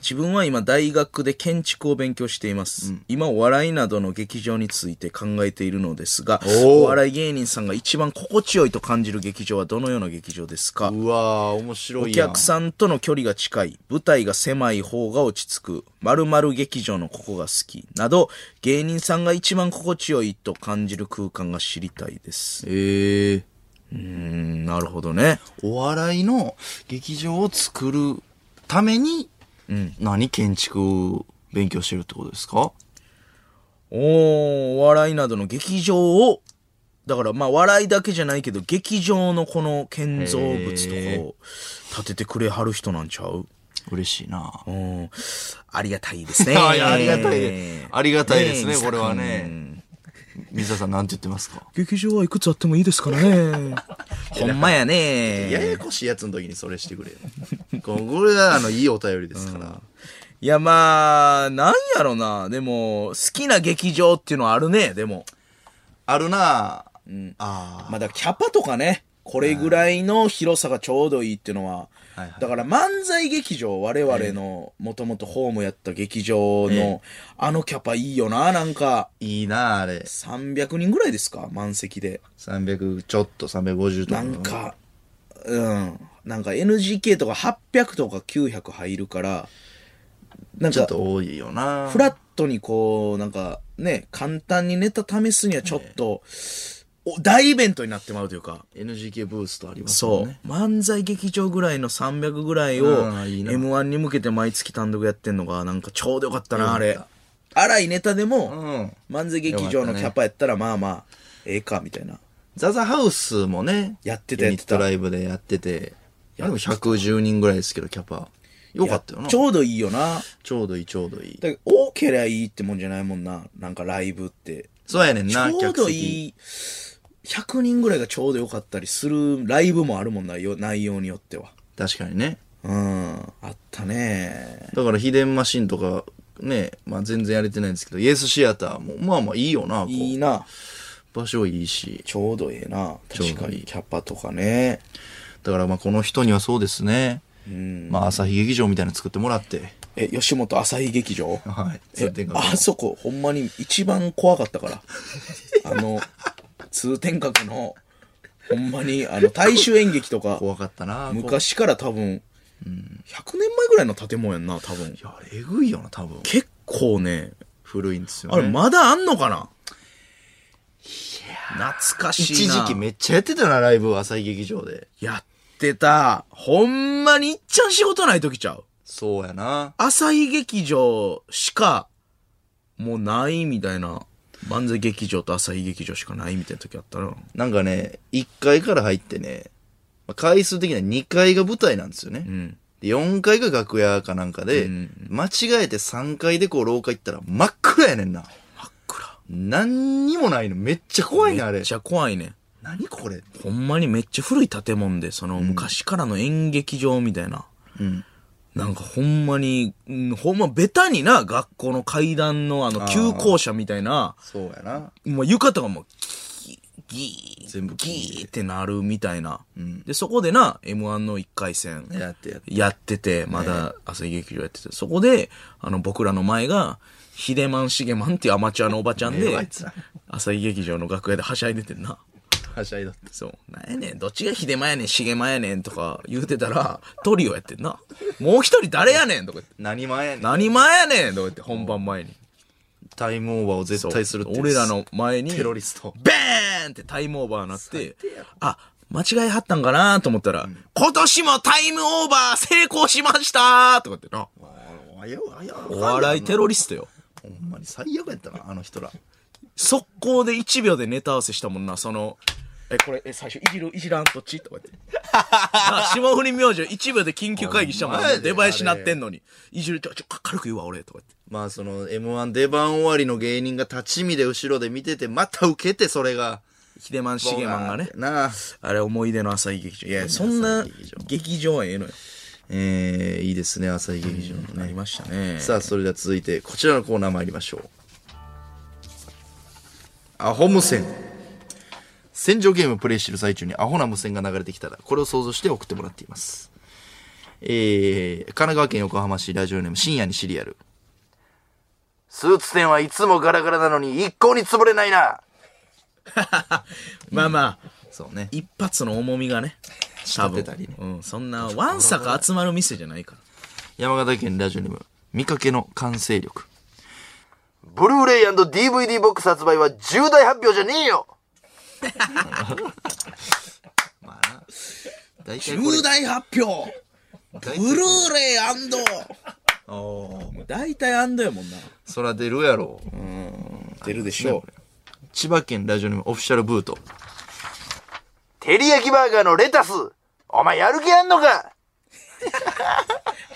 Speaker 2: 自分は今大学で建築を勉強しています、今お笑いなどの劇場について考えているのですが
Speaker 1: おー
Speaker 2: お笑い芸人さんが一番心地よいと感じる劇場はどのような劇場ですか
Speaker 1: うわー、面白
Speaker 2: お
Speaker 1: いや
Speaker 2: 客さんとの距離が近い舞台が狭い方が落ち着く〇〇劇場のここが好きなど芸人さんが一番心地よいと感じる空間が知りたいです
Speaker 1: ええ
Speaker 2: うーんなるほどね
Speaker 1: お笑いの劇場を作るために、何建築を勉強してるってことですか
Speaker 2: おーお笑いなどの劇場を、だからまあ笑いだけじゃないけど、劇場のこの建造物とかを建ててくれはる人なんちゃう
Speaker 1: 嬉しいな。
Speaker 2: うん。ありがたいですね。
Speaker 1: [LAUGHS] あいやありがたいでありがたいですね
Speaker 2: え
Speaker 1: これはね。
Speaker 2: 水田君
Speaker 1: 水田さんなんて言ってますか
Speaker 2: 劇場はいくつあってもいいですからね。ほんまや
Speaker 1: [LAUGHS]
Speaker 2: ね。
Speaker 1: ややこしいやつの時にそれしてくれ。 [LAUGHS] ここれはあの、いいお便りですから。
Speaker 2: いやまあ、なんやろな。でも、好きな劇場っていうのはあるね、でも。
Speaker 1: あるなうん。あ
Speaker 2: まあだからキャパとかね、これぐらいの広さがちょうどいいっていうのは、
Speaker 1: はいはい
Speaker 2: だから漫才劇場、我々のもともとホームやった劇場の、
Speaker 1: え
Speaker 2: あのキャパいいよな、なんか、
Speaker 1: いいなあれ。
Speaker 2: 300人ぐらいですか満席で。
Speaker 1: 300ちょっと、350と
Speaker 2: な
Speaker 1: かの。
Speaker 2: んか、うん。なんか NGK とか800とか900入るから、なん
Speaker 1: ちょ
Speaker 2: か
Speaker 1: っ、と多いよな
Speaker 2: フラットにこう、なんかね、簡単にネタ試すにはちょっと、お大イベントになってまうというか。
Speaker 1: NGK ブーストありますも
Speaker 2: そ
Speaker 1: ん
Speaker 2: う
Speaker 1: ね。。
Speaker 2: 漫才劇場ぐらいの300ぐらいを
Speaker 1: あーいいな
Speaker 2: M1 に向けて毎月単独やってんのがなんかちょうどよかったな、あれ。荒いネタでも
Speaker 1: うん。
Speaker 2: 漫才劇場のキャパやったらまあまあ、ええか、みたいな。
Speaker 1: ザザハウスもね、
Speaker 2: やってたや
Speaker 1: ユ
Speaker 2: って
Speaker 1: ニ
Speaker 2: た
Speaker 1: ットライブでやってて、あれも110人ぐらいですけど、キャパ。よかったよな。
Speaker 2: ち
Speaker 1: ちょ
Speaker 2: ょうどいいよな。
Speaker 1: うどいい、ちょうどいい。
Speaker 2: だけど多けりゃいいってもんじゃないもんな。なんかライブって。
Speaker 1: そうやねん
Speaker 2: ち
Speaker 1: な、
Speaker 2: ょう
Speaker 1: 客
Speaker 2: ど
Speaker 1: 席。
Speaker 2: いい。100人ぐらいがちょうどよかったりするライブもあるもんな、よ内容によっては。
Speaker 1: 確かにね。
Speaker 2: うん。あったね。
Speaker 1: だから、秘伝マシンとか、ね、まあ全然やれてないんですけど、イエスシアターも、まあまあいいよな、こう。
Speaker 2: いいな。
Speaker 1: 場所いいし。
Speaker 2: ちょうどええな。
Speaker 1: ちょうどい
Speaker 2: 確
Speaker 1: い
Speaker 2: かに、キャパとかね。
Speaker 1: だからまあこの人にはそうですね。まあ朝日劇場みたいなの作ってもらって。
Speaker 2: え、吉本朝日劇場
Speaker 1: はい。
Speaker 2: え
Speaker 1: 通天閣
Speaker 2: あそこ、ほんまに一番怖かったから。 [LAUGHS] あの、通天閣の、ほんまに、あの、大衆演劇とか、
Speaker 1: 怖かったな。
Speaker 2: 昔から多分、100年前ぐらいの建物やんな、多分
Speaker 1: こ。う。いや、あれえぐいよな、多分。
Speaker 2: 結構ね、
Speaker 1: 古いんですよ、
Speaker 2: あ
Speaker 1: ね。
Speaker 2: れまだあんのかな、懐かしい
Speaker 1: 一
Speaker 2: な。
Speaker 1: 時期めっちゃやってたな、ライブ、朝日劇場で。
Speaker 2: やってた。ほんまにいっちゃん仕事ない時ちゃう
Speaker 1: そうやな。
Speaker 2: 朝日劇場しか、もうないみたいな。漫才劇場と朝日劇場しかないみたいな時あったら。
Speaker 1: なんかね、1階から入ってね、まあ回数的には2階が舞台なんですよね。
Speaker 2: うん。
Speaker 1: で4階が楽屋かなんかで、
Speaker 2: うん
Speaker 1: 間違えて3階でこう廊下行ったら真っ暗やねんな。
Speaker 2: 真っ暗。
Speaker 1: 何にもないの。めっちゃ怖いね、あ
Speaker 2: め
Speaker 1: れ
Speaker 2: っち。ゃ怖いね。
Speaker 1: 何これ。
Speaker 2: ほんまにめっちゃ古い建物で、その昔からの演劇場みたいな。
Speaker 1: うん。
Speaker 2: なんかほんまに、うんほんまベタにな、学校の階段のあの急校舎みたいな、
Speaker 1: そうやな。
Speaker 2: もう床とかもギー、ギー、
Speaker 1: 全部ギー
Speaker 2: ギーってなるみたいな。で、そこでな、M1 の1回戦。
Speaker 1: やってやって。
Speaker 2: やってて、まだ朝日劇場やってて、そこで、あの、僕らの前が、ヒデマン・シゲマンっていうアマチュアのおばちゃん
Speaker 1: ええ
Speaker 2: で
Speaker 1: わあいつら、
Speaker 2: 朝日劇場の楽屋ではしゃいでてんな。
Speaker 1: はしゃいだった。
Speaker 2: そう。なんやねん、どっちが秀間やねん、茂間やねんとか言うてたら、トリオやってんな。もう一人誰やねんとか言って。
Speaker 1: 何前ねん
Speaker 2: 何間やねんとか言って、本番前に。
Speaker 1: タイムオーバーを絶対するっていう
Speaker 2: 俺らの前に、
Speaker 1: テロリスト。
Speaker 2: ベーンってタイムオーバーなって、あ、間違えはったんかなと思ったら、今年もタイムオーバー成功しましたとかってな。
Speaker 1: おやおや
Speaker 2: お笑いテロリストよ。
Speaker 1: ほんまに最悪やったな、あの人ら。
Speaker 2: 速攻で1秒でネタ合わせしたもんな、その、え、これ、え、最初、いじる、いじらん、どっちとか言って。な霜降り明星、1秒で緊急会議したもん
Speaker 1: お前やで
Speaker 2: 出囃子なってんのに。いじる、ちょ、ちょ、か軽く言うわ、俺、とか言って。
Speaker 1: まあその M1 出番終わりの芸人が立ち見で後ろで見てて、また受けてそれが。
Speaker 2: ヒデマン、シゲマンがね。
Speaker 1: なあ。
Speaker 2: あれ、思い出の浅い劇場。いや、そんな
Speaker 1: 浅い劇場
Speaker 2: 劇場はええのよ。
Speaker 1: えー、いいですね、浅井劇場の
Speaker 2: な
Speaker 1: ね。
Speaker 2: りましたね。
Speaker 1: さあ、それでは続いて、こちらのコーナー参りましょう。アホ無線。戦場ゲームをプレイしてる最中にアホな無線が流れてきたら、これを想像して送ってもらっています。えー、神奈川県横浜市ラジオネーム深夜にシリアル。スーツ店はいつもガラガラなのに一向に潰れないな
Speaker 2: まあまあ、
Speaker 1: そうね。
Speaker 2: 一発の重みがね。多分
Speaker 1: 立てたりね
Speaker 2: うん、そんな、ワンサか集まる店じゃないから。
Speaker 1: 山形県ラジオネーム見かけの完成力ブルーレイ &DVD ボックス発売は重大発表じゃねえよ [LAUGHS] まあな大体これ
Speaker 2: 大発表ブルーレイもう大体アンドやもんな。
Speaker 1: そら出るやろ
Speaker 2: 出るでし
Speaker 1: ょ千葉県ラジオネームオフィシャルブート照り焼きバーガーのレタスお前やる気あんのか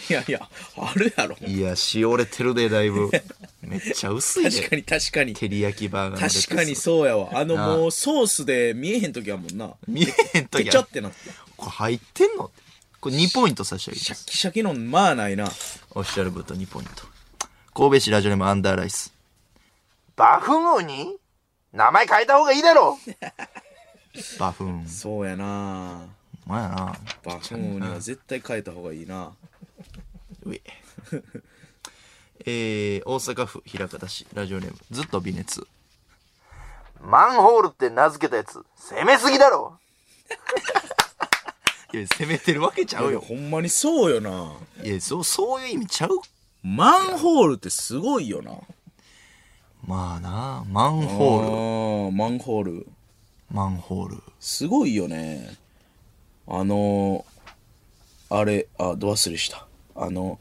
Speaker 2: いやいや、あるやろ。
Speaker 1: いやしおれてるでだいぶめっちゃ薄い
Speaker 2: 確か
Speaker 1: で
Speaker 2: に確かに。
Speaker 1: 照り焼きバーガーのレタス
Speaker 2: 確かにそうやわ。あのもうソースで見えへん時はもんな。
Speaker 1: 見えへんと
Speaker 2: ケ
Speaker 1: き
Speaker 2: チャ
Speaker 1: は
Speaker 2: ってなって。
Speaker 1: これ入ってんのってこれ2ポイント差し上げて
Speaker 2: シャッキシャキのまあないな。
Speaker 1: オフィシャルブート2ポイント。神戸市ラジオネームアンダーライス。バフンウニ名前変えた方がいいだろ [LAUGHS] バフン。
Speaker 2: そうやな。
Speaker 1: お前やな。
Speaker 2: バフンウには絶対変えた方がいいな。
Speaker 1: うえ。 [LAUGHS] えー、大阪府枚方市ラジオネームずっと微熱。マンホールって名付けたやつ、攻めすぎだろ [LAUGHS] いや、攻めてるわけちゃ
Speaker 2: いうや
Speaker 1: よ。
Speaker 2: ほんまにそうよな。
Speaker 1: いや、そう、そういう意味ちゃう
Speaker 2: マンホールってすごいよな。
Speaker 1: まあな、マンホール、
Speaker 2: あーマンホール。
Speaker 1: マンホール。
Speaker 2: すごいよね。あのー、あれ、あ、ど忘れした。あの、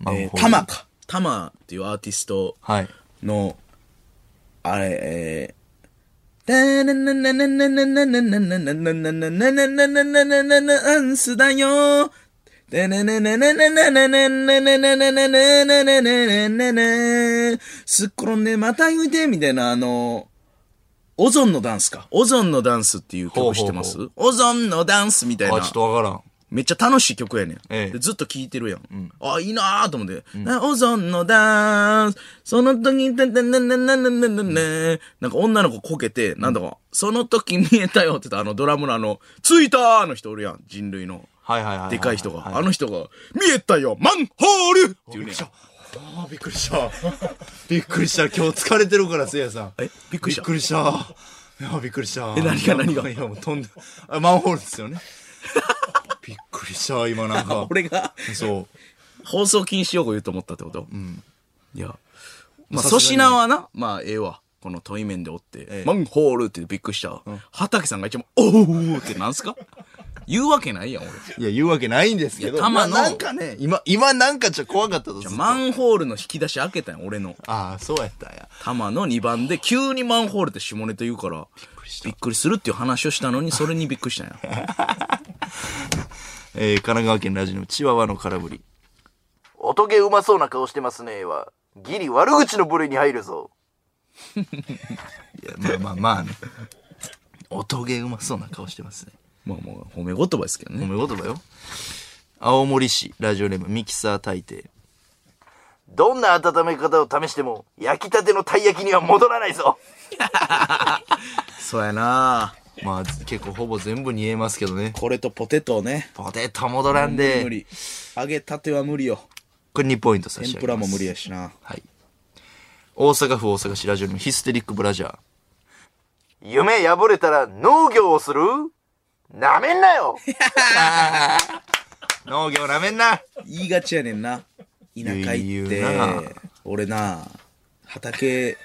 Speaker 1: マンホー
Speaker 2: え
Speaker 1: ル
Speaker 2: ー、タマか。タマっていうアーティスト
Speaker 1: はい。
Speaker 2: の、あれ、えー、ダーナナナナナナナナナナナナナナナナナナナナナナアンスだよーダナナナナナナナナナナナナナナナナナナナすっ転んでまた言うてみたいな、あの、オゾンのダンスか。オゾンのダンスっていう曲知ってます
Speaker 1: ほ
Speaker 2: オゾンのダンスみたいな。
Speaker 1: あ、ちょっとわからん。
Speaker 2: めっちゃ楽しい曲やねん。
Speaker 1: ええ
Speaker 2: でずっと聴いてるやん。あ、いいなーと思って。なオゾンのダンス、その時、なななななななななんか女の子こけて、なんだか、その時見えたよって言ったあのドラムのあの、ついたーの人おるやん。人類の。
Speaker 1: はいはいはいはいはい
Speaker 2: でかい人が。あの人が、見えたよマンホールっていうねん。
Speaker 1: あーびっくりした。 [LAUGHS] びっくりした。今日疲れてるから、せいやさん。
Speaker 2: えびっくりした
Speaker 1: びっくりした。いや、びっくりした。
Speaker 2: え何が何が
Speaker 1: いや、もう飛んで、あマンホールですよ
Speaker 2: [LAUGHS]
Speaker 1: ね。びっくりした、今なんか。
Speaker 2: 俺が、
Speaker 1: そ
Speaker 2: 放送禁止用語言うと思ったってことうん。いや。まあ、
Speaker 1: さすが
Speaker 2: 粗
Speaker 1: に
Speaker 2: 品はな、まあ、ええわ。この問い面でおって、
Speaker 1: ええ
Speaker 2: マンホールってびっくりしたわ。畑さんが一番、おーってなんすか言うわけないやん、俺。
Speaker 1: う。いや、言うわけないんですけ
Speaker 2: い
Speaker 1: ど。
Speaker 2: や玉の
Speaker 1: まあなんかね、今、今なんかちょっと怖かったと。ずっと
Speaker 2: マンホールの引き出し開けたんや、俺の。
Speaker 1: ああ、そうやったんや。
Speaker 2: 玉の2番で、急にマンホールって下ネタ言うから、びっくりするっていう話をしたのに、それにびっくりしたん [LAUGHS] や。
Speaker 1: えー、神奈川県ラジオのチワワの空振り。おとげうまそうな顔してますねは、ギリ悪口の部類に入るぞ。 [LAUGHS] いや、まあまあまあね。おとげうまそうな顔してますね。
Speaker 2: まあもう、褒め言葉ですけど
Speaker 1: お
Speaker 2: ね。
Speaker 1: め言葉よ。青森市ラジオネームミキサー大帝。どんな温め方を試しても、焼きたてのたい焼きには戻らないぞ。
Speaker 2: そうやな
Speaker 1: まあ、結構ほぼ全部に言えますけどね。
Speaker 2: これとポテトをね。
Speaker 1: ポテト戻らんで。
Speaker 2: 無理。揚げたては無理よ。
Speaker 1: これ2ポイント差し上
Speaker 2: 天
Speaker 1: げます。
Speaker 2: ぷらも無理やしな。
Speaker 1: はい。大阪府大阪市ラジオネームヒステリックブラジャー。夢破れたら農業をするなめんな [LAUGHS] よ農業なめんな
Speaker 2: 言いがちやねんな。田舎行っ
Speaker 1: 言うな
Speaker 2: て、俺な、畑、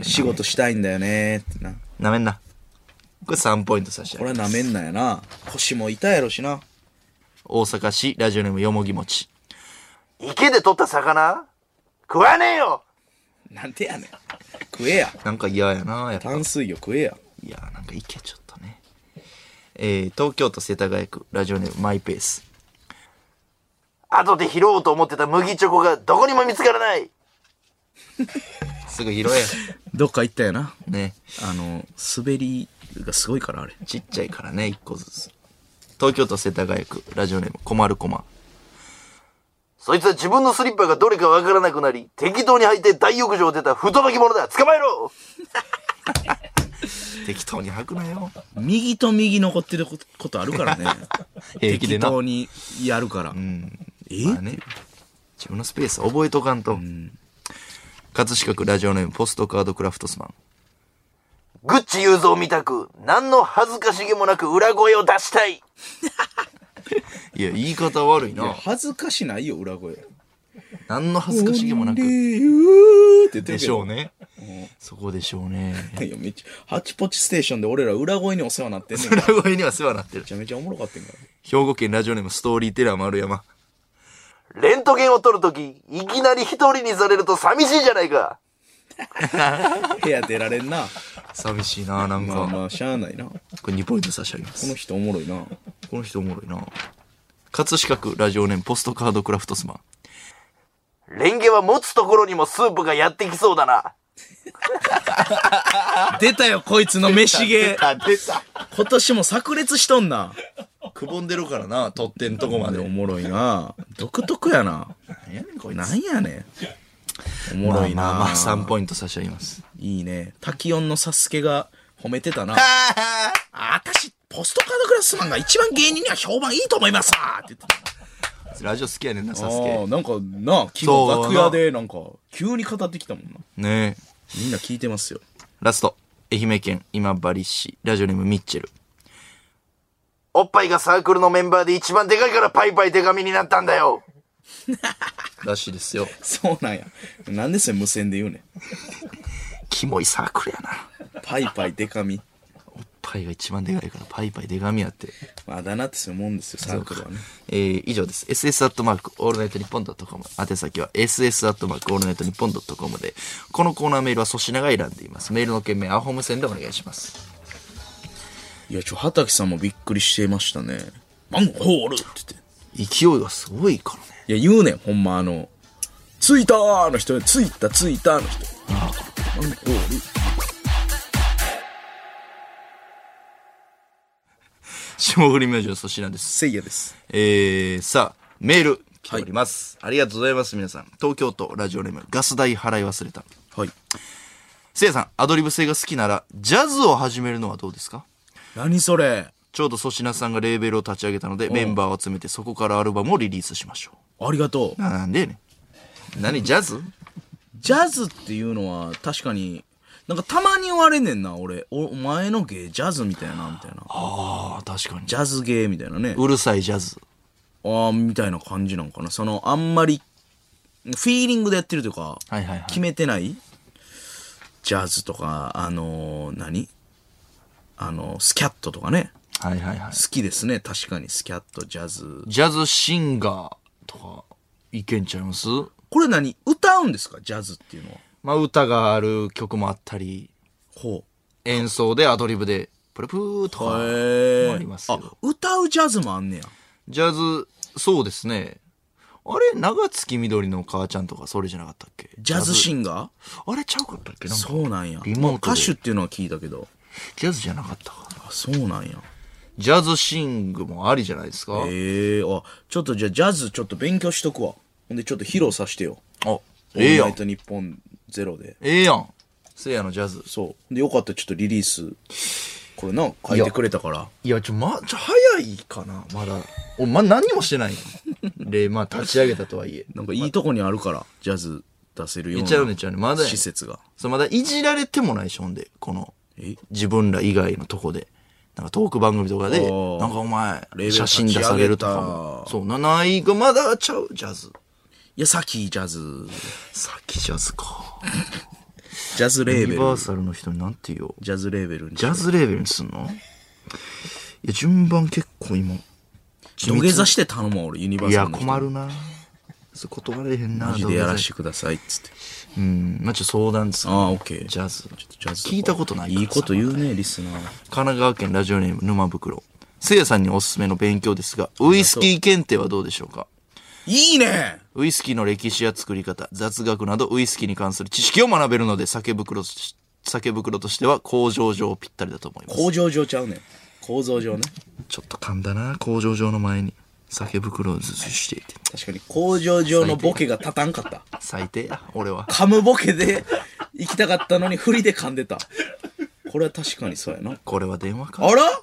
Speaker 2: 仕事したいんだよねってな。
Speaker 1: なめんな。これ3ポイント差し上
Speaker 2: こ
Speaker 1: げ
Speaker 2: れ
Speaker 1: る
Speaker 2: はなめんなやな。腰も痛いやろしな。
Speaker 1: 大阪市ラジオネームよもぎもち。池で取った魚食わねえよ
Speaker 2: なんてやねん。食えや。
Speaker 1: なんか嫌やな、やっぱ。
Speaker 2: 淡水魚食えや。
Speaker 1: いやーなんか池ちょっとね。えー、東京都世田谷区、ラジオネームマイペース。後で拾おうと思ってた麦チョコがどこにも見つからないすぐ拾
Speaker 2: どっか行ったよな。
Speaker 1: え。ね。
Speaker 2: あの、滑りがすごいから、あれ。
Speaker 1: ちっちゃいからね、一個ずつ。東京都世田谷区、ラジオネーム、こまるこま。そいつは自分のスリッパがどれかわからなくなり、適当に履いて大浴場を出た太巻き者だ捕まえろ適当に履くなよ。
Speaker 2: 右と右残ってることことあるから [LAUGHS] ね。
Speaker 1: 平気でな
Speaker 2: 適当にやるから。え、
Speaker 1: まあね、自分のスペース覚えとかんと。葛飾区ラジオネームポストカードクラフトスマン。グッチ雄三みたく、何の恥ずかしげもなく裏声を出したい。 [LAUGHS] いや、言い方悪い
Speaker 2: いや
Speaker 1: な。
Speaker 2: 恥ずかしないよ、裏声。
Speaker 1: 何の恥ずかしげもな
Speaker 2: オン
Speaker 1: く。
Speaker 2: リーユーって言ってる
Speaker 1: で
Speaker 2: け
Speaker 1: し
Speaker 2: ど
Speaker 1: ょうね。そこでしょうね。
Speaker 2: いやめっちゃ、ハッチポッチステーションで俺ら裏声にお世話になってんねん。め
Speaker 1: [LAUGHS] 裏声には世話なってる。
Speaker 2: ちゃめちゃおもろかったんから。
Speaker 1: 兵庫県ラジオネームストーリーテラー丸山。レントゲンを撮るとき、いきなり一人にされると寂しいじゃないか。
Speaker 2: 部屋出られんな。
Speaker 1: 寂しいな、なんか。
Speaker 2: まあまあ、しゃあないな。こ
Speaker 1: これ2ポイント差し上げます。
Speaker 2: の人おもろいな。
Speaker 1: この人おもろいな。葛飾区ラジオネームポストカードクラフトスマン。レンゲは持つところにもスープがやってきそうだな。
Speaker 2: 出たよ、こいつの飯芸。
Speaker 1: 出た。
Speaker 2: [LAUGHS] 今年も炸裂しとんな。
Speaker 1: くぼんでるからな、取ってんとこ
Speaker 2: ここ
Speaker 1: ま
Speaker 2: まで
Speaker 1: で。
Speaker 2: おもろいな。独特やな。
Speaker 1: 何やねん、こいつ。
Speaker 2: なんやねん。おもろいな。
Speaker 1: まあまあ、3ポイント差し上げます。
Speaker 2: いいね。滝音のサスケが褒めてたな。あたし、ポストカードクラスマンが一番芸人には評判いいと思いますわって言ってた。
Speaker 1: ラジオ好きやねんな、サス
Speaker 2: ああ、
Speaker 1: ケ。
Speaker 2: なんかな、昨日
Speaker 1: そう
Speaker 2: 楽屋でなんか、急に語ってきたもんな。
Speaker 1: ねえ。
Speaker 2: みんな聞いてますよ。
Speaker 1: ラスト。愛媛県今治市。ラジオネームミッチェル。おっぱいがサークルのメンバーで一番でかいからパイパイ手紙になったんだよ。 [LAUGHS] らしいですよ。
Speaker 2: そうなんや。なんでそれ無線で言うね
Speaker 1: キモいサークルやな。
Speaker 2: ん。パイパイデカミ。
Speaker 1: パイが一番でかいからパイパイでかみやって。
Speaker 2: まあ、あだ名ってそういうもんですよ、サークルはね。
Speaker 1: えー、以上です。ss アットマークオールナイトニッポンドットコム。宛先は ss アットマークオールナイトニッポンドットコムで、このコーナーメールは粗品が選んでいます。メールの件名、アホ無線でお願いします。
Speaker 2: いや、ちょ、畑さんもびっくりしてましたね。マンホールって言っ
Speaker 1: 勢いがすごいからね。
Speaker 2: て。いや、言うねん、ほんまあの、着いたーの人、着いた着いたの人。マンホール。
Speaker 1: 霜降り明星の粗品です。
Speaker 2: せいやです。
Speaker 1: えー、さあ、メール来ております、ありがとうございます、皆さん。東京都ラジオネーム、ガス代払い忘れた。
Speaker 2: はい。
Speaker 1: せいやさん、アドリブ性が好きなら、ジャズを始めるのはどうですか
Speaker 2: 何それ
Speaker 1: ちょうど粗品さんがレーベルを立ち上げたので、メンバーを集めてそこからアルバムをリリースしましょう。
Speaker 2: ありがとう。
Speaker 1: ななんでやねん何ジャズ
Speaker 2: ジャズっていうのは確かに、なんかたまに言われんねんな、俺。おお前の芸、ジャズみたいな、みたいな。
Speaker 1: ああ確かに
Speaker 2: ジャズ芸みたいなね。
Speaker 1: うるさいジャズ
Speaker 2: ああ、みたいな感じなんかな。その、あんまり、フィーリングでやってるという
Speaker 1: は
Speaker 2: か、
Speaker 1: いはいはい
Speaker 2: 決めてないジャズとか、あのー何あのースキャットとかね。
Speaker 1: はいはいはい
Speaker 2: 好きですね。確かに、スキャット、ジャズ。
Speaker 1: ジャズシンガーとかいけんちゃいます
Speaker 2: これ何歌うんですかジャズっていうのは。
Speaker 1: まあ歌がある曲もあったり
Speaker 2: ほ
Speaker 1: 演奏でアドリブでプルプーと
Speaker 2: う。
Speaker 1: か
Speaker 2: へ
Speaker 1: も
Speaker 2: え
Speaker 1: ありますけ
Speaker 2: あ
Speaker 1: ど、
Speaker 2: 歌うジャズもあんねや。
Speaker 1: ジャズそうですねあれ長月みどりの母ちゃんとかそれじゃなかったっけ
Speaker 2: ジャズシ
Speaker 1: ン
Speaker 2: ンガー
Speaker 1: あれちゃうかったっけなんか
Speaker 2: そうなんや。
Speaker 1: リモート
Speaker 2: まあ
Speaker 1: で
Speaker 2: 歌手っていうのは聞いたけど。
Speaker 1: ジャズじゃなかったかな
Speaker 2: あ、そうなんや。
Speaker 1: ジャズシングもありじゃないですか、
Speaker 2: ええあ、ちょっとじゃあジャズちょっと勉強しとくわ。ほんでちょっと披露させてよ。
Speaker 1: あええや
Speaker 2: オールナイ
Speaker 1: ん
Speaker 2: トニッポンゼロで。
Speaker 1: ええやんせいやのジャズ
Speaker 2: そう。で、よかったらちょっとリリース。これな、書いてくれたから。
Speaker 1: いや、ちょ、ま、ちょ、早いかな、まだ。お、ま、何にもしてない。 [LAUGHS] で、まあ、立ち上げたとはいえ。
Speaker 2: なんかいいとこにあるから、ジャズ出せるような。
Speaker 1: めちゃうねちゃうねまだや
Speaker 2: 施設が。
Speaker 1: そう、まだいじられてもないし、ほんで、この、
Speaker 2: え
Speaker 1: 自分ら以外のとこで。なんかトーク番組とかで、
Speaker 2: おー
Speaker 1: なんかお前
Speaker 2: レベ、ル
Speaker 1: 写真出されるとかも。
Speaker 2: 立ち
Speaker 1: そう、7位がまだちゃう、ジャズ。
Speaker 2: いや、さっきジャズ、
Speaker 1: さっきジャズか。
Speaker 2: ジャズ
Speaker 1: ユ
Speaker 2: レーベ
Speaker 1: ニ
Speaker 2: ル、
Speaker 1: バーサルの人になんて言おう。
Speaker 2: ジャズレーベルに
Speaker 1: ジャズレーベルにすんのいや、順番結構今。
Speaker 2: 土下座して頼もう、俺、ユニバー
Speaker 1: い
Speaker 2: サ
Speaker 1: や、
Speaker 2: ルの人。
Speaker 1: 困るな。それ断れへんな。。
Speaker 2: マジでやらしててください、っつって。
Speaker 1: うん。まあ、ちょっと相談です
Speaker 2: ああ、オッケー。
Speaker 1: ジャズ。
Speaker 2: ジャズ
Speaker 1: 聞いたことないからさ
Speaker 2: いいこと言うね、リスナー。
Speaker 1: 神奈川県ラジオネーム沼袋。せいやさんにおすすめの勉強ですが、ウイスキー検定はどうでしょうか
Speaker 2: いいね
Speaker 1: ウイスキーの歴史や作り方、雑学などウイスキーに関する知識を学べるので、酒袋し、酒袋としては工場上ぴったりだと思います。
Speaker 2: 工場上ちゃうねん。構造上ね。
Speaker 1: ちょっと噛んだな、工場上の前に。酒袋をずつしていて。
Speaker 2: 確かに、工場上のボケが立たんかった。
Speaker 1: 最低や、俺は。
Speaker 2: 噛むボケで行きたかったのに、振りで噛んでた。これは確かにそうやな。
Speaker 1: これは電話か。
Speaker 2: あら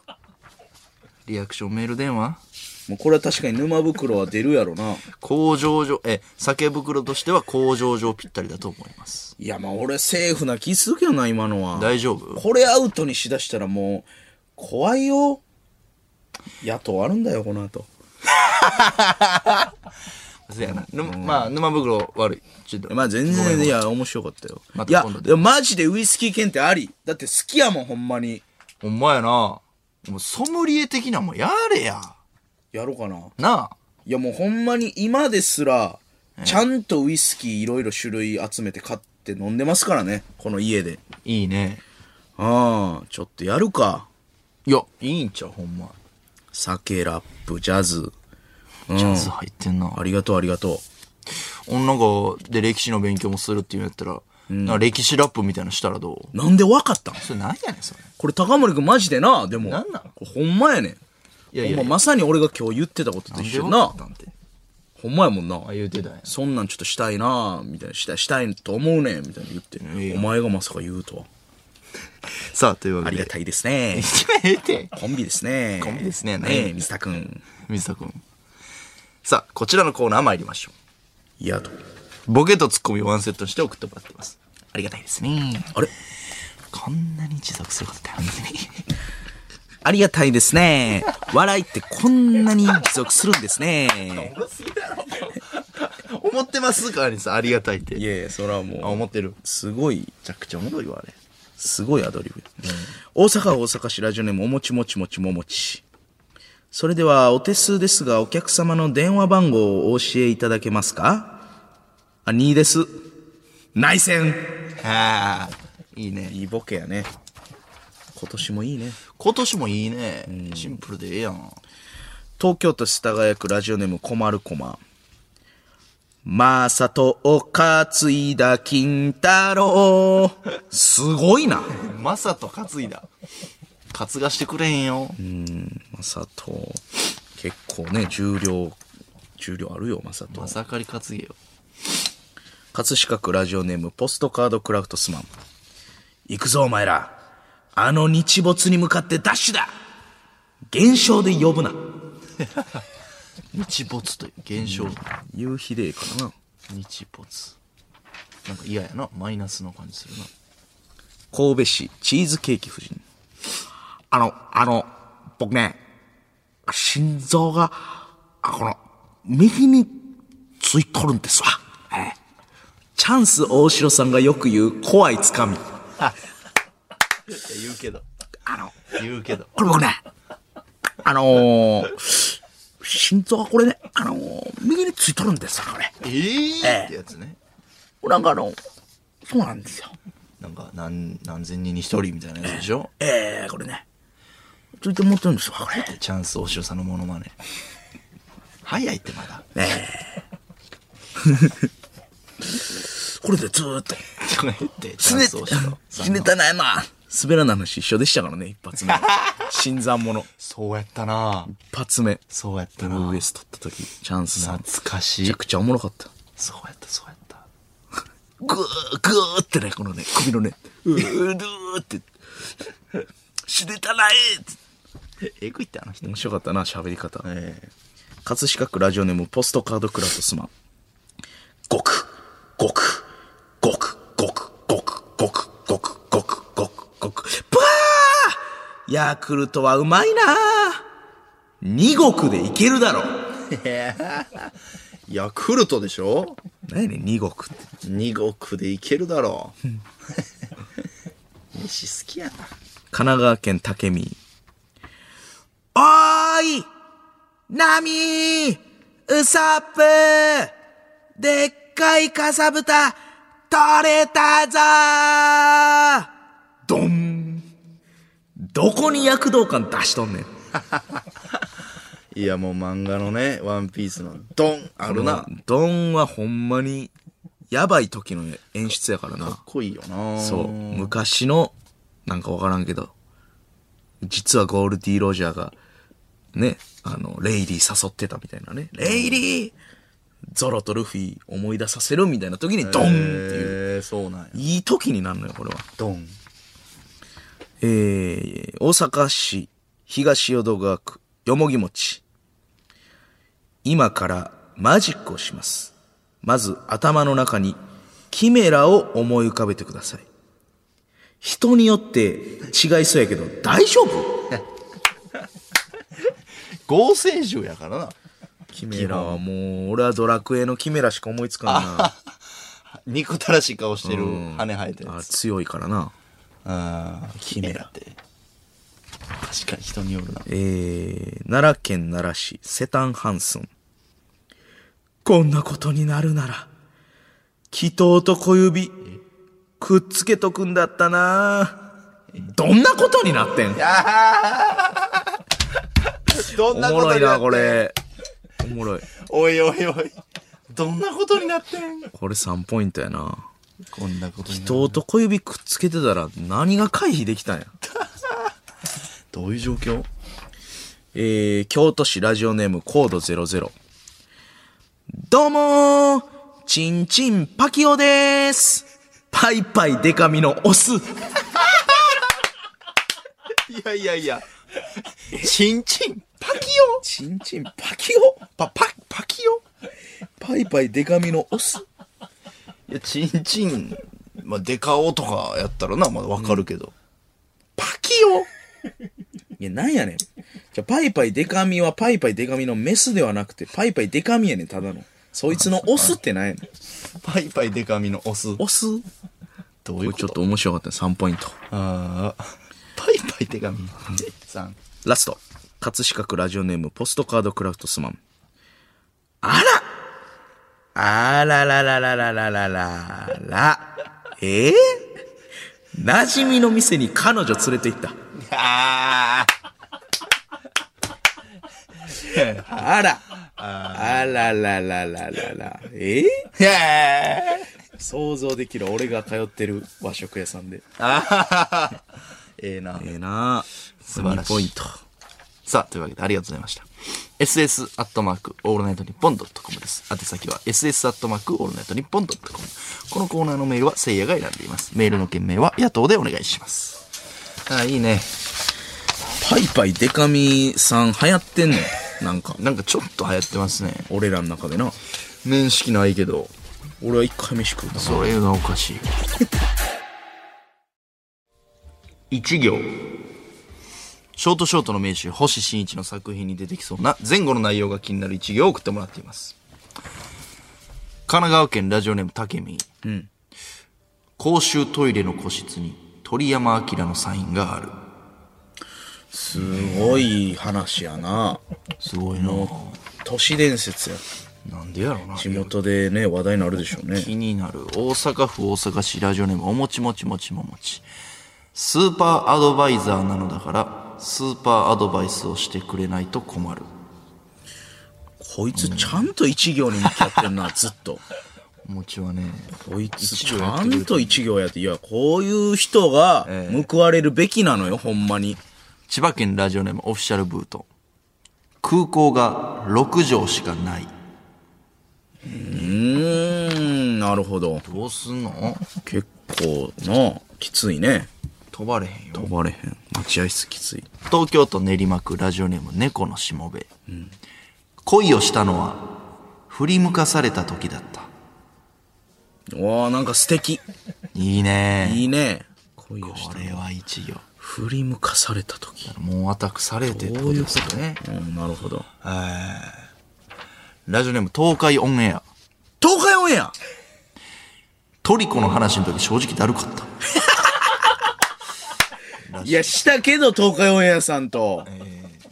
Speaker 1: リアクションメール電話
Speaker 2: もうこれは確かに沼袋は出るやろな。
Speaker 1: 工場上、え、酒袋としては工場上ぴったりだと思います。
Speaker 2: いや、まあ俺セーフな気するけどな、今のは。
Speaker 1: 大丈夫
Speaker 2: これアウトにしだしたらもう、怖いよ。野党あるんだよ、この後。
Speaker 1: そうやな。ぬまあ、沼袋悪い。ちょっと。
Speaker 2: まあ全
Speaker 1: ごめん
Speaker 2: 然、
Speaker 1: ごめ
Speaker 2: い
Speaker 1: ん。
Speaker 2: や、面白かったよ。
Speaker 1: ま
Speaker 2: い
Speaker 1: た
Speaker 2: や
Speaker 1: 今度、で
Speaker 2: でもマジでウイスキー検定あり。だって好きやもん、ほんまに。
Speaker 1: ほんまやな。もうソムリエ的なもんやれや。
Speaker 2: やろうかな。
Speaker 1: なあ。
Speaker 2: いやもうほんまに今ですら、ちゃんとウイスキーいろいろ種類集めて買って飲んでますからね、この家で。
Speaker 1: いいね。
Speaker 2: ああ、ちょっとやるか。
Speaker 1: いや、いいんちゃうほんま。
Speaker 2: 酒、ラップ、ジャズ。うん、
Speaker 1: ジャズ入ってんな。
Speaker 2: ありがとう、ありがと
Speaker 1: 女が、で、歴史の勉強もするっていうんやったら、なんか歴史ラップみたいなのしたらどう
Speaker 2: う。なんでわかったん
Speaker 1: それなんやねん、それ。
Speaker 2: これ高森くんマジでな、でも。
Speaker 1: なんなん
Speaker 2: これほんまやねん。
Speaker 1: いやいやいや
Speaker 2: ほんままさに俺が今日言ってたことと一緒やな。
Speaker 1: なんて。
Speaker 2: ほんまやもんな。
Speaker 1: あ、言うてたんや。
Speaker 2: そんなんちょっとしたいなみたいな、したい、したいと思うねん、みたいな言って、
Speaker 1: いや
Speaker 2: お前がまさか言うとは。
Speaker 1: さあ、というわけ
Speaker 2: あり
Speaker 1: で
Speaker 2: が。たいで
Speaker 1: [LAUGHS]
Speaker 2: すね。
Speaker 1: ええて。
Speaker 2: コンビですね。
Speaker 1: コンビですね
Speaker 2: ねえ、水田くん。
Speaker 1: 水田くん。さあ、こちらのコーナー参りましょ
Speaker 2: いやと。
Speaker 1: う。ボケとツッコミをワンセットにして送ってもらってます。ありがたいですね。
Speaker 2: あれ
Speaker 1: こんなに持続することってあんのに。
Speaker 2: ありがたいですね。笑いってこんなに持続するんですね。
Speaker 1: [LAUGHS] 思ってますかアリさん、ありがたいって。
Speaker 2: いやいや、それは
Speaker 1: あ、
Speaker 2: もう、
Speaker 1: 思ってる。め
Speaker 2: すごい、
Speaker 1: ちゃくちゃおもろいわ、あれ。
Speaker 2: すごいアドリブ。大阪大阪市ラジオネームおもちもちもちももち。それではお手数ですがお客様の電話番号をお教えいただけますかあ、2です。内戦
Speaker 1: ああ、いいね。
Speaker 2: いいボケやね。今年もいいね。
Speaker 1: 今年もいいね。シンプルでええやん。
Speaker 2: 東京都世田谷区ラジオネームこまるこま。まさとを担いだ金太郎。すごいな。
Speaker 1: まさと担いだ。担がしてくれへんよ。
Speaker 2: まさと、結構ね、重量、重量あるよ、まさと
Speaker 1: ま。さかり担げよ。
Speaker 2: 葛飾区ラジオネームポストカードクラフトスマン。行くぞお前ら。あの日没に向かってダッシュだ現象で呼ぶな。
Speaker 1: 日没という現象。
Speaker 2: 夕日でええからな。
Speaker 1: 日没。なんか嫌やな。マイナスの感じするな。
Speaker 2: 神戸市チーズケーキ夫人。
Speaker 4: あの、あの、僕ね、心臓が、あこの、右についとるんですわ。ええ
Speaker 2: チャンス大城さんがよく言う怖いつかみ。
Speaker 1: いや、言うけど。
Speaker 4: あの、
Speaker 1: 言う [LAUGHS] けど。
Speaker 4: これ僕ね、あのー心臓がこれね、あのー右についとるんですわ、これ。
Speaker 1: ええってやつね。
Speaker 4: なんかあの、そうなんですよ。
Speaker 1: なんか、何、何千人に一人みたいなやつでしょ
Speaker 4: ええこれね、ついて持ってるんですわ、これ。
Speaker 1: チャンス大城さんのモノマネ。早いってまだ。
Speaker 2: これでず [LAUGHS] ーっと。
Speaker 1: ちょっと待って、チャンス大城さ
Speaker 2: 死
Speaker 1: ん
Speaker 2: ね
Speaker 1: の。
Speaker 2: たないな。滑らない話一緒でしたからね、一 [LAUGHS] 発目。新参者。
Speaker 1: [LAUGHS] そうやったな
Speaker 2: 一発目。
Speaker 1: そうやった
Speaker 2: ブ
Speaker 1: な
Speaker 2: ルーウエス取った時、チャンスさん。め
Speaker 1: 懐かし
Speaker 2: ち
Speaker 1: い
Speaker 2: ゃ。くちゃおもろかった。
Speaker 1: そうやった、そうやった。
Speaker 2: ぐー、ぐーってね、このね、首のね、うー、るーって。死ねたない
Speaker 1: えぐいってあの人。
Speaker 2: 面白かったな、喋り方。
Speaker 1: ええ
Speaker 2: 葛飾区ラジオネームポストカードクラフトスマン。ごく、ごく、ごく、ごく、ごく、ごく、ごく、ごく、ごく、ごく、ばヤクルトはうまいな二国でいけるだろ。
Speaker 1: ヤクルトでしょ
Speaker 2: 何やねん、二国って。
Speaker 1: 二国でいけるだろう。 [LAUGHS] 飯好きやな。
Speaker 2: 神奈川県武見。おーいなみーうさっぷーでっかいかさぶた取れたぞーどんどこに躍動感出しとんねん。
Speaker 1: いや、もう漫画のね、ワンピースのドンあるな。かっ
Speaker 2: ドンはほんまに、やばい時の演出やからな。
Speaker 1: こいいよな。
Speaker 2: そう。昔の、なんかわからんけど、実はゴールディ・ロジャーが、ね、あの、レイリー誘ってたみたいなね。レイリーゾロとルフィ思い出させるみたいな時にドンっていう。
Speaker 1: えー、そうなんや。
Speaker 2: いい時になるのよ、これは。
Speaker 1: ドン。
Speaker 2: えー、大阪市東淀川区よもぎもち。今からマジックをします。まず頭の中にキメラを思い浮かべてください。人によって違いそうやけど大丈夫
Speaker 1: 合成獣やからな。
Speaker 2: キメラはもう、俺はドラクエのキメラしか思いつかんな。
Speaker 1: 憎たらしい顔してる羽生えてるや
Speaker 2: あ
Speaker 1: つ。
Speaker 2: 強いからな。
Speaker 1: ああ、キメラって。確かに人によるな。
Speaker 2: えー、奈良県奈良市セタンハンスン。こんなことになるなら、祈祷と小指、くっつけとくんだったなどんなことになってん
Speaker 1: ど
Speaker 2: おもろいな、こ。れ。おもろい。
Speaker 1: おいおいおい。どんなことになってん
Speaker 2: これ3ポイントやな。
Speaker 1: こんなことになってん
Speaker 2: 祈祷と小指くっつけてたら何が回避できたんや。
Speaker 1: どういう状況
Speaker 2: えー、京都市ラジオネームコード00。どうもー、ちんちんパキオでーす。パイパイデカミのオス。
Speaker 1: いやいやいや。チンチンパキオ
Speaker 2: ちんちんパキオパ、パ、パキオパイパイデカミのオス。
Speaker 1: いや、チンチン、まあ、デカオとかやったらな、まだわかるけど。
Speaker 2: パキオいや、なんやねん。じゃ、パイパイデカミはパイパイデカミのメスではなくて、パイパイデカミやねん、ただの。そいつのオスってなんやねん。
Speaker 1: パイパイデカミのオス。
Speaker 2: オス
Speaker 1: どういうこと
Speaker 2: 面白かったね、3ポイント。
Speaker 1: ああ。パイパイデカミさん。
Speaker 2: ラスト。葛飾区ラジオネーム、ポストカードクラフトスマン。あらあらららららららら。えぇ、馴染みの店に彼女連れて行った。
Speaker 1: あ
Speaker 2: あら。あららららららら。
Speaker 1: あ。
Speaker 2: えぇ、
Speaker 1: へえ。
Speaker 2: 想像できる俺が通ってる和食屋さんで。
Speaker 1: ええな。
Speaker 2: ええな素
Speaker 1: 晴らしい
Speaker 2: ポイント。
Speaker 1: さあ、というわけでありがとうございました。ss アットマークオールナイトニッポンドットコムです。宛先は ss アットマークオールナイトニッポンドットコム。このコーナーのメールはせいやが選んでいます。メールの件名は野党でお願いします。ああ、いいね。
Speaker 2: パイパイデカミさん流行ってんねん。なんか、
Speaker 1: なんかちょっと流行ってますね。
Speaker 2: 俺らの中でな。
Speaker 1: 面識ないけど、
Speaker 2: 俺は一回飯食うた。
Speaker 1: それがおかしい。一行。ショートショートの名手、星新一の作品に出てきそうな前後の内容が気になる一行を送ってもらっています。神奈川県ラジオネーム竹見。公衆トイレの個室に鳥山明のサインがある。
Speaker 2: すごい話やな。
Speaker 1: すごいな
Speaker 2: 都市伝説や。
Speaker 1: なんでやろうな。
Speaker 2: 地元でね、話題になるでしょうね。
Speaker 1: 気になる大阪府大阪市ラジオネームおもちもちもちももちスーパーアドバイザーなのだからスーパーアドバイスをしてくれないと困る
Speaker 2: こいつちゃんと一行に向き合ってるな、ずっと。
Speaker 1: おもちはね
Speaker 2: こいつち
Speaker 1: 行やってく
Speaker 2: ゃ
Speaker 1: れてる
Speaker 2: んと一行やって、いや、こういう人が報われるべきなのよ、ほんまに。
Speaker 1: 千葉県ラジオネームオフィシャルブート空港が6畳しかないう
Speaker 2: ーん、なるほど。
Speaker 1: どうすんの
Speaker 2: 結構な、きついね。
Speaker 1: 飛ばれへんよ
Speaker 2: 呼ばれへん。待合室きつい。
Speaker 1: 東京都練馬区ラジオネーム猫のしもべ、恋をしたのは振り向かされた時だった
Speaker 2: わあなんか素敵。
Speaker 1: いいね
Speaker 2: いいね。恋をし
Speaker 1: こ
Speaker 2: た。
Speaker 1: れは一行
Speaker 2: 振り向かされた時。
Speaker 1: もうアタックされてってことですよね。
Speaker 2: うん、なるほど。
Speaker 1: ラジオネーム東海オンエア。
Speaker 2: 東海オンエア
Speaker 1: トリコの話の時正直だるかった。
Speaker 2: いや、したけど、東海オンエアさんと。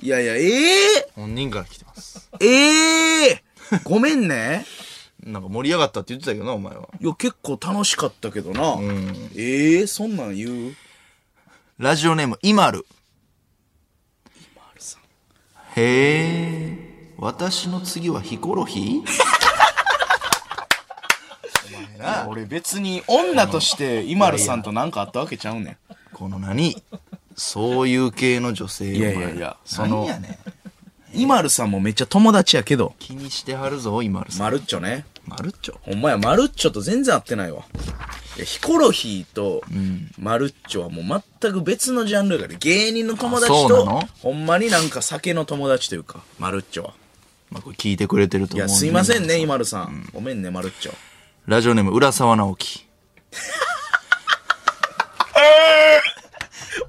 Speaker 2: いやいや、え
Speaker 1: 本人から来てます。
Speaker 2: えええごめんね。
Speaker 1: なんか盛り上がったって言ってたけどな、お前は。
Speaker 2: いや、結構楽しかったけどな。ええそんなん言う
Speaker 1: ラジオネーム、イマル。へえ、私の次はヒコロヒー
Speaker 2: 俺別に女として、イマルさんとなんかあったわけちゃうね
Speaker 1: この何そういう系の女性
Speaker 2: ん。いやいやいや、
Speaker 1: そ
Speaker 2: そ
Speaker 1: の、
Speaker 2: の
Speaker 1: 何、やねん
Speaker 2: イマルさんもめっちゃ友達やけど。
Speaker 1: 気にしてはるぞ、イマルさん。
Speaker 2: マルッチョね。
Speaker 1: マルっちょ。
Speaker 2: ほんまや、マルッチョと全然合ってないわ。いやヒコロヒーとマルッチョはもう全く別のジャンルがある。芸人の友達
Speaker 1: あそうな
Speaker 2: と
Speaker 1: の、
Speaker 2: ほんまになんか酒の友達というか、マルッチョは。
Speaker 1: まあ、これ聞いてくれてると
Speaker 2: い
Speaker 1: 思う
Speaker 2: や、
Speaker 1: んで。
Speaker 2: すいませんね、イマルさん。ごめんね、マルッチョ。
Speaker 1: ラジオネーム、浦沢直樹。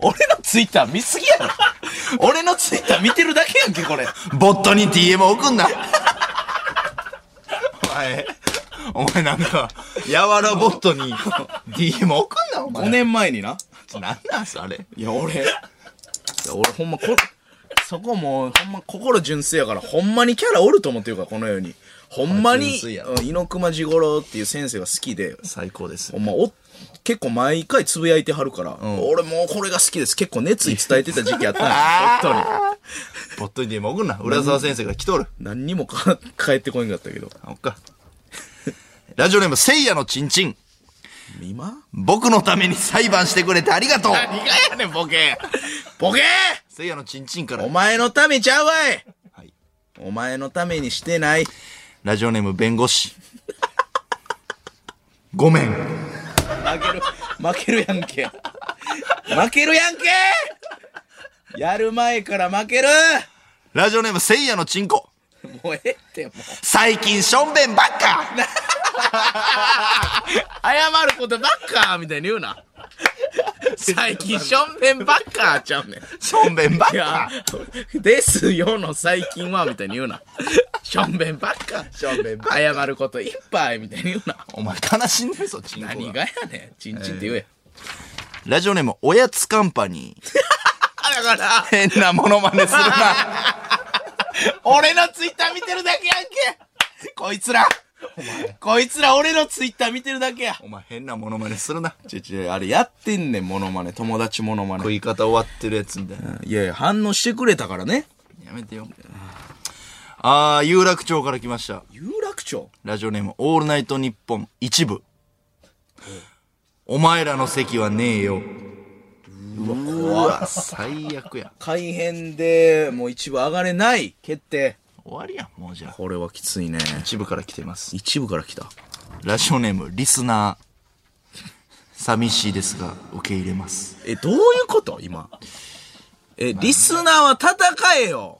Speaker 2: 俺のツイッター見すぎやろ俺のツイッター見てるだけやんけ、これ。
Speaker 1: ボットに DM 送んなお前、お前なんか、やわらボットに DM 送んな、お前。
Speaker 2: 5年前にな。
Speaker 1: なんなんす、あれ。
Speaker 2: いや、俺。いや、俺ほんまこ、そこもう、ほんま心純粋やから、ほんまにキャラおると思ってるから、この世に。ほん
Speaker 1: ま
Speaker 2: ま
Speaker 1: あ純
Speaker 2: に、
Speaker 1: 粋や
Speaker 2: うん猪熊治五郎っていう先生が好きで、
Speaker 1: 最高です
Speaker 2: ほ。んま、お、結構毎回つぶやいてはるから、俺もうこれが好きです。結構熱意伝えてた時期 [LAUGHS] あったんよ本当に。
Speaker 1: ボットに DM 送んな。浦沢先生が来とる。
Speaker 2: 何にもか、 [LAUGHS] 帰ってこいんかったけど。
Speaker 1: あ、おっか。ラジオネーム、せいやのちんちん。
Speaker 2: 今
Speaker 1: 僕のために裁判してくれてありがとう。
Speaker 2: やねん、ボケボケ
Speaker 1: せいやのちんちんから
Speaker 2: お、前のためちゃうわい、
Speaker 1: はい
Speaker 2: お前のためにしてない。
Speaker 1: ラジオネーム、弁護士。ごめん。
Speaker 2: 負ける、負けるやんけ。負けるやんけやる前から負ける
Speaker 1: ラジオネーム、せいやのちんこ。
Speaker 2: もうええって、もう。
Speaker 1: 最近、しょんべんばっか
Speaker 2: 謝ることばっかみたいに言うな。最近、しょんべんばっかちゃうねん。
Speaker 1: しょんべんばっ
Speaker 2: いや
Speaker 1: か、
Speaker 2: ですよの最近は、みたいに言うな。しょんべんばっか。しょんべん謝ることいっぱい、みたいに言うな。
Speaker 1: お前悲しんでるぞ、チンコ
Speaker 2: 何
Speaker 1: が。
Speaker 2: がやねん。ちんちんって言え。
Speaker 1: ラジオネーム、おやつカンパニー。
Speaker 2: あだから。
Speaker 1: 変なモノマネするな。
Speaker 2: 俺のツイッター見てるだけやんけこいつらこいつら俺のツイッター見てるだけや
Speaker 1: [LAUGHS] お前変なモノマネするな。ちち
Speaker 2: あれやってんねんモノマネ友達モノマ
Speaker 1: 食
Speaker 2: ネ
Speaker 1: い方終わってるやつみたいな。
Speaker 2: いやいや反応してくれたからね
Speaker 1: やめてよ。あー、有楽町から来ました。
Speaker 2: 有楽町
Speaker 1: ラジオネーム、オールナイトニッポン一部。お前らの席はねえよ。うわ、最悪や。
Speaker 2: 改編でもう一部上がれない決定
Speaker 1: 終わりやん、もうじゃあ。
Speaker 2: これはきついね
Speaker 1: 一部から来てます。
Speaker 2: 一部から来た
Speaker 1: ラジオネーム、リスナー。寂しいですが、受け入れます。
Speaker 2: えどういうこと今えリスナーは戦えよ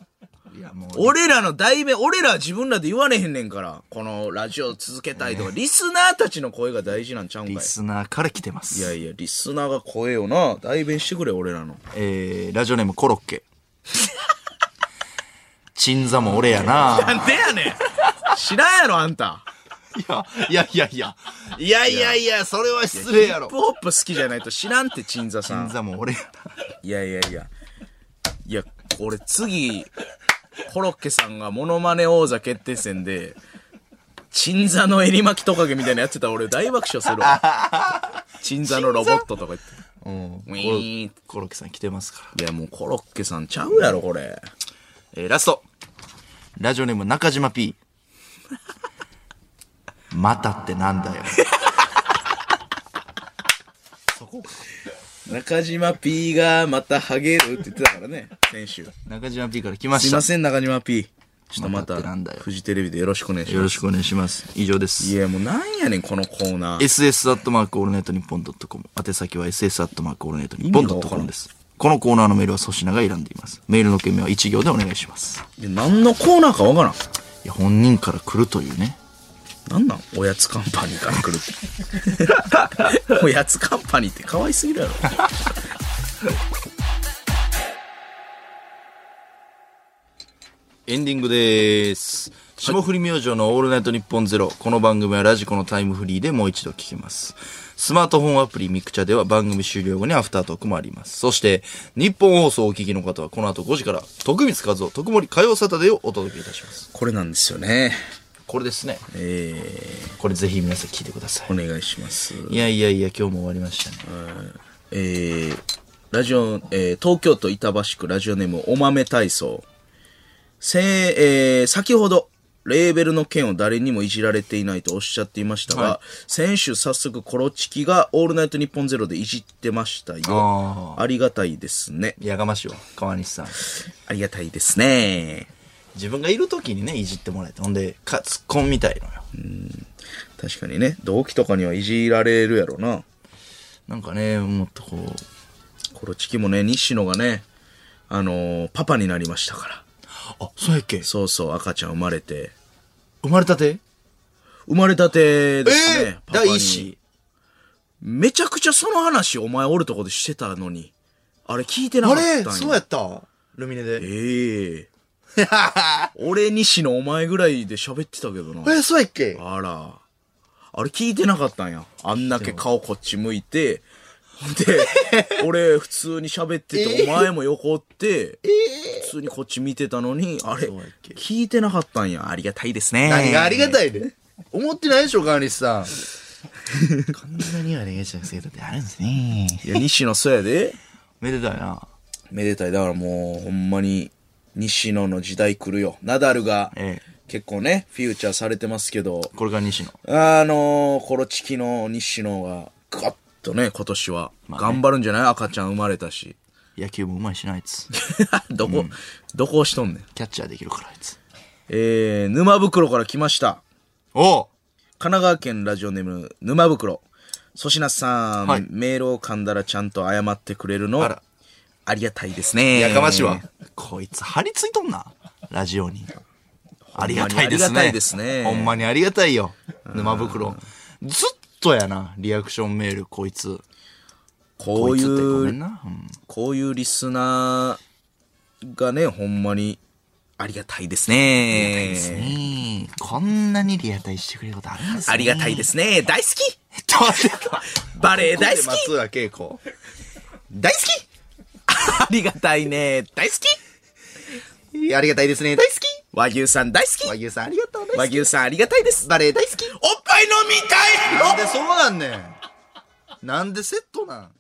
Speaker 1: いや、もう
Speaker 2: 俺らの代弁、俺らは自分らで言われへんねんから、このラジオ続けたいとか、リスナーたちの声が大事なんちゃうんかい
Speaker 1: リスナーから来てます。
Speaker 2: いやいや、リスナーが怖えよな。代弁してくれ、俺らの。
Speaker 1: えー、ラジオネームコロッケ。鎮座も俺やな。
Speaker 2: [LAUGHS] なんでやねん知らんやろ、あんた。
Speaker 1: いや、いやいやいや。いやいやいや、それは失礼や
Speaker 2: ヒ
Speaker 1: ろ
Speaker 2: ップ。ホップ好きじゃないと知らんって、鎮座さ
Speaker 1: 鎮
Speaker 2: ん。
Speaker 1: 座も俺や
Speaker 2: いやいやいや。いや、俺次、コロッケさんがモノマネ王座決定戦で、鎮座の襟巻きトカゲみたいなやってたら俺大爆笑する [LAUGHS] わ。鎮座のロボットとか言って。ウィーンっ
Speaker 1: な。コロッケさん来てますから。
Speaker 2: ていや、もうコロッケさんちゃうやろ、これ。
Speaker 1: えー、ラスト。ラジオネーム中島 P。またってなんだよ。
Speaker 2: 中島 P がまたハゲるって言ってたからね、先週。
Speaker 1: 中島 P から来ますし
Speaker 2: いま
Speaker 1: た。
Speaker 2: せん、中島 P。ちょっとま
Speaker 1: また
Speaker 2: た
Speaker 1: ってなんだよ、
Speaker 2: フジテレビでよろしくお願いし
Speaker 1: よ
Speaker 2: ま。
Speaker 1: ろしくお願いします。以上です
Speaker 2: い
Speaker 1: す。
Speaker 2: や、もうなんやねん、このコーナー。
Speaker 1: ss アットマークオールナイトニッポンドットコム。宛先は ss アットマークオールナイトニッポ
Speaker 2: 味
Speaker 1: ン
Speaker 2: が
Speaker 1: ドッ
Speaker 2: わ
Speaker 1: トコ
Speaker 2: から
Speaker 1: ム
Speaker 2: ん
Speaker 1: です。このコーナーのメールは粗品が選んでいます。メールの件名は一行でお願いします。
Speaker 2: いや何のコーナーかわからん。
Speaker 1: いや、本人から来るというね。
Speaker 2: なんなんおやつカンパニーから来る
Speaker 1: [LAUGHS]
Speaker 2: って。おやつカンパニーって可愛すぎるやろ。
Speaker 1: エンディングです。霜降り明星のオールナイトニッポンゼロ。この番組はラジコのタイムフリーでもう一度聞きます。スマートフォンアプリミクチャでは番組終了後にアフタートークもあります。そして、日本放送をお聞きの方はこの後5時から、徳光和夫、徳森火曜サタデーをお届けいたします。
Speaker 2: これなんですよね。
Speaker 1: これですね。
Speaker 2: え
Speaker 1: これぜひ皆さん聞いてくださ
Speaker 2: ー、お
Speaker 1: い。
Speaker 2: 願いします。
Speaker 1: いやいやいや、今日も終わりましたね。
Speaker 2: えー、ラジオ、えー東京都板橋区ラジオネームお豆体操。せえー先ほど、レーベルの件を誰にもいじられていないとおっしゃっていましたが、
Speaker 1: は
Speaker 2: 先週早速コロチキがオールナイトニッポンゼロでいじってましたよ。
Speaker 1: あ
Speaker 2: ありがたいですね。
Speaker 1: やがましいわ、川西さん。
Speaker 2: ありがたいですね。
Speaker 1: 自分がいる時にね、いじってもらえて。ほんで、かツッコンみたいのよ。
Speaker 2: 確かにね、同期とかにはいじられるやろな。
Speaker 1: なんかね、もっとこう、
Speaker 2: コロチキもね、西野がね、あのーパパになりましたから。
Speaker 1: あ、そうやっけ
Speaker 2: そうそう、赤ちゃん生まれて。
Speaker 1: 生まれたて
Speaker 2: 生まれたてです
Speaker 1: え
Speaker 2: ね。
Speaker 1: ー、
Speaker 2: パパに
Speaker 1: 第一子。
Speaker 2: めちゃくちゃその話お前おるとこでしてたのに。あれ聞いてなか
Speaker 1: あ
Speaker 2: ったん
Speaker 1: れ
Speaker 2: や。
Speaker 1: そうやったルミネで。
Speaker 2: え
Speaker 1: [LAUGHS]
Speaker 2: え俺西野お前ぐらいで喋ってたけどな。
Speaker 1: え、そうやっけ
Speaker 2: あら。あれ聞いてなかったんや。あんだけ顔こっち向いて、ほん
Speaker 1: [LAUGHS]
Speaker 2: で、俺普通に喋ってて、お前も横おって、普通にこっち見てたのに、あれ、聞いてなかったんや。ありがたいですね。
Speaker 1: 何がありがたいで。思ってないでしょ、川西さん。 [LAUGHS] こんなにはね、しな制度ってあるんですね。
Speaker 2: いや、西野そうやで。
Speaker 1: めでたいな。
Speaker 2: めでたい。だからもう、ほんまに、西野の時代来るよ。ナダルが
Speaker 1: ええ、
Speaker 2: 結構ね、フィーチャーされてますけど、
Speaker 1: これが西野。
Speaker 2: あのー、コロチキの西野が、ガッとね、今年は、頑張るんじゃない赤ちゃん生まれたし。 [LAUGHS]
Speaker 1: 野球もうまいしな、あいつ。
Speaker 2: どこ、どこ押しとんねん。
Speaker 1: キャッチャーできるから、あいつ。
Speaker 2: えー、沼袋から来ました。
Speaker 1: おう
Speaker 2: 神奈川県ラジオネーム、沼袋。粗品さん、
Speaker 1: はい
Speaker 2: メールを噛んだらちゃんと謝ってくれるの、
Speaker 1: あ
Speaker 2: あ
Speaker 1: ら
Speaker 2: りがたいですね。
Speaker 1: やかましいわ。こいつ、張り付いとんな。ラジオに。ありがたいですね。
Speaker 2: ありがたいですね
Speaker 1: ほんまにありがたいよ。沼袋。ずっとやな、リアクションメール、こいつ。
Speaker 2: こうい
Speaker 1: つってご
Speaker 2: う
Speaker 1: めんな。うん
Speaker 2: こういうリスナーがね、ほんまにありがたいですね。
Speaker 1: ねえこんなにリアタイしてくれることあるんですね
Speaker 2: ありがたいですね。大好き
Speaker 1: ちょっと待って
Speaker 2: バレエ大好き
Speaker 1: 松浦恵子。
Speaker 2: 大好き [LAUGHS] ありがたいね。大好き
Speaker 1: ありがたいですね。大好き
Speaker 2: 和牛さん大好
Speaker 1: 和
Speaker 2: き
Speaker 1: 牛さんありがとうね。
Speaker 2: 和牛さんありがたいです。
Speaker 1: バレエ大好き。
Speaker 2: おっぱい飲みたい
Speaker 1: なんでそうなんねん。なんでセットなん